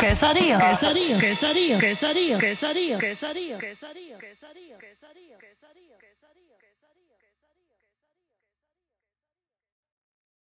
K: Quesadilla.
L: Quesadilla.
K: Quesadilla. Quesadilla.
L: Quesadilla.
K: Quesadilla. Quesadilla. Quesadilla. Quesadilla.